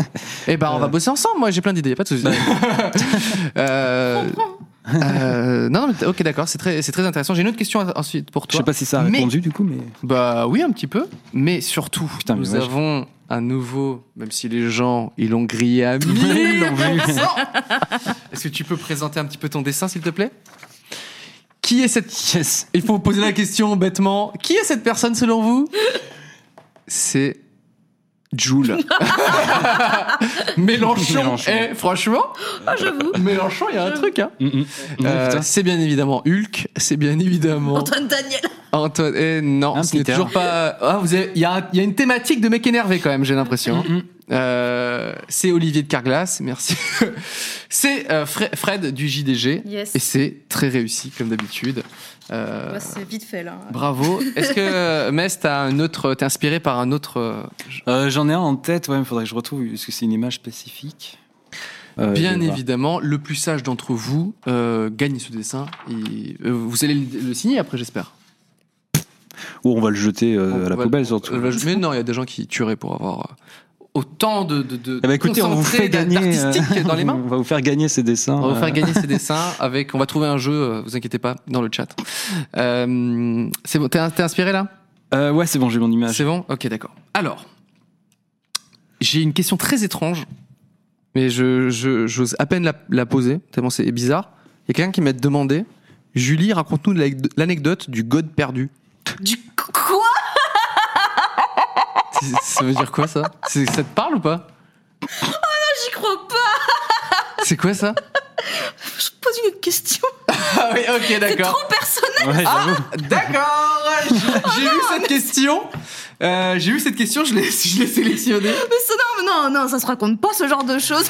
B: Eh ben, on va bosser ensemble. Moi, j'ai plein d'idées. y a Pas de soucis. Euh, euh, non, non, mais ok, d'accord. C'est très, c'est très intéressant. J'ai une autre question ensuite pour
A: Je
B: toi.
A: sais pas si ça a
B: Mais-
A: répondu du coup, mais.
B: Bah oui, un petit peu. Mais surtout,
A: Putain, mais
B: nous
A: ouais, je-
B: avons un nouveau, même si les gens, ils l'ont grillé à 1000%. Est-ce que tu peux présenter un petit peu ton dessin, s'il te plaît Qui est cette... Il faut poser la question bêtement. Qui est cette personne, selon vous C'est... Joule. Mélenchon.
A: Mélenchon.
B: Eh, franchement, Mélenchon, il y a un truc. Hein.
A: Mm, mm.
B: Euh,
A: Ouais, putain.
B: c'est bien évidemment Hulk. C'est bien évidemment...
E: Antoine Daniel.
B: Antoine, eh non,
A: Un
B: ce n'est
A: Peter.
B: toujours pas. Ah, vous avez- Il y, a un- il y a une thématique de mec énervé quand même, j'ai l'impression. hein.
A: Mm, mm.
B: Euh, c'est Olivier de Carglass, merci. c'est euh, Fre- Fred du JDG.
E: Yes.
B: Et c'est très réussi, comme d'habitude. Euh,
E: Ouais, c'est vite fait là.
B: bravo. Est-ce que, euh, Metz, t'as un autre. T'es inspiré par un autre. euh,
A: Euh, J'en ai un en tête, ouais, il faudrait que je retrouve, parce que c'est une image spécifique. Euh, je
B: Bien
A: vais voir.
B: évidemment, le plus sage d'entre vous euh, gagne ce dessin. Et, euh, vous allez le, le signer après, j'espère.
A: Ou on va le jeter euh,
B: On
A: à la
B: va-
A: poubelle,
B: on-
A: surtout.
B: on va- mais non, il y a des gens qui tueraient pour avoir euh, autant de, de, de
A: Eh ben, écoutez, on vous
B: concentré
A: fait gagner.
B: d'artistique
A: euh,
B: dans les mains.
A: on va vous faire gagner ces dessins.
B: On va vous
A: euh,
B: faire gagner ces dessins avec. On va trouver un jeu, euh, vous inquiétez pas, dans le chat. Euh, c'est bon, t'es t'es inspiré là
A: euh, ouais, c'est bon, j'ai mon image.
B: C'est bon Ok, d'accord. Alors, j'ai une question très étrange, mais je je- j'ose à peine la, la poser, tellement c'est bizarre. Il y a quelqu'un qui m'a demandé Julie, raconte-nous l'anecdote du God perdu.
D: Du coup,
B: Ça veut dire quoi ça C'est- Ça te parle ou pas
D: J'y crois pas.
B: C'est quoi ça
D: Je pose une question.
B: Ah oui, ok,
D: C'est Oh
B: d'accord.
D: trop personnel.
A: Ouais, j'avoue.
B: D'accord J'ai j'ai vu cette question. Euh, J'ai vu cette question, je l'ai je l'ai sélectionnée.
D: Mais ça, non, mais non, non, ça se raconte pas ce genre de choses.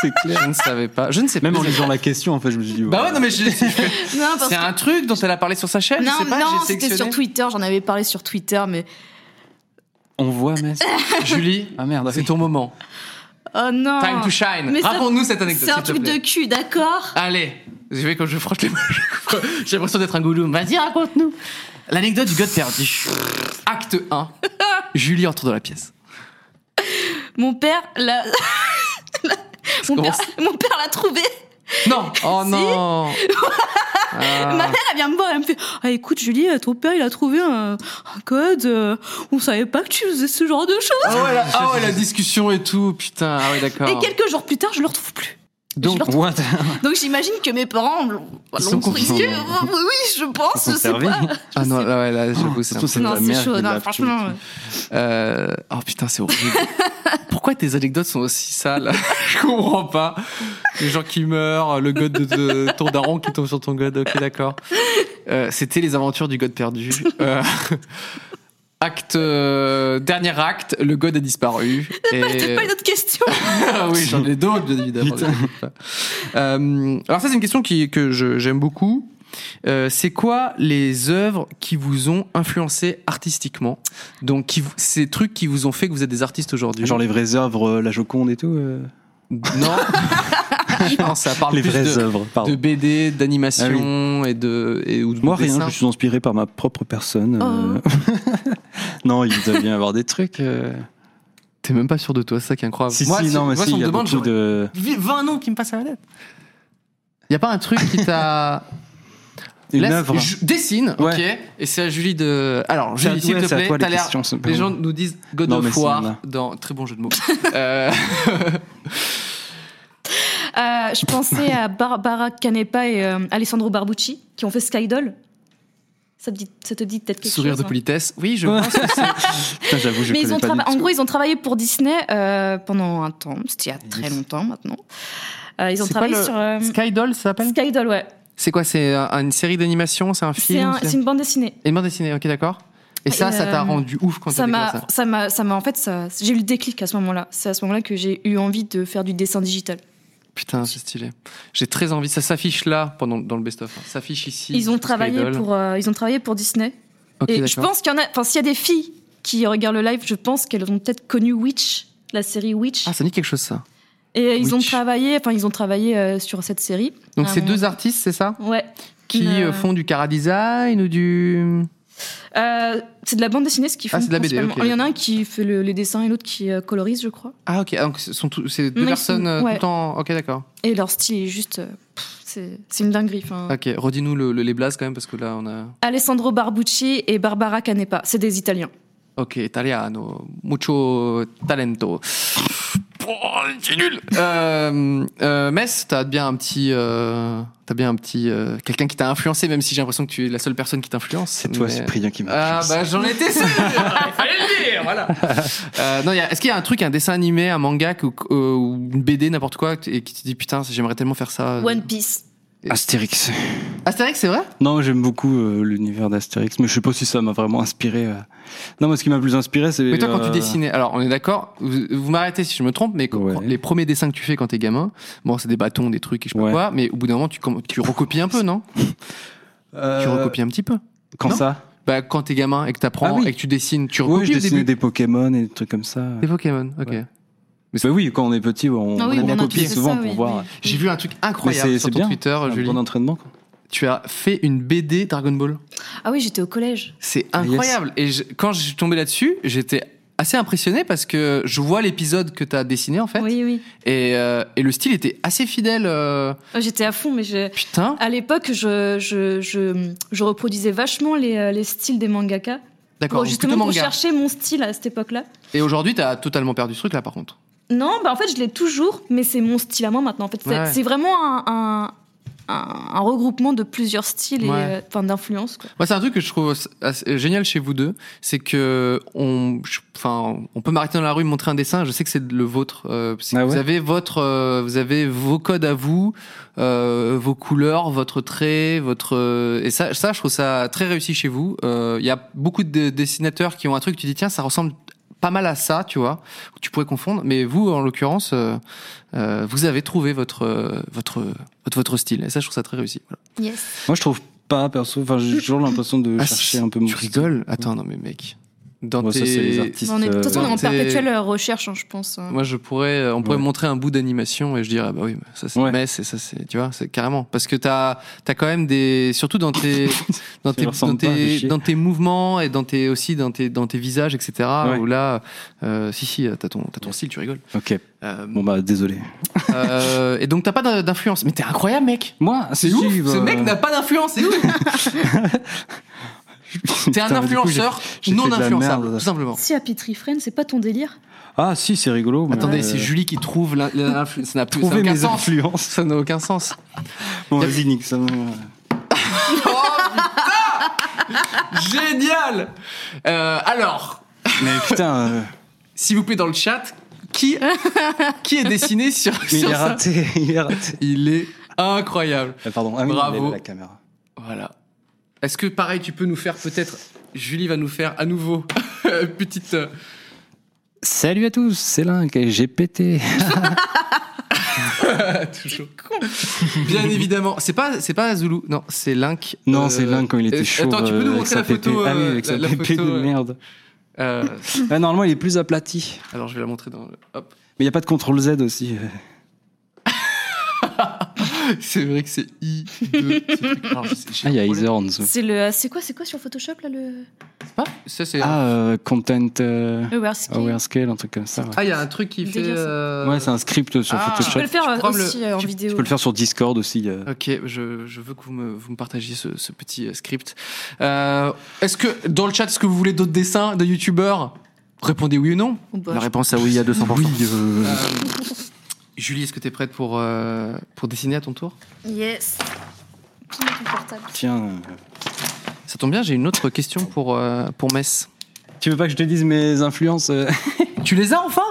A: c'est clair.
B: Je ne savais pas. Je ne sais
A: Même en
B: plus.
A: lisant la question, en fait, je me suis dit.
B: Bah ouais, non, mais je-
D: Non, parce
B: c'est
D: que-
B: un truc dont elle a parlé sur sa chaîne.
D: Non,
B: je sais pas,
D: non,
B: j'ai
D: c'était
B: sélectionné.
D: sur Twitter. J'en avais parlé sur Twitter, mais
A: On voit, mais.
B: Julie,
A: Ah merde.
B: c'est ton moment.
D: oh non.
B: Time to shine.
D: Mais ça-
B: Raconte-nous cette anecdote.
D: C'est un
B: s'il te
D: truc
B: plaît.
D: de cul, d'accord.
B: Allez, vous savez quand je frotte les mains, je- j'ai l'impression d'être un gouloum. Vas-y, raconte-nous. L'anecdote du God perdu. Acte 1. Julie entre dans la pièce.
D: Mon père l'a. l'a- mon, père, mon père l'a trouvé.
B: Non. Oh non. Ah.
D: Ma mère, elle vient me voir, elle me fait Ah, écoute, Julie, ton père, il a trouvé un, un code. euh, on savait pas que tu faisais ce genre de choses.
B: Ah ouais, la, ah ouais, la discussion et tout, putain, ah ouais,
D: Et
B: d'accord.
D: quelques jours plus tard, je le retrouve plus.
A: Donc, what
D: Donc j'imagine que mes parents l'ont
A: Ils
D: l'ont
A: sont
D: pris.
A: confondus.
D: Oui, je pense.
A: Ils
D: Je
A: sont
D: sais
A: servis.
D: pas.
B: Ah non, là, ouais, là, j'avoue, c'est
A: Surtout,
B: un peu-
A: c'est
D: Non,
A: la
D: c'est
A: mère
D: chaud,
A: qui
D: non,
A: l'a
D: franchement.
A: pris.
B: Euh, oh putain, c'est horrible. Pourquoi tes anecdotes sont aussi sales Je comprends pas. Les gens qui meurent, le god de, de- ton daron qui tombe sur ton god, ok d'accord. Euh, C'était les aventures du god perdu. Euh, acte, euh, dernier acte, le god a disparu.
D: T'as
B: Et...
D: pas une autre question
B: Ah oui, j'en ai d'autres, bien évidemment.
A: Putain.
B: Euh, alors ça, c'est une question qui, que je- j'aime beaucoup. Euh, c'est quoi les œuvres qui vous ont influencé artistiquement Donc, qui, vous- ces trucs qui vous ont fait que vous êtes des artistes aujourd'hui
A: Genre les vraies œuvres, euh, la Joconde et tout. euh,
B: Non. non, ça parle
A: Les
B: plus
A: vraies
B: de,
A: œuvres, pardon.
B: de BD, d'animation et de et ou de
A: Moi, rien,
B: dessin. Oh.
A: je suis inspiré par ma propre personne. euh. non, il doit bien y avoir des trucs. euh.
B: T'es même pas sûr de toi, c'est ça qui est incroyable.
A: Si,
B: moi,
A: si,
B: si-
A: non, mais
B: moi,
A: si,
B: si on
A: il y
B: me
A: a
B: demande,
A: beaucoup de. euh,
B: j'aurais 20 noms qui me passent à la tête. Y a pas un truc qui t'a
A: Une
B: Laisse-
A: œuvre.
B: je- Dessine,
A: Ouais.
B: ok. Et c'est à Julie de. Alors,
A: C'est à-
B: Julie, s'il
A: ouais,
B: te
A: c'est à
B: plaît,
A: toi les
B: t'as l'air.
A: questions, c'est pas
B: Les
A: moi.
B: gens nous disent God
A: Non, mais
B: of
A: c'est
B: War
A: Anna.
B: dans très bon jeu de mots. Euh,
D: Euh, Je pensais à Barbara Canepa et euh, Alessandro Barbucci qui ont fait Skydol. Ça te dit, ça te dit peut-être quelque
B: sourire
D: chose
B: de
D: hein.
B: politesse. Oui, je
A: Ouais.
B: pense que c'est.
A: Putain, j'avoue, je
D: Mais ils
A: connais
D: ont
A: pas du
D: trava- en
A: tout.
D: gros, ils ont travaillé pour Disney euh, pendant un temps. C'était il y a très
A: Yes.
D: longtemps maintenant. Euh, ils ont
B: C'est pas
D: travaillé
B: le-
D: sur euh,
B: Skydoll, ça s'appelle
D: Skydol, ouais.
B: C'est quoi C'est un- une série d'animation C'est un
D: C'est
B: film
D: un- c'est une bande dessinée.
B: Et une bande dessinée, ok, d'accord. Et ça,
D: Et,
B: ça t'a
D: euh,
B: rendu ouf quand t'as
D: Ça
B: découvert
D: m'a,
B: ça.
D: ça m'a, ça m'a en fait, ça, j'ai eu le déclic à ce moment-là. C'est à ce moment-là que j'ai eu envie de faire du dessin digital.
B: Putain, c'est stylé. J'ai très envie. Ça s'affiche là, pendant, dans le best-of. hein. Ça s'affiche ici.
D: Ils ont travaillé
B: Skydoll.
D: pour, euh, ils ont travaillé pour Disney.
B: Ok,
D: Et je
B: d'accord.
D: pense qu'il y en a, enfin, s'il y a des filles qui regardent le live, je pense qu'elles ont peut-être connu Witch, la série Witch.
B: Ah, ça dit quelque chose, ça.
D: et ils ont
B: Witch.
D: travaillé, enfin, ils ont travaillé euh, sur cette série.
B: Donc,
D: Ah,
B: c'est
D: bon.
B: deux artistes, c'est ça
D: Ouais.
B: Qui
D: Euh,
B: euh, font du chara-design ou du.
D: Euh, c'est de la bande dessinée ce qu'ils font.
B: Ah, c'est de la BD,
D: principalement.
B: ok.
D: Il y en a un qui fait le- les dessins et l'autre qui euh, colorise, je crois.
B: Ah ok, ah, donc ce sont tous- c'est deux
D: Non, ils
B: personnes
D: sont-
B: euh, tout
D: ouais.
B: le temps. Ok d'accord.
D: Et leur style est juste, euh, pff, c'est c'est une dinguerie. Enfin,
B: Ok, redis-nous le- le- les blases quand même parce que là on a.
D: Alessandro Barbucci et Barbara Canepa, c'est des Italiens.
B: Ok, italiano, mucho talento. Oh, c'est nul. Euh, euh, Metz, t'as bien un petit, euh, t'as bien un petit euh, quelqu'un qui t'a influencé, même si j'ai l'impression que tu es la seule personne qui t'influence.
A: C'est toi,
B: mais-
A: Cyprien, qui m'a
B: Ah
A: influencé.
B: bah j'en étais sûr. Il fallait le dire, voilà. Euh, non, il y a- est-ce qu'il y a un truc, un dessin animé, un manga ou, euh, ou une BD, n'importe quoi, et qui te dit putain, j'aimerais tellement faire ça.
D: One Piece.
A: Astérix.
B: Astérix, c'est vrai
A: Non, j'aime beaucoup euh, l'univers d'Astérix, mais je sais pas si ça m'a vraiment inspiré. euh. Non, moi, ce qui m'a le plus inspiré, c'est.
B: Mais toi, quand
A: euh,
B: tu dessinais, alors on est d'accord, vous, vous m'arrêtez si je me trompe, mais quand-
A: Ouais.
B: quand les premiers dessins que tu fais quand t'es gamin, bon, c'est des bâtons, des trucs, et je sais pas
A: Ouais.
B: quoi, mais au bout d'un moment, tu, comm- tu recopies un peu, non
A: euh,
B: Tu recopies un petit peu.
A: Quand
B: Non
A: ça
B: Bah, quand t'es gamin et que t'apprends
A: Ah oui.
B: et que tu dessines, tu
A: Oui,
B: recopies
A: je
B: au
A: dessinais
B: début.
A: des Pokémon et des trucs comme ça.
B: Des Pokémon, ok.
A: Ouais. Bah oui, quand on est petit, on,
D: Ah oui,
A: on
D: on a
A: copie
D: fait ça,
A: souvent pour
D: oui,
A: voir.
D: oui.
B: J'ai vu un truc
A: Mais
B: incroyable
A: c'est-
B: sur
A: c'est
B: ton
A: bien.
B: Twitter,
A: Un
B: Julie.
A: bon entraînement. quoi.
B: Tu as fait une BD Dragon Ball.
D: Ah oui, j'étais au collège.
B: C'est
A: Ah, yes.
B: incroyable. Et je- quand je suis tombé là-dessus, j'étais assez impressionné parce que je vois l'épisode que t'as dessiné en fait
D: Oui, oui.
B: et, euh, et le style était assez fidèle euh,
D: Euh, J'étais à fond, mais je-
B: putain
D: à l'époque, je, je, je, je reproduisais vachement les, euh, les styles des mangaka.
B: d'accord
D: Bon,
B: donc
D: justement,
B: plutôt
D: pour
B: manga.
D: chercher mon style à cette époque-là.
B: Et aujourd'hui, t'as totalement perdu ce truc là, par contre.
D: Non, bah en fait, je l'ai toujours, mais c'est mon style à moi maintenant. En fait, c'est
B: Ouais.
D: c'est vraiment un, un, un, un regroupement de plusieurs styles et
B: Ouais.
D: euh, enfin, d'influences. quoi.
B: Moi, c'est un truc que je trouve assez- génial chez vous deux, c'est que on, je- enfin, on peut m'arrêter dans la rue, me montrer un dessin. Je sais que c'est le vôtre. euh, c'est que
A: Ah
B: vous
A: ouais
B: avez votre, euh, vous avez vos codes à vous, euh, vos couleurs, votre trait, votre euh, et ça, ça, je trouve ça très réussi chez vous. Euh, Il y a beaucoup de dessinateurs qui ont un truc. Tu dis tiens, ça ressemble pas mal à ça, tu vois. que Tu pourrais confondre, mais vous, en l'occurrence, euh, euh, vous avez trouvé votre, euh, votre, votre, votre style. Et ça, je trouve ça très réussi. Voilà.
D: Yes.
A: Moi, je trouve pas perso. Enfin, j'ai toujours l'impression de
B: Ah,
A: chercher
B: si,
A: un peu mon.
B: Tu
A: style.
B: rigoles Attends, non mais mec. Dans
A: Bon,
B: tes...
A: ça, c'est les artistes.
D: Bah, On est, de toute
A: euh,
D: façon, on est en
B: c'est-
D: perpétuelle euh, recherche, hein, je pense. hein.
B: Moi, je pourrais, on pourrait
A: Ouais.
B: montrer un bout d'animation et je dirais, ah bah oui, mais ça c'est
A: Ouais.
B: mais c'est ça c'est, tu vois, c'est carrément. Parce que t'as, t'as quand même des, surtout dans tes, dans tes,
A: leur
B: dans
A: semble pas, fais
B: tes,
A: chier.
B: dans tes mouvements et dans tes aussi dans tes, dans tes visages, etc.
A: Ouais.
B: Où là, euh, si si, t'as ton, t'as ton style, tu rigoles.
A: Ok.
B: Euh,
A: Bon bah désolé.
B: euh, et donc t'as pas d'in- d'influence, mais t'es incroyable, mec.
A: Moi,
B: C'est ouf.
A: bah,
B: Ce mec n'a pas d'influence, c'est ouf. T'es un influenceur
A: j'ai fait de
B: non
A: la
B: influençable,
A: merde.
B: tout simplement.
E: Si à Pitry Friend, c'est pas ton délire
A: Ah si, c'est rigolo. mais,
B: Attendez,
A: euh,
B: c'est Julie qui trouve l'in- l'influ- ça n'a plus ça n'a
A: Trouver
B: aucun
A: mes
B: sens.
A: influences.
B: Ça n'a aucun sens.
A: Bon,
B: Y'a-
A: vas-y, Nick, ça me-
B: Génial. Euh, alors,
A: Mais putain, euh,
B: s'il vous plaît dans le chat, qui qui est dessiné sur,
A: mais
B: sur
A: il est
B: ça
A: raté, il est raté.
B: Il est incroyable.
A: Ah, Pardon, ah, oui,
B: Bravo.
A: il est là, la caméra.
B: Voilà. Est-ce que pareil, tu peux nous faire peut-être Julie va nous faire à nouveau une petite euh,
A: Salut à tous, c'est Link et j'ai pété.
B: toujours. Bien évidemment, c'est pas c'est pas Zulu, non, c'est Link.
A: Non,
B: Euh,
A: c'est Link quand il était
B: euh,
A: chaud.
B: Attends, tu peux nous montrer la photo
A: Ah oui,
B: euh,
A: avec sa
B: la- la
A: pépé
B: photo,
A: de
B: euh,
A: merde.
B: euh,
A: Ah, normalement, il est plus aplati.
B: alors je vais la montrer dans le hop.
A: Mais il n'y a pas de contrôle Z aussi.
B: C'est vrai que c'est I2. ce truc. Alors, je sais- j'ai
A: Ah, il y a
B: un problème.
A: Ether en dessous.
D: C'est le, euh, c'est quoi, c'est quoi sur Photoshop là le
B: Pas Ça, c'est. Ah,
A: Ah, euh, content euh,
D: Aware Skin
A: aware scale, un truc comme ça.
B: Ah, il y a un truc qui fait.
D: Délire, ça.
B: euh,
A: Ouais, ouais c'est un script sur
B: Ah.
D: Tu peux
A: Photoshop.
D: le faire
B: Je
D: euh,
B: prends le-
D: aussi euh, en vidéo.
A: Tu peux le faire sur Discord aussi. euh.
B: Ok, je, je veux que vous me, vous me partagiez ce, ce petit euh, script. Euh, est-ce que dans le chat, est-ce que vous voulez d'autres dessins de youtubeurs Répondez oui ou non.
D: Oh, bah,
B: La réponse à oui à 200%.
A: Oui, euh,
B: Euh, Julie, est-ce que tu es prête pour, euh, pour dessiner à ton tour
D: Yes. Qui met ton portable
A: tiens. euh,
B: Ça tombe bien, j'ai une autre question pour, euh, pour Metz.
A: Tu veux pas que je te dise mes influences euh
B: Tu les as enfin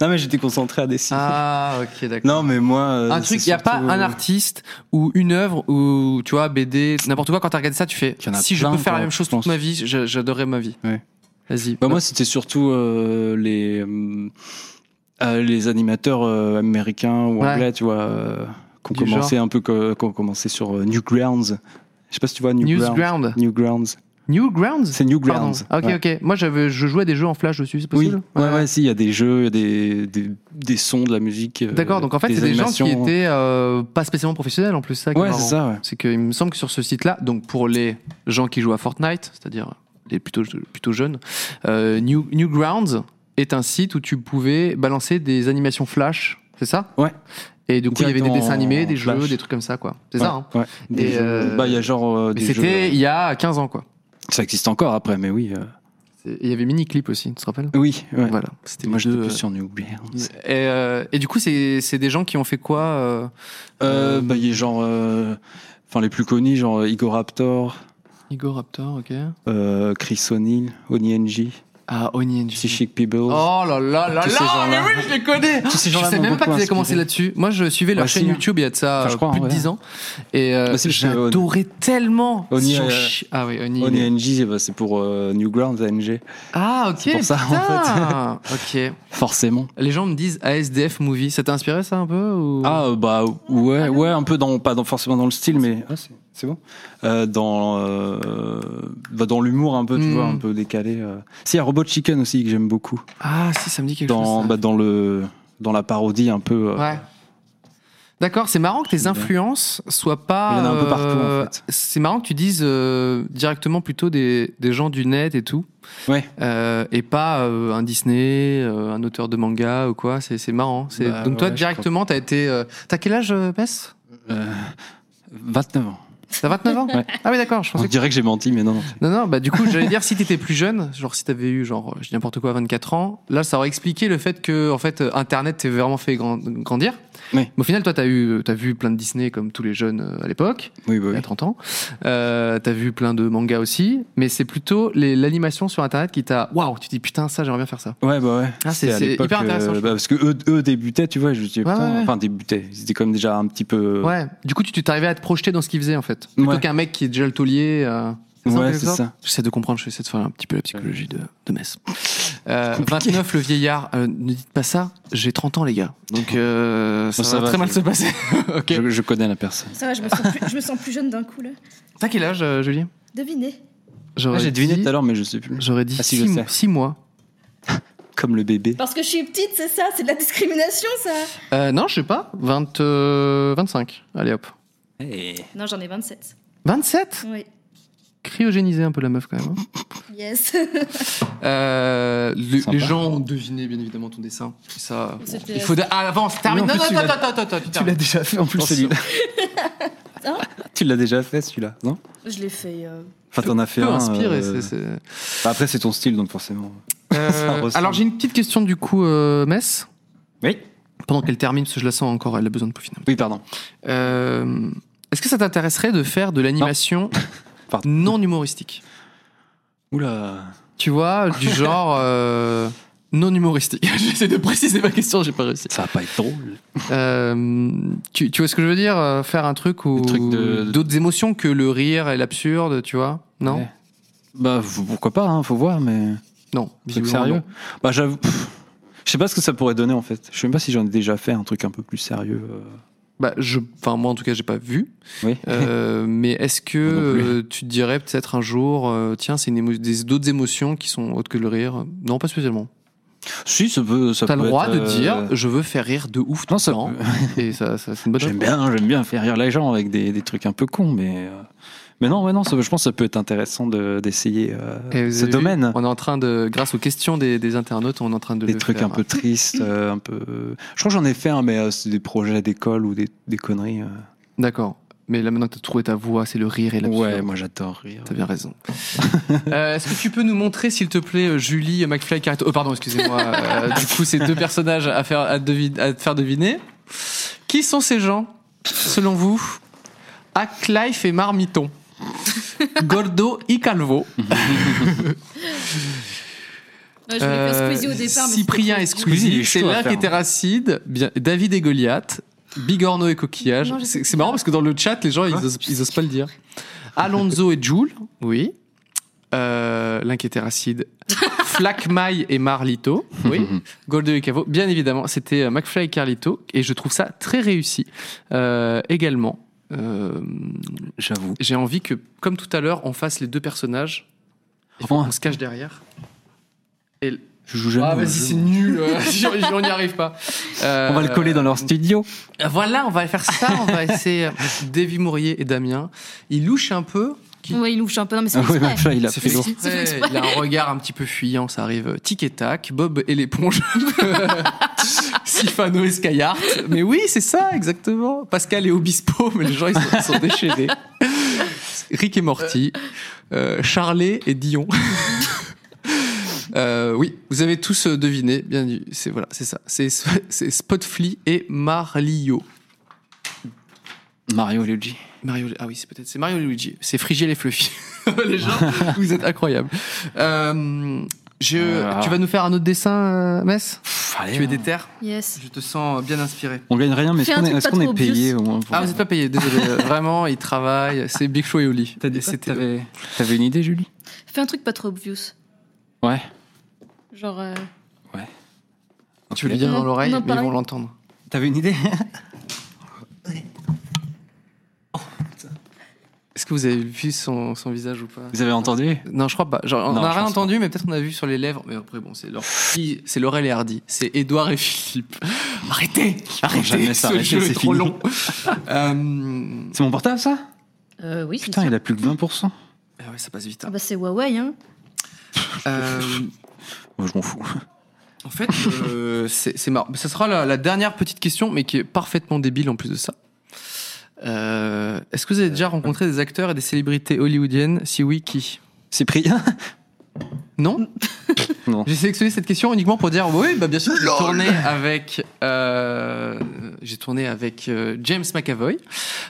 A: Non, mais j'étais concentré à dessiner.
B: Ah, ok, d'accord.
A: Non, mais moi. euh,
B: un
A: c'est
B: truc, il n'y a
A: surtout,
B: pas un
A: euh,
B: artiste ou une œuvre ou tu vois BD, n'importe quoi. Quand tu regardes ça, tu fais
A: Il y en a
B: si je
A: plein,
B: peux faire la
A: quoi,
B: même chose
A: je
B: toute
A: pense.
B: ma vie, j'a- j'adorerais ma vie.
A: Ouais.
B: Vas-y.
A: Bah, moi, c'était surtout euh, les, hum, euh, les animateurs euh, américains ou
B: Ouais.
A: anglais, tu vois, euh, qui ont
B: Du
A: commencé un peu, que- qui ont commencé sur euh, Newgrounds. Je sais pas si tu vois Newgrounds.
B: Newsground.
A: Newgrounds.
B: Newgrounds.
A: C'est Newgrounds.
B: Pardon. Ah, Ok,
A: Ouais.
B: ok. Moi, j'avais, je jouais à des jeux en flash dessus, c'est
A: Oui,
B: possible
A: ouais, ouais, si, il y a des jeux, il y a des, des, des sons, de la musique. euh,
B: D'accord. Donc en fait, c'est des gens qui
A: animations.
B: étaient euh, pas spécialement professionnels en plus. Ça, qui est
A: Ouais,
B: marrant.
A: c'est ça, ouais.
B: C'est qu'il me semble que sur ce site-là, donc pour les gens qui jouent à Fortnite, c'est-à-dire les plutôt, plutôt jeunes, euh, New, Newgrounds est un site où tu pouvais balancer des animations Flash, c'est ça
A: Ouais.
B: Et du coup, il y avait des
A: Directement
B: dessins animés, des
A: en
B: jeux,
A: Flash.
B: des trucs comme ça, quoi. C'est
A: Ouais,
B: ça, hein
A: ouais. Des
B: Et,
A: jeux-
B: euh,
A: Bah, il y a genre. euh,
B: Mais
A: des
B: c'était
A: jeux-
B: il y a 15 ans, quoi.
A: Ça existe encore après, mais oui. euh,
B: C'est- Il y avait Miniclip aussi, tu te rappelles
A: Oui, ouais.
B: Voilà. C'était
A: Moi,
B: les
A: j'étais
B: deux,
A: plus
B: euh,
A: sur Newgrounds.
B: Et, euh, et du coup, c'est c'est des gens qui ont fait quoi euh,
A: Euh, bah, il y a genre. euh, Enfin, les plus connus, genre euh, Igor Raptor,
B: Igor Raptor, ok.
A: euh, Chris O'Neill, Oni NG,
B: Ah, Oni and Jimmy.
A: Psychic People.
B: Oh là là là
A: Tous ces
B: là, mais
A: gens-là.
B: oui, je les connais.
A: Tous ces
B: Je
A: gens-là
B: sais
A: m'ont
B: même pas
A: beaucoup
B: qu'ils avaient commencé
A: inspiré.
B: là-dessus. Moi, je suivais leur
A: Ouais,
B: chaîne
A: si. hein.
B: YouTube il y a de ça
A: Enfin, je
B: euh,
A: crois,
B: plus de
A: ouais.
B: 10 ans. Et euh,
A: Bah, c'est le chien, Oni.
B: j'adorais tellement.
A: Oni,
B: Son
A: euh,
B: chi- Ah oui, Oni. il est-
A: Oni NG, bah, c'est pour euh, Newgrounds ANG,
B: Ah ok.
A: C'est pour ça, en
B: putain. ok.
A: forcément.
B: Les gens me disent ASDF Movie. Ça t'a inspiré ça un peu ou...
A: Ah euh, bah ouais ouais un peu dans pas dans, forcément dans le style mais ah, c'est- c'est bon Euh, dans euh, bah, dans l'humour un peu tu
B: Mm.
A: vois un peu décalé euh. si il y a Robot Chicken aussi que j'aime beaucoup
B: Ah, si, ça me dit quelque
A: dans
B: chose. ça.
A: bah, dans le dans la parodie un peu euh,
B: Ouais. D'accord, c'est marrant que tes
A: J'aime bien.
B: influences soient pas.
A: Il y en a un peu partout, en
B: euh,
A: fait.
B: C'est marrant que tu dises euh, directement plutôt des, des gens du net et tout.
A: Ouais.
B: Euh, et pas euh, un Disney, euh, un auteur de manga ou quoi. C'est c'est marrant. C'est-
A: Bah,
B: Donc toi
A: ouais, je
B: directement, t'as été. euh, T'as quel âge, euh, Bess
A: euh, 29 ans
B: T'as 29 ans
A: Ouais.
B: Ah oui, d'accord, je
A: On
B: pensais que...
A: dirait que j'ai menti, mais non. non.
B: Non, non, bah du coup, j'allais dire si t'étais plus jeune, genre si t'avais eu, genre, je dis n'importe quoi, 24 ans, là, ça aurait expliqué le fait que, en fait, euh, Internet t'ait vraiment fait grand- grandir.
A: Oui.
B: Mais au final, toi, t'as eu, t'as vu plein de Disney comme tous les jeunes euh, à l'époque,
A: Oui, bah
B: il y
A: oui.
B: a 30 ans. Euh, t'as vu plein de mangas aussi, mais c'est plutôt les- l'animation sur Internet qui t'a, waouh, tu te dis putain, ça, j'aimerais bien faire ça.
A: Ouais, bah ouais.
B: Ah, c'est-
A: C'était à
B: c'est
A: l'époque,
B: hyper intéressant, je
A: bah, parce que eux, eux débutaient, tu vois. Je dis, putain,
B: ouais, ouais.
A: Enfin, débutaient. Ils étaient quand même déjà un petit peu.
B: Ouais, du coup, tu tu t'arrivais à te projeter dans ce qu'il faisait en fait. Plutôt
A: Euh. Ouais.
B: qu'un mec qui est déjà le taulier. euh, c'est ça, en
A: Ouais,
B: quelque
A: c'est
B: sorte
A: ça.
B: J'essaie de comprendre, j'essaie de faire un petit peu la psychologie de, de Metz. Euh, 29, le vieillard, euh, ne dites pas ça, j'ai 30 ans les gars. Donc euh, ça,
A: Bon, ça
B: va,
A: va,
B: très mal
A: je-
B: se passer. ok.
A: Je, je connais la personne.
E: Ça va, je me sens plus, je me sens plus jeune d'un coup là.
B: T'as quel âge, euh, Julie
E: Devinez.
A: Ah,
B: J'aurais
A: j'ai deviné
B: dit-
A: tout à l'heure, mais je sais plus.
B: J'aurais dit
A: Ah, si, je
B: 6
A: sais.
B: mois.
A: Comme le bébé.
E: Parce que je suis petite, c'est ça, c'est de la discrimination ça.
B: Euh, non, je sais pas, 20, euh, 25. Allez hop.
E: Non, j'en ai 27.
B: 27
E: Oui.
B: Cryogéniser un peu la meuf quand même. hein.
E: Yes.
B: Euh, le-
A: Sympa.
B: les gens ont deviné bien évidemment ton dessin. Et ça, bon,
E: C'était-
B: il faut de- ah, avance, termine.
A: Non,
B: Non,
A: en
B: non,
A: plus,
B: non,
A: tu l'as-
B: attends, attends, attends, tu
A: Tu l'as
B: termines.
A: déjà fait en plus,
B: Attention.
A: celui-là.
E: Hein
A: tu l'as déjà fait, celui-là, non
E: je l'ai fait. euh,
A: Enfin, t'en as fait
B: Peu
A: un.
B: inspiré.
A: euh,
B: c'est- c'est-
A: bah, après, c'est ton style, donc forcément.
B: Euh,
A: ressemble.
B: alors j'ai une petite question du coup, euh, Metz.
A: Oui.
B: Pendant qu'elle termine, parce que je la sens encore, elle a besoin de peaufiner. un
A: Oui, pardon.
B: peu. Euh, Est-ce que ça t'intéresserait de faire de l'animation
A: Pardon.
B: non humoristique
A: Oula.
B: Tu vois, du genre euh, non humoristique. J'essaie de préciser ma question, j'ai pas réussi.
A: Ça va pas être drôle.
B: Euh, tu, tu vois ce que je veux dire euh, Faire un truc où
A: Des trucs de-
B: d'autres émotions que le rire et l'absurde, tu vois Non
A: Ouais. Bah, f- pourquoi pas, hein, faut voir, mais.
B: Non.
A: Truc
B: visiblement,
A: sérieux
B: non.
A: Bah, j'avoue. pff, Je sais pas ce que ça pourrait donner en fait. Je sais même pas si j'en ai déjà fait un truc un peu plus sérieux. euh.
B: Bah, je, enfin moi en tout cas j'ai pas vu.
A: Oui.
B: Euh, mais est-ce que
A: Moi non plus.
B: euh, tu te dirais peut-être un jour, euh, tiens, c'est une émo- des- d'autres émotions qui sont autres que le rire Non, pas spécialement.
A: Si, ça peut. Ça
B: T'as le
A: peut
B: droit
A: être,
B: de
A: euh,
B: dire, je veux faire rire de ouf tout
A: Non,
B: le
A: ça
B: temps. Et ça, ça c'est une bonne chose.
A: J'aime bien, j'aime bien faire rire les gens avec des, des trucs un peu cons, mais. euh, Mais non, ouais, non, ça- je pense que ça peut être intéressant de- d'essayer euh,
B: Et vous
A: ce
B: avez vu,
A: domaine.
B: on est en train de, grâce aux questions des, des internautes, on est en train de
A: des
B: le
A: trucs
B: faire.
A: un peu tristes, euh, un peu. Je crois que j'en ai fait un, mais euh, c'est des projets d'école ou des, des conneries. euh.
B: D'accord. Mais là maintenant que t'as trouvé ta voix, c'est le rire et l'absurde.
A: Ouais, moi j'adore rire.
B: T'as bien raison. Euh, Est-ce que tu peux nous montrer, s'il te plaît, euh, Julie, McFly, Carito Oh, pardon, excusez-moi. Euh, du coup, ces deux personnages à faire, à, devi- à te faire deviner. Qui sont ces gens, selon vous Acklife et Marmiton. Gordo et Calvo.
E: ouais, je l'ai fait Squeezie au départ, mais.
B: Euh, Cyprien
E: c'était
B: et
E: trop
A: Squeezie, il
B: Squeezie.
A: est
B: C'est
A: chaud à
B: là
A: faire, hein.
B: qui était racide. Bien, David et Goliath. Bigorneau et Coquillage.
E: Non, je sais
B: C'est
E: pas.
B: c'est marrant parce que dans le chat, les gens,
A: Ah.
B: ils, osent, ils osent pas le dire. Alonso et Jules. Oui. Euh, L'un qui était racide. Flakmaï et Marlito. Oui. Goldo et Cavo. Bien évidemment, c'était euh, McFly et Carlito. Et je trouve ça très réussi. Euh, également. Euh,
A: J'avoue.
B: J'ai envie que, comme tout à l'heure, on fasse les deux personnages. Et
A: Oh.
B: On se cache derrière. Et
A: Je joue jamais.
B: ah,
A: au
B: vas-y,
A: jeu.
B: c'est nul. euh, on n'y arrive pas. Euh,
A: On va le coller dans leur studio.
B: Voilà, on va faire ça. On va essayer. Davy Mourier et Damien, ils louchent un peu. Qui-
D: Ouais, il louche un peu. Non, mais c'est
A: Ah
D: pas
A: ouais,
D: exprès.
A: McFly, il a
B: C'est
A: fait lourd.
D: C'est fait
B: exprès, Il a un regard un petit peu fuyant, ça arrive. Tic et tac, Bob et l'éponge. Sifano et Skyhart. Mais oui, c'est ça, exactement. Pascal et Obispo, mais les gens, ils sont, ils sont déchaînés. Rick et Morty. Euh, Charlet et Dion. Euh, oui, vous avez tous euh, deviné. Bien, dit. c'est voilà, c'est ça. C'est c'est Spotfly et Marlio.
A: Mario et Luigi.
B: Mario, ah oui, c'est peut-être, c'est Mario et Luigi. C'est Frigiel et Fluffy. Les gens, vous êtes incroyables. Euh, je,
A: Ah.
B: Tu vas nous faire un autre dessin, euh, Metz
A: Pff, allez,
B: Tu es
A: hein.
B: des terres
E: Yes.
B: Je te sens bien inspiré.
A: On gagne rien, mais est-ce
E: Fais un
A: qu'on est,
E: truc
A: est-ce
E: pas
A: qu'on
E: trop
A: est payé au moins pour-
B: Ah, vous n'êtes pas payé, désolé. Vraiment, ils travaillent. C'est Big Show et Oli.
A: T'as dit
B: Et
A: ça,
B: c'était-
A: t'avais... t'avais une idée, Julie
E: Fais un truc pas trop obvious.
A: Ouais.
E: Genre. euh,
B: Tu veux lui dire
E: On en-
B: dans l'oreille,
E: on en
B: mais ils
E: parlait.
B: vont l'entendre.
A: T'avais une idée
B: Est-ce que vous avez vu son, son visage ou pas
A: Vous avez entendu
B: Non, je crois pas. Genre, on
A: Non,
B: n'a
A: je
B: rien
A: pense pas.
B: entendu, mais peut-être on a vu sur les lèvres. Mais après, bon, c'est leur fille, c'est Laurel et Hardy. C'est Édouard et Philippe. Arrêtez Arrêtez
A: jamais
B: Ce
A: s'arrêter,
B: jeu
A: c'est
B: est trop
A: fini.
B: long. euh...
A: C'est mon portable, ça
E: Euh, oui, c'est
A: Putain,
E: sûr.
A: il a plus que 20%.
B: Ah ouais, ça passe vite.
E: Ah bah c'est Huawei, hein.
B: Euh,
A: Moi, je m'en fous.
B: en fait, euh, c'est c'est marrant. Ça sera la, la dernière petite question, mais qui est parfaitement débile en plus de ça. Euh, Est-ce que vous avez déjà rencontré des acteurs et des célébrités hollywoodiennes Si oui, qui
A: Cyprien
B: Non
A: Non.
B: J'ai sélectionné cette question uniquement pour dire oui, bah bien sûr, j'ai tourné avec euh, j'ai tourné avec euh, James McAvoy,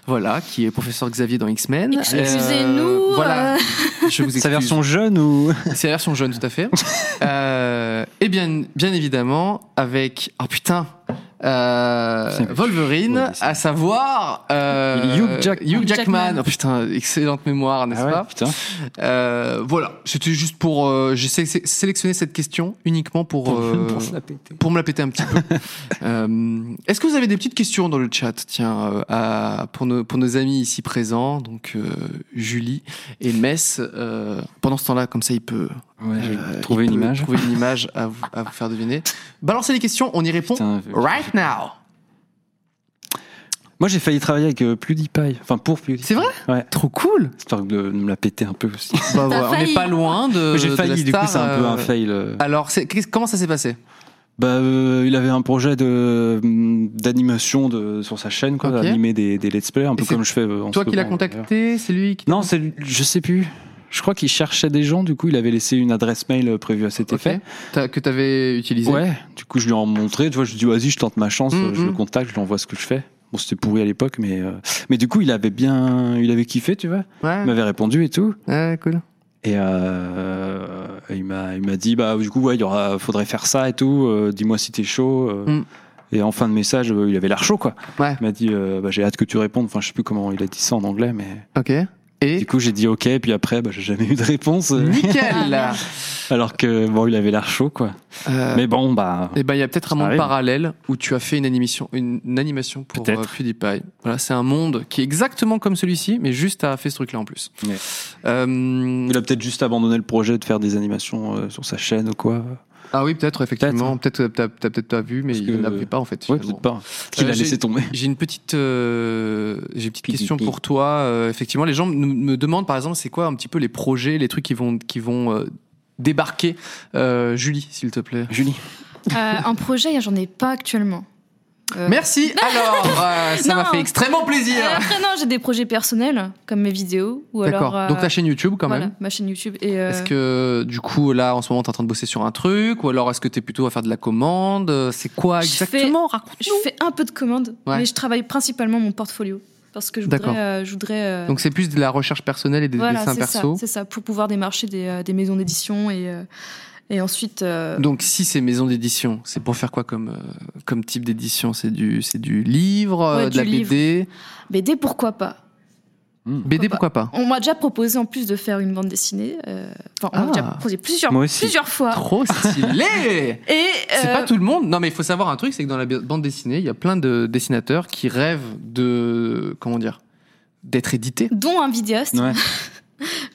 B: voilà, qui est professeur Xavier dans X-Men.
D: Excusez-nous,
B: Euh, voilà,
D: euh.
B: je vous
A: Sa
B: excuse.
A: version jeune ou
B: C'est la version jeune, tout à fait. Euh, et bien, bien évidemment, avec. Oh putain! euh,
A: C'est-
B: Wolverine,
A: Ouais, c'est-
B: à savoir euh,
A: Hugh Jack-
B: Hugh Jackman.
E: Jackman.
B: Oh putain, excellente mémoire, n'est-ce
A: Ah ouais,
B: pas
A: Putain.
B: Euh, Voilà, c'était juste pour. euh, J'ai sé- sé- sélectionné cette question uniquement pour euh, pour me la péter un petit peu. Euh, Est-ce que vous avez des petites questions dans le chat, tiens, euh, à- pour, nos, pour nos amis ici présents, donc euh, Julie et Mess. euh, pendant ce temps-là, comme ça, il peut
A: Ouais, j'ai
B: euh,
A: trouvé
B: il
A: une
B: peut
A: image.
B: Trouver une image à vous, à vous faire deviner. Balancez les questions, on y répond
A: Putain, je-
B: right now.
A: Moi, j'ai failli travailler avec euh, PewDiePie. Enfin, pour PewDiePie.
B: C'est vrai
A: Ouais.
B: Trop cool.
A: J'espère que de me la péter un peu aussi.
B: Bah, voilà, on
D: failli.
B: n'est pas loin de. Euh, de
A: J'ai
B: la
A: failli, du coup,
B: star,
A: c'est un peu
B: euh,
A: un fail. euh.
B: Alors, c'est- qu'est-ce- comment ça s'est passé
A: Bah, euh, il avait un projet de mm, d'animation de sur sa chaîne, quoi,
B: Ok.
A: d'animer des, des let's play, un peu
B: Et c'est
A: comme je fais. euh, en
B: Toi
A: ce
B: qui l'as
A: moment, d'ailleurs.
B: contacté, c'est lui qui.
A: Non, c'est je sais plus. Je crois qu'il cherchait des gens. Du coup, il avait laissé une adresse mail prévue à cet
B: Ok.
A: effet.
B: T'as- Que t'avais utilisé.
A: Ouais. Du coup, je lui ai en montré. Tu vois, je lui dis vas-y, je tente ma chance.
B: Mm,
A: Je le
B: mm.
A: contacte, je lui envoie ce que je fais. Bon, c'était pourri à l'époque, mais euh, mais du coup, il avait bien, il avait kiffé, tu vois.
B: Ouais.
A: Il m'avait répondu et tout.
B: Ouais, cool.
A: Et euh, il m'a il m'a dit bah du coup ouais il y aura faudrait faire ça et tout euh, dis-moi si t'es chaud euh.
B: Mm.
A: et en fin de message euh, il avait l'air chaud quoi
B: Ouais.
A: il m'a dit euh, bah, j'ai hâte que tu répondes enfin je sais plus comment il a dit ça en anglais mais
B: Ok. Et
A: du coup j'ai dit ok et puis après bah, j'ai jamais eu de réponse euh,
B: nickel. là.
A: alors que bon il avait l'air chaud quoi
B: Euh,
A: mais bon bah
B: Eh ben, il y a peut-être un monde
A: arrive.
B: parallèle où tu as fait une animation, une, une animation pour
A: Peut-être.
B: euh, PewDiePie. Voilà, c'est un monde qui est exactement comme celui-ci, mais juste a fait ce truc-là en plus.
A: Ouais.
B: Euh,
A: il a peut-être juste abandonné le projet de faire des animations euh, sur sa chaîne ou quoi
B: ah oui, peut-être effectivement, peut-être euh, t'as t'as peut-être pas vu, mais
A: Parce
B: il
A: que-
B: n'avait pas en fait.
A: ouais
B: finalement.
A: peut-être pas qu'il
B: Euh,
A: a
B: j'ai-
A: laissé tomber
B: J'ai une petite, euh, j'ai une petite
A: Pipi,
B: question
A: pipi.
B: pour toi. Euh, effectivement, les gens nous- me demandent par exemple, c'est quoi un petit peu les projets, les trucs qui vont, qui vont euh, débarquer. Euh, Julie, s'il te plaît.
A: Julie
D: Euh, un projet, j'en ai pas actuellement. Euh,
B: Merci. Alors, euh, ça m'a
D: Non.
B: fait extrêmement
D: euh,
B: plaisir.
D: après, non, j'ai des projets personnels, comme mes vidéos. ou
B: D'accord.
D: alors, euh,
B: Donc ta chaîne YouTube quand
D: voilà,
B: même.
D: ma chaîne YouTube. Et, euh,
B: Est-ce que du coup là en ce moment t'es en train de bosser sur un truc ou alors est-ce que t'es plutôt à faire de la commande Euh, C'est quoi
D: Je fais-
B: exactement
D: Je
B: Raconte-nous.
D: fais un peu de commandes,
B: Ouais.
D: mais je travaille principalement mon portfolio. Parce que je
B: D'accord.
D: voudrais. euh, je voudrais euh,
B: Donc c'est plus de la recherche personnelle et des
D: voilà,
B: dessins
D: c'est ça,
B: perso.
D: C'est ça, pour pouvoir démarcher des, euh, des maisons d'édition et, euh, et ensuite. euh,
B: Donc si c'est maison d'édition, c'est pour faire quoi comme euh, comme type d'édition C'est du c'est du livre, euh,
D: Ouais,
B: de la
D: du livre.
B: BD.
D: BD, pourquoi pas
B: BD pourquoi
D: Pourquoi
B: pas
D: On m'a déjà proposé en plus de faire une bande dessinée. euh, Enfin, on m'a
B: Ah.
D: déjà proposé plusieurs,
A: Moi aussi.
D: plusieurs fois.
B: Trop stylé
D: Et
B: C'est
D: Ah. euh,
B: pas tout le monde. Non, mais il faut savoir un truc, c'est que dans la ba- bande dessinée, il y a plein de dessinateurs qui rêvent de comment dire, d'être édité.
D: dont un vidéaste
A: ouais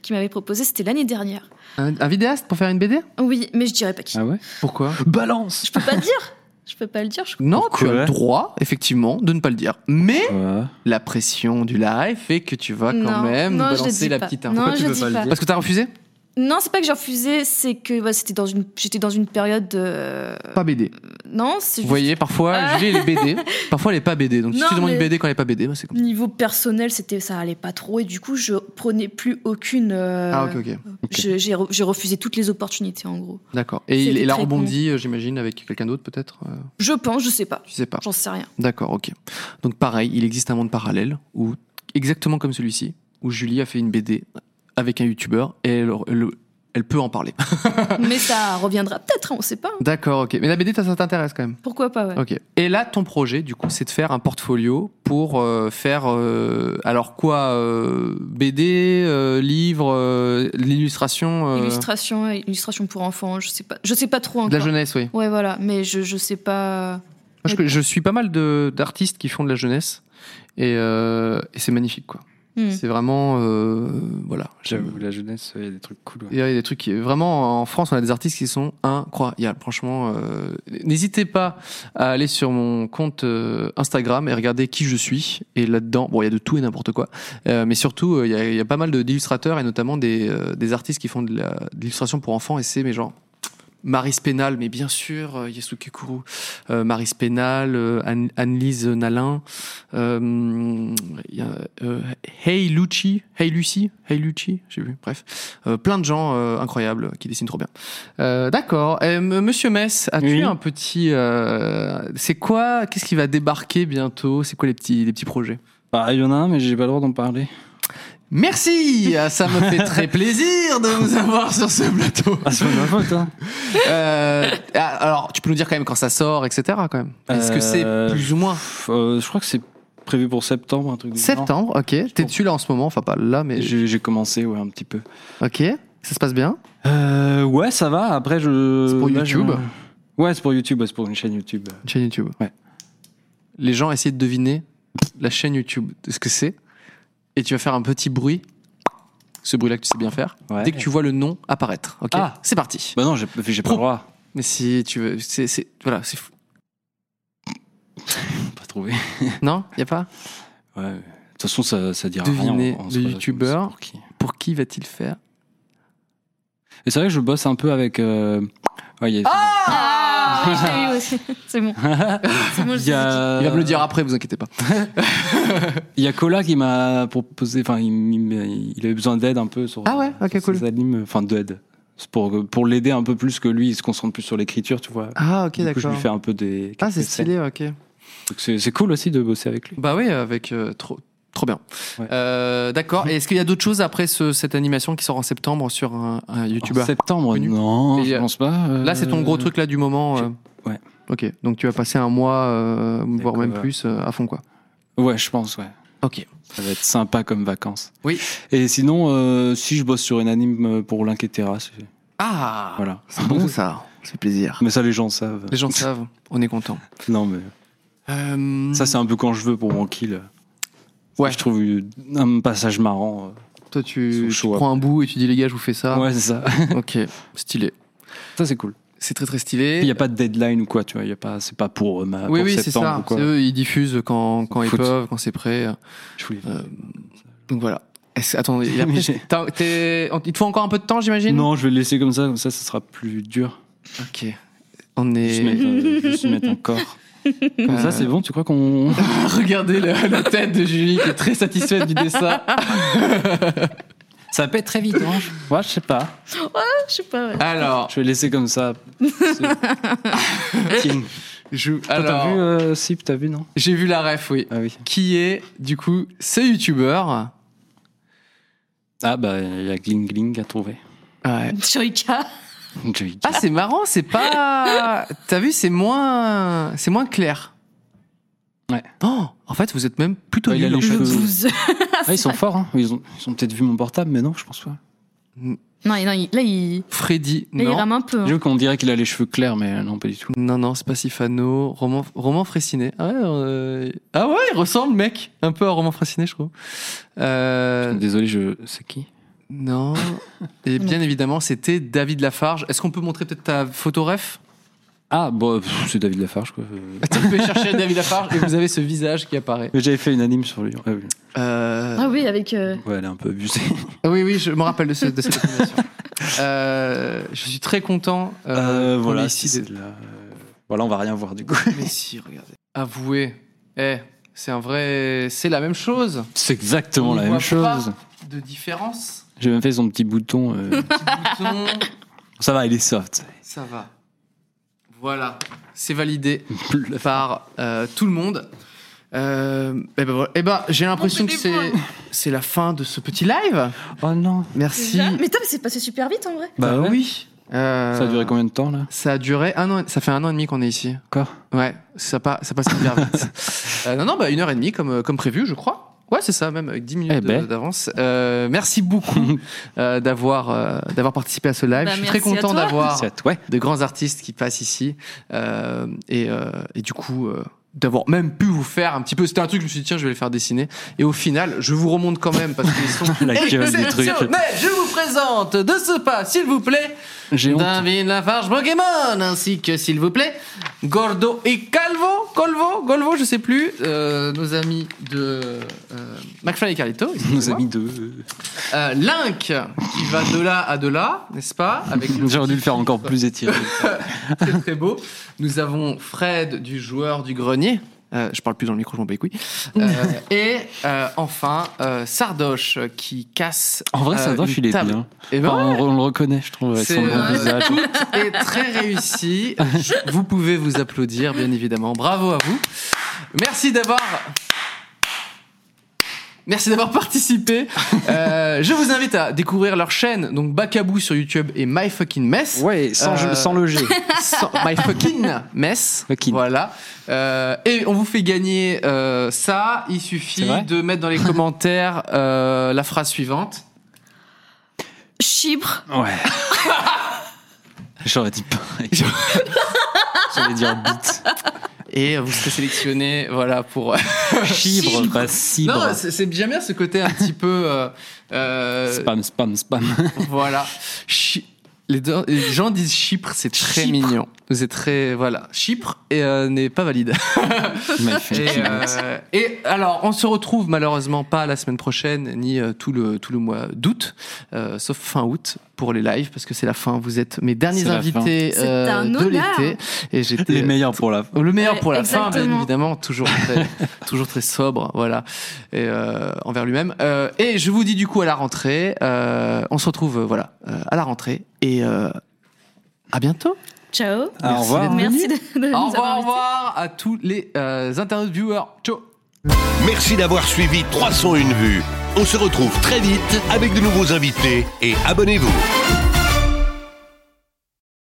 D: qui m'avait proposé, c'était l'année dernière.
B: Un, un vidéaste pour faire une BD
D: Oui, mais je dirais pas qui.
A: ah ouais
B: Pourquoi
A: balance
D: Je peux pas le dire. Je peux pas le dire. je-
B: Non, tu as
A: Pourquoi
B: le droit, effectivement, de ne pas le dire. Mais
A: Ouais.
B: la pression du live fait que tu vas quand
D: Non,
B: même
D: non, je
B: balancer
D: le dis
B: la
D: pas.
B: petite
D: Non,
B: info.
D: je dis pas.
B: Parce que t'as refusé
D: Non, c'est pas que j'ai refusé, c'est que bah, c'était dans une, j'étais dans une période. de-
B: Pas BD.
D: Non,
B: Vous
D: c'est juste
B: voyez, parfois,
D: Ah.
B: Julie, elle est BD. Parfois, elle est pas BD. Donc, si
D: Non,
B: tu demandes une
D: mais-
B: BD quand elle est pas BD, bah, c'est comme ça.
D: niveau personnel, c'était ça allait pas trop et du coup, je prenais plus aucune. euh,
B: Ah, ok, ok.
D: je- j'ai re- j'ai refusé toutes les opportunités en gros.
B: D'accord. Et il,
D: C'est
B: il a
D: très
B: rebondi, euh, j'imagine, avec quelqu'un d'autre, peut-être euh,
D: Je pense, je sais pas,
B: Je sais pas.
D: j'en sais rien.
B: D'accord, ok. Donc, pareil, il existe un monde parallèle où, exactement comme celui-ci, où Julie a fait une BD avec un youtubeur et elle, elle- elle peut en parler.
D: Mais ça reviendra peut-être, hein, on sait pas. hein.
B: D'accord, ok. Mais la BD, ça ça t'intéresse quand même
D: Pourquoi pas, ouais.
B: Ok. Et là, ton projet, du coup, c'est de faire un portfolio pour euh, faire euh, alors quoi euh, BD, euh, livre, euh, l'illustration euh,
D: Illustration, ouais, illustration pour enfants, je sais pas, je sais pas trop encore.
B: de la jeunesse, oui. Moi,
D: Ouais, voilà, mais je, je sais pas.
B: je, je suis pas mal de d'artistes qui font de la jeunesse et, euh, et c'est magnifique, quoi.
D: Hmm.
B: C'est vraiment euh, voilà.
A: j'avoue la jeunesse il y a des trucs cool ouais.
B: Il y a des trucs qui- vraiment en France, on a des artistes qui sont incroyables. Franchement, euh, n'hésitez pas à aller sur mon compte euh, Instagram et regarder qui je suis. Et là-dedans, bon, il y a de tout et n'importe quoi. Euh, mais surtout, euh, il y a- il y, a pas mal de- d'illustrateurs et notamment des, euh, des artistes qui font de la- de l'illustration pour enfants. Et c'est mais genre Maris Pénal, mais bien sûr, euh, Yasuke Kuru, euh, Maris Pénal, euh, Anne- Anne-Lise Nalin, euh, il y a, euh, Hey Lucci, Hey Lucy, Hey Lucci, j'ai vu, bref. Euh, plein de gens euh, incroyables qui dessinent trop bien. Euh, D'accord. Euh, m- Monsieur Metz, as-tu
A: Oui.
B: un petit... euh, c'est quoi Qu'est-ce qui va débarquer bientôt C'est quoi les petits, les petits projets
A: Bah, il y en a un, mais j'ai pas le droit d'en parler.
B: Merci Ah, Ça me fait très plaisir de vous avoir sur ce plateau.
A: Ah, c'est pas ma faute, hein.
B: Euh, ah, alors, tu peux nous dire quand même quand ça sort, etc. Quand même. Est-ce que c'est
A: Euh,
B: plus ou moins
A: Pff, euh, je crois que c'est prévu pour septembre, un truc du genre.
B: septembre Ok. T'es dessus là en ce moment, enfin pas là, mais
A: J'ai j'ai commencé, ouais, un petit peu.
B: ok. Ça se passe bien.
A: Euh, ouais, ça va. Après, je.
B: C'est pour
A: là,
B: YouTube
A: je- Ouais, c'est pour YouTube, ouais, c'est pour une chaîne YouTube.
B: Une chaîne YouTube.
A: Ouais.
B: Les gens essaient de deviner la chaîne YouTube, de ce que c'est, et tu vas faire un petit bruit. Ce bruit-là que tu sais bien faire.
A: Ouais.
B: Dès que tu vois le nom apparaître. Ok.
A: Ah.
B: C'est parti.
A: Bah non, j'ai j'ai pas
B: Pro-
A: le droit.
B: Mais si tu veux, c'est c'est- voilà, c'est fou.
A: Pas trouvé.
B: Non, y a pas.
A: Ouais. De toute façon, ça, ça dira
B: Devinez
A: rien. on- on
B: le
A: sait pas
B: youtubeur.
A: c'est pour qui.
B: Pour qui va-t-il faire
A: Et c'est vrai que je bosse un peu avec. euh, ouais, il y a-
D: Ah, oui, je l'ai eu aussi. C'est bon. C'est bon, je
A: il y a-
B: Il va me le dire après, vous inquiétez pas.
A: Il y a Cola qui m'a proposé, enfin, il, il- il avait besoin d'aide un peu sur,
B: Ah ouais, ok,
A: sur
B: cool.
A: ses animes, enfin d'aide. C'est pour, pour l'aider un peu plus que lui, il se concentre plus sur l'écriture, tu vois.
B: Ah ok,
A: du coup, je
B: d'accord.
A: lui fais un peu des.
B: Ah,
A: quelques
B: c'est
A: scènes.
B: stylé, ok.
A: Donc, C'est c'est cool aussi de bosser avec lui.
B: Bah oui, avec euh, trop, trop bien.
A: Ouais.
B: Euh, D'accord. Et est-ce qu'il y a d'autres choses après ce- cette animation qui sort en septembre sur un, un
A: En
B: youtubeur
A: septembre,
B: Connu.
A: non,
B: Et,
A: je
B: euh,
A: pense pas. euh,
B: Là, c'est ton gros truc là du moment. euh.
A: ouais.
B: Ok. Donc tu vas passer un mois, euh, voire même
A: ouais.
B: plus, euh, à fond quoi.
A: Ouais, je pense, ouais.
B: Ok.
A: Ça va être sympa comme vacances.
B: Oui.
A: Et sinon, euh, si je bosse sur une anime pour l'Inquiétera, c'est-
B: Ah.
A: voilà.
B: C'est bon ça. C'est plaisir.
A: Mais ça, les gens savent.
B: Les gens savent. On est content.
A: Non, mais
B: Euh,
A: ça, c'est un peu quand je veux pour mon kill.
B: Ouais.
A: Je trouve euh, un passage marrant. euh,
B: Toi, tu,
A: Ils
B: tu
A: sont chauds
B: prends un bout et tu dis les gars, je vous fais ça.
A: Ouais, c'est ça.
B: Ok. Stylé.
A: ça, c'est cool.
B: Ah. C'est très très stylé.
A: Il n'y a pas de deadline ou quoi, tu vois. Il y a pas, c'est pas pour, euh, ma,
B: oui,
A: pour
B: oui, c'est
A: septembre
B: ça.
A: ou quoi.
B: C'est Eux, ils diffusent quand, quand ils
A: Foot.
B: peuvent, quand c'est prêt.
A: Je voulais-
B: Euh, Donc voilà. Est-ce- Attends, il, a
A: Mais
B: pris-
A: j'ai-
B: t'as- t'es- on- il te faut encore un peu de temps, j'imagine
A: Non, je vais le laisser comme ça. Comme ça, ça sera plus dur.
B: Ok. On
A: Juste
B: est.
A: mettre, euh, juste mettre un corps. Comme ça, c'est bon. Tu crois qu'on
B: Regardez le- la tête de Julie qui est très satisfaite du dessin.
A: ça pète très vite, hein Ouais, je sais pas.
E: Je sais pas. ouais.
B: Alors,
A: Je vais laisser comme ça. C'est- King.
B: je-
A: Toi, T'as vu
B: alors,
A: euh, Sip, t'as vu non
B: j'ai vu la ref, oui.
A: Ah oui.
B: Qui est, du coup, ce youtubeur.
A: Ah bah il y a Gling Gling à trouver.
B: Ouais.
D: Choika.
A: Joey.
B: Ah, c'est marrant, c'est pas. T'as vu, c'est moins. C'est moins clair.
A: Ouais.
B: Oh, en fait, vous êtes même plutôt
A: Ouais, il a
B: nuls,
A: les
B: en fait.
A: cheveux.
D: Douze.
A: Ah, ils sont forts. Hein. Ils ont, ils ont peut-être vu mon portable, mais non, je pense pas.
D: Non, non, il- là, il,
B: Freddy,
D: là, il
B: non.
D: rame un peu. hein.
A: J'ai vu qu'on dirait qu'il a les cheveux clairs, mais non pas du tout.
B: Non, non, c'est pas Sifano. Roman, Roman Fraissinet. Ah ouais, euh, ah ouais, il ressemble, mec. Un peu à Roman Fraissinet, je trouve. Euh,
A: Désolé, je c'est qui
B: non. Et bien évidemment, c'était David Lafarge. Est-ce qu'on peut montrer peut-être ta photo ref
A: Ah bon, pff, c'est David Lafarge quoi. Euh,
B: Tu peux chercher David Lafarge et vous avez ce visage qui apparaît.
A: Mais j'avais fait une anime sur lui. Ah oui.
B: Euh,
D: Ah oui, avec. euh,
A: Ouais, elle est un peu abusée.
B: Ah oui, oui, je me rappelle de, ce- de cette animation. Euh, je suis très content. euh,
A: Euh,
B: qu'on
A: voilà,
B: ait ici
A: c'est
B: des-
A: celle-là. Euh, Voilà, on va rien voir du coup.
B: Mais si, regardez. Avouez. Eh, c'est un vrai. C'est la même chose.
A: C'est exactement
B: On
A: la
B: voit
A: même
B: pas
A: chose.
B: De différence.
A: J'ai même fait son petit bouton. euh,
B: Petit bouton.
A: Ça va, il est soft.
B: Ça va. Voilà. C'est validé par euh, tout le monde. Euh, eh ben, voilà. Eh ben, j'ai l'impression que c'est c'est la fin de ce petit live.
A: Oh non.
B: Merci.
D: Mais toi, mais c'est passé super vite en vrai.
A: Bah ouais.
B: oui. Euh,
A: Ça a duré combien de temps là
B: Ça a duré un an. Ça fait un an et demi qu'on est ici.
A: Encore
B: Ouais. Ça passe. Ça passe hyper vite. Euh, non, non. Bah une heure et demie comme euh, comme prévu, je crois. Ouais, c'est ça, même avec 10 minutes
A: Eh ben.
B: de- d'avance. Euh, merci beaucoup euh, d'avoir euh, d'avoir participé à ce live.
E: Bah,
B: je suis très
E: merci à
B: content
E: toi.
B: d'avoir
A: C'est à toi.
B: de grands artistes qui passent ici euh, et, euh, et du coup euh, d'avoir même pu vous faire un petit peu c'était un truc je me suis dit tiens je vais le faire dessiner et au final je vous remonte quand même parce qu'ils sont
A: La gueule des trucs.
B: exceptionnels. je vous présente de ce pas s'il vous plaît
A: J'ai honte.
B: David Lafarge Pokémon ainsi que s'il vous plaît Gordo et Calvo Colvo Golvo, je sais plus, euh, nos amis de euh, McFly et Carlito,
A: Nos
B: excusez-moi.
A: amis de.
B: Euh, Link, qui va de là à de là, n'est-ce pas Avec le
A: J'aurais dû le faire encore plus étiré.
B: C'est très beau. Nous avons Fred du joueur du grenier. Euh, je parle plus dans le micro, je m'en bats les couilles. Euh, et euh, enfin, euh, Sardoche euh, qui casse.
A: En vrai,
B: euh,
A: ça doit,
B: une
A: il est
B: table.
A: bien.
B: Eh ben,
A: hein. Enfin, on, on le reconnaît, je trouve, avec
B: c'est
A: son grand visage.
B: tout est très réussi. Je- Vous pouvez vous applaudir, bien évidemment. Bravo à vous. Merci d'avoir. Merci d'avoir participé. Euh, je vous invite à découvrir leur chaîne, donc Bakabou sur YouTube et My Fucking Mess.
A: Ouais, sans,
B: Euh,
A: sans le G.
B: Sans- My fucking mess.
A: Fucking.
B: Voilà. Euh, et on vous fait gagner euh, ça. Il suffit
A: C'est vrai
B: de mettre dans les commentaires euh, la phrase suivante.
D: Chypre.
A: Ouais. J'aurais dit pareil. J'allais dire bite.
B: Et vous serez sélectionné, voilà, pour.
A: Chibre, pas cibre.
B: Non, c'est c'est bien bien ce côté un petit peu. euh, euh,
A: Spam, spam, spam.
B: Voilà. Chi- les, deux- les gens disent Chypre, c'est très
A: Chypre.
B: mignon. C'est très. Voilà. Chypre et, euh, n'est pas valide.
A: Mais fait
B: Et,
A: chibre.
B: euh, et alors, on se retrouve malheureusement pas la semaine prochaine, ni euh, tout, le, tout le mois d'août, euh, sauf fin août pour les lives, parce que c'est la fin. Vous êtes mes derniers
A: C'est la
B: invités
D: fin. C'est
B: euh,
D: un
B: de
D: honneur.
B: l'été. Et
A: Les
B: j'étais.
A: meilleurs pour la.
B: Le meilleur
D: Ouais,
B: pour la fin, bien
D: exactement.
B: évidemment, toujours très, toujours très sobre, voilà, et, euh, envers lui-même. Euh, et je vous dis du coup à la rentrée, euh, on se retrouve, euh, voilà, euh, à la rentrée, et euh, à bientôt.
D: Ciao.
A: Ah, au
B: Merci
A: revoir.
B: d'être venu.
D: Merci de, de nous
B: Au
D: avoir
B: revoir, au
D: invités.
B: revoir à tous les euh, internautes viewers. Ciao.
C: Merci d'avoir suivi 301 vues. On se retrouve très vite avec de nouveaux invités et abonnez-vous.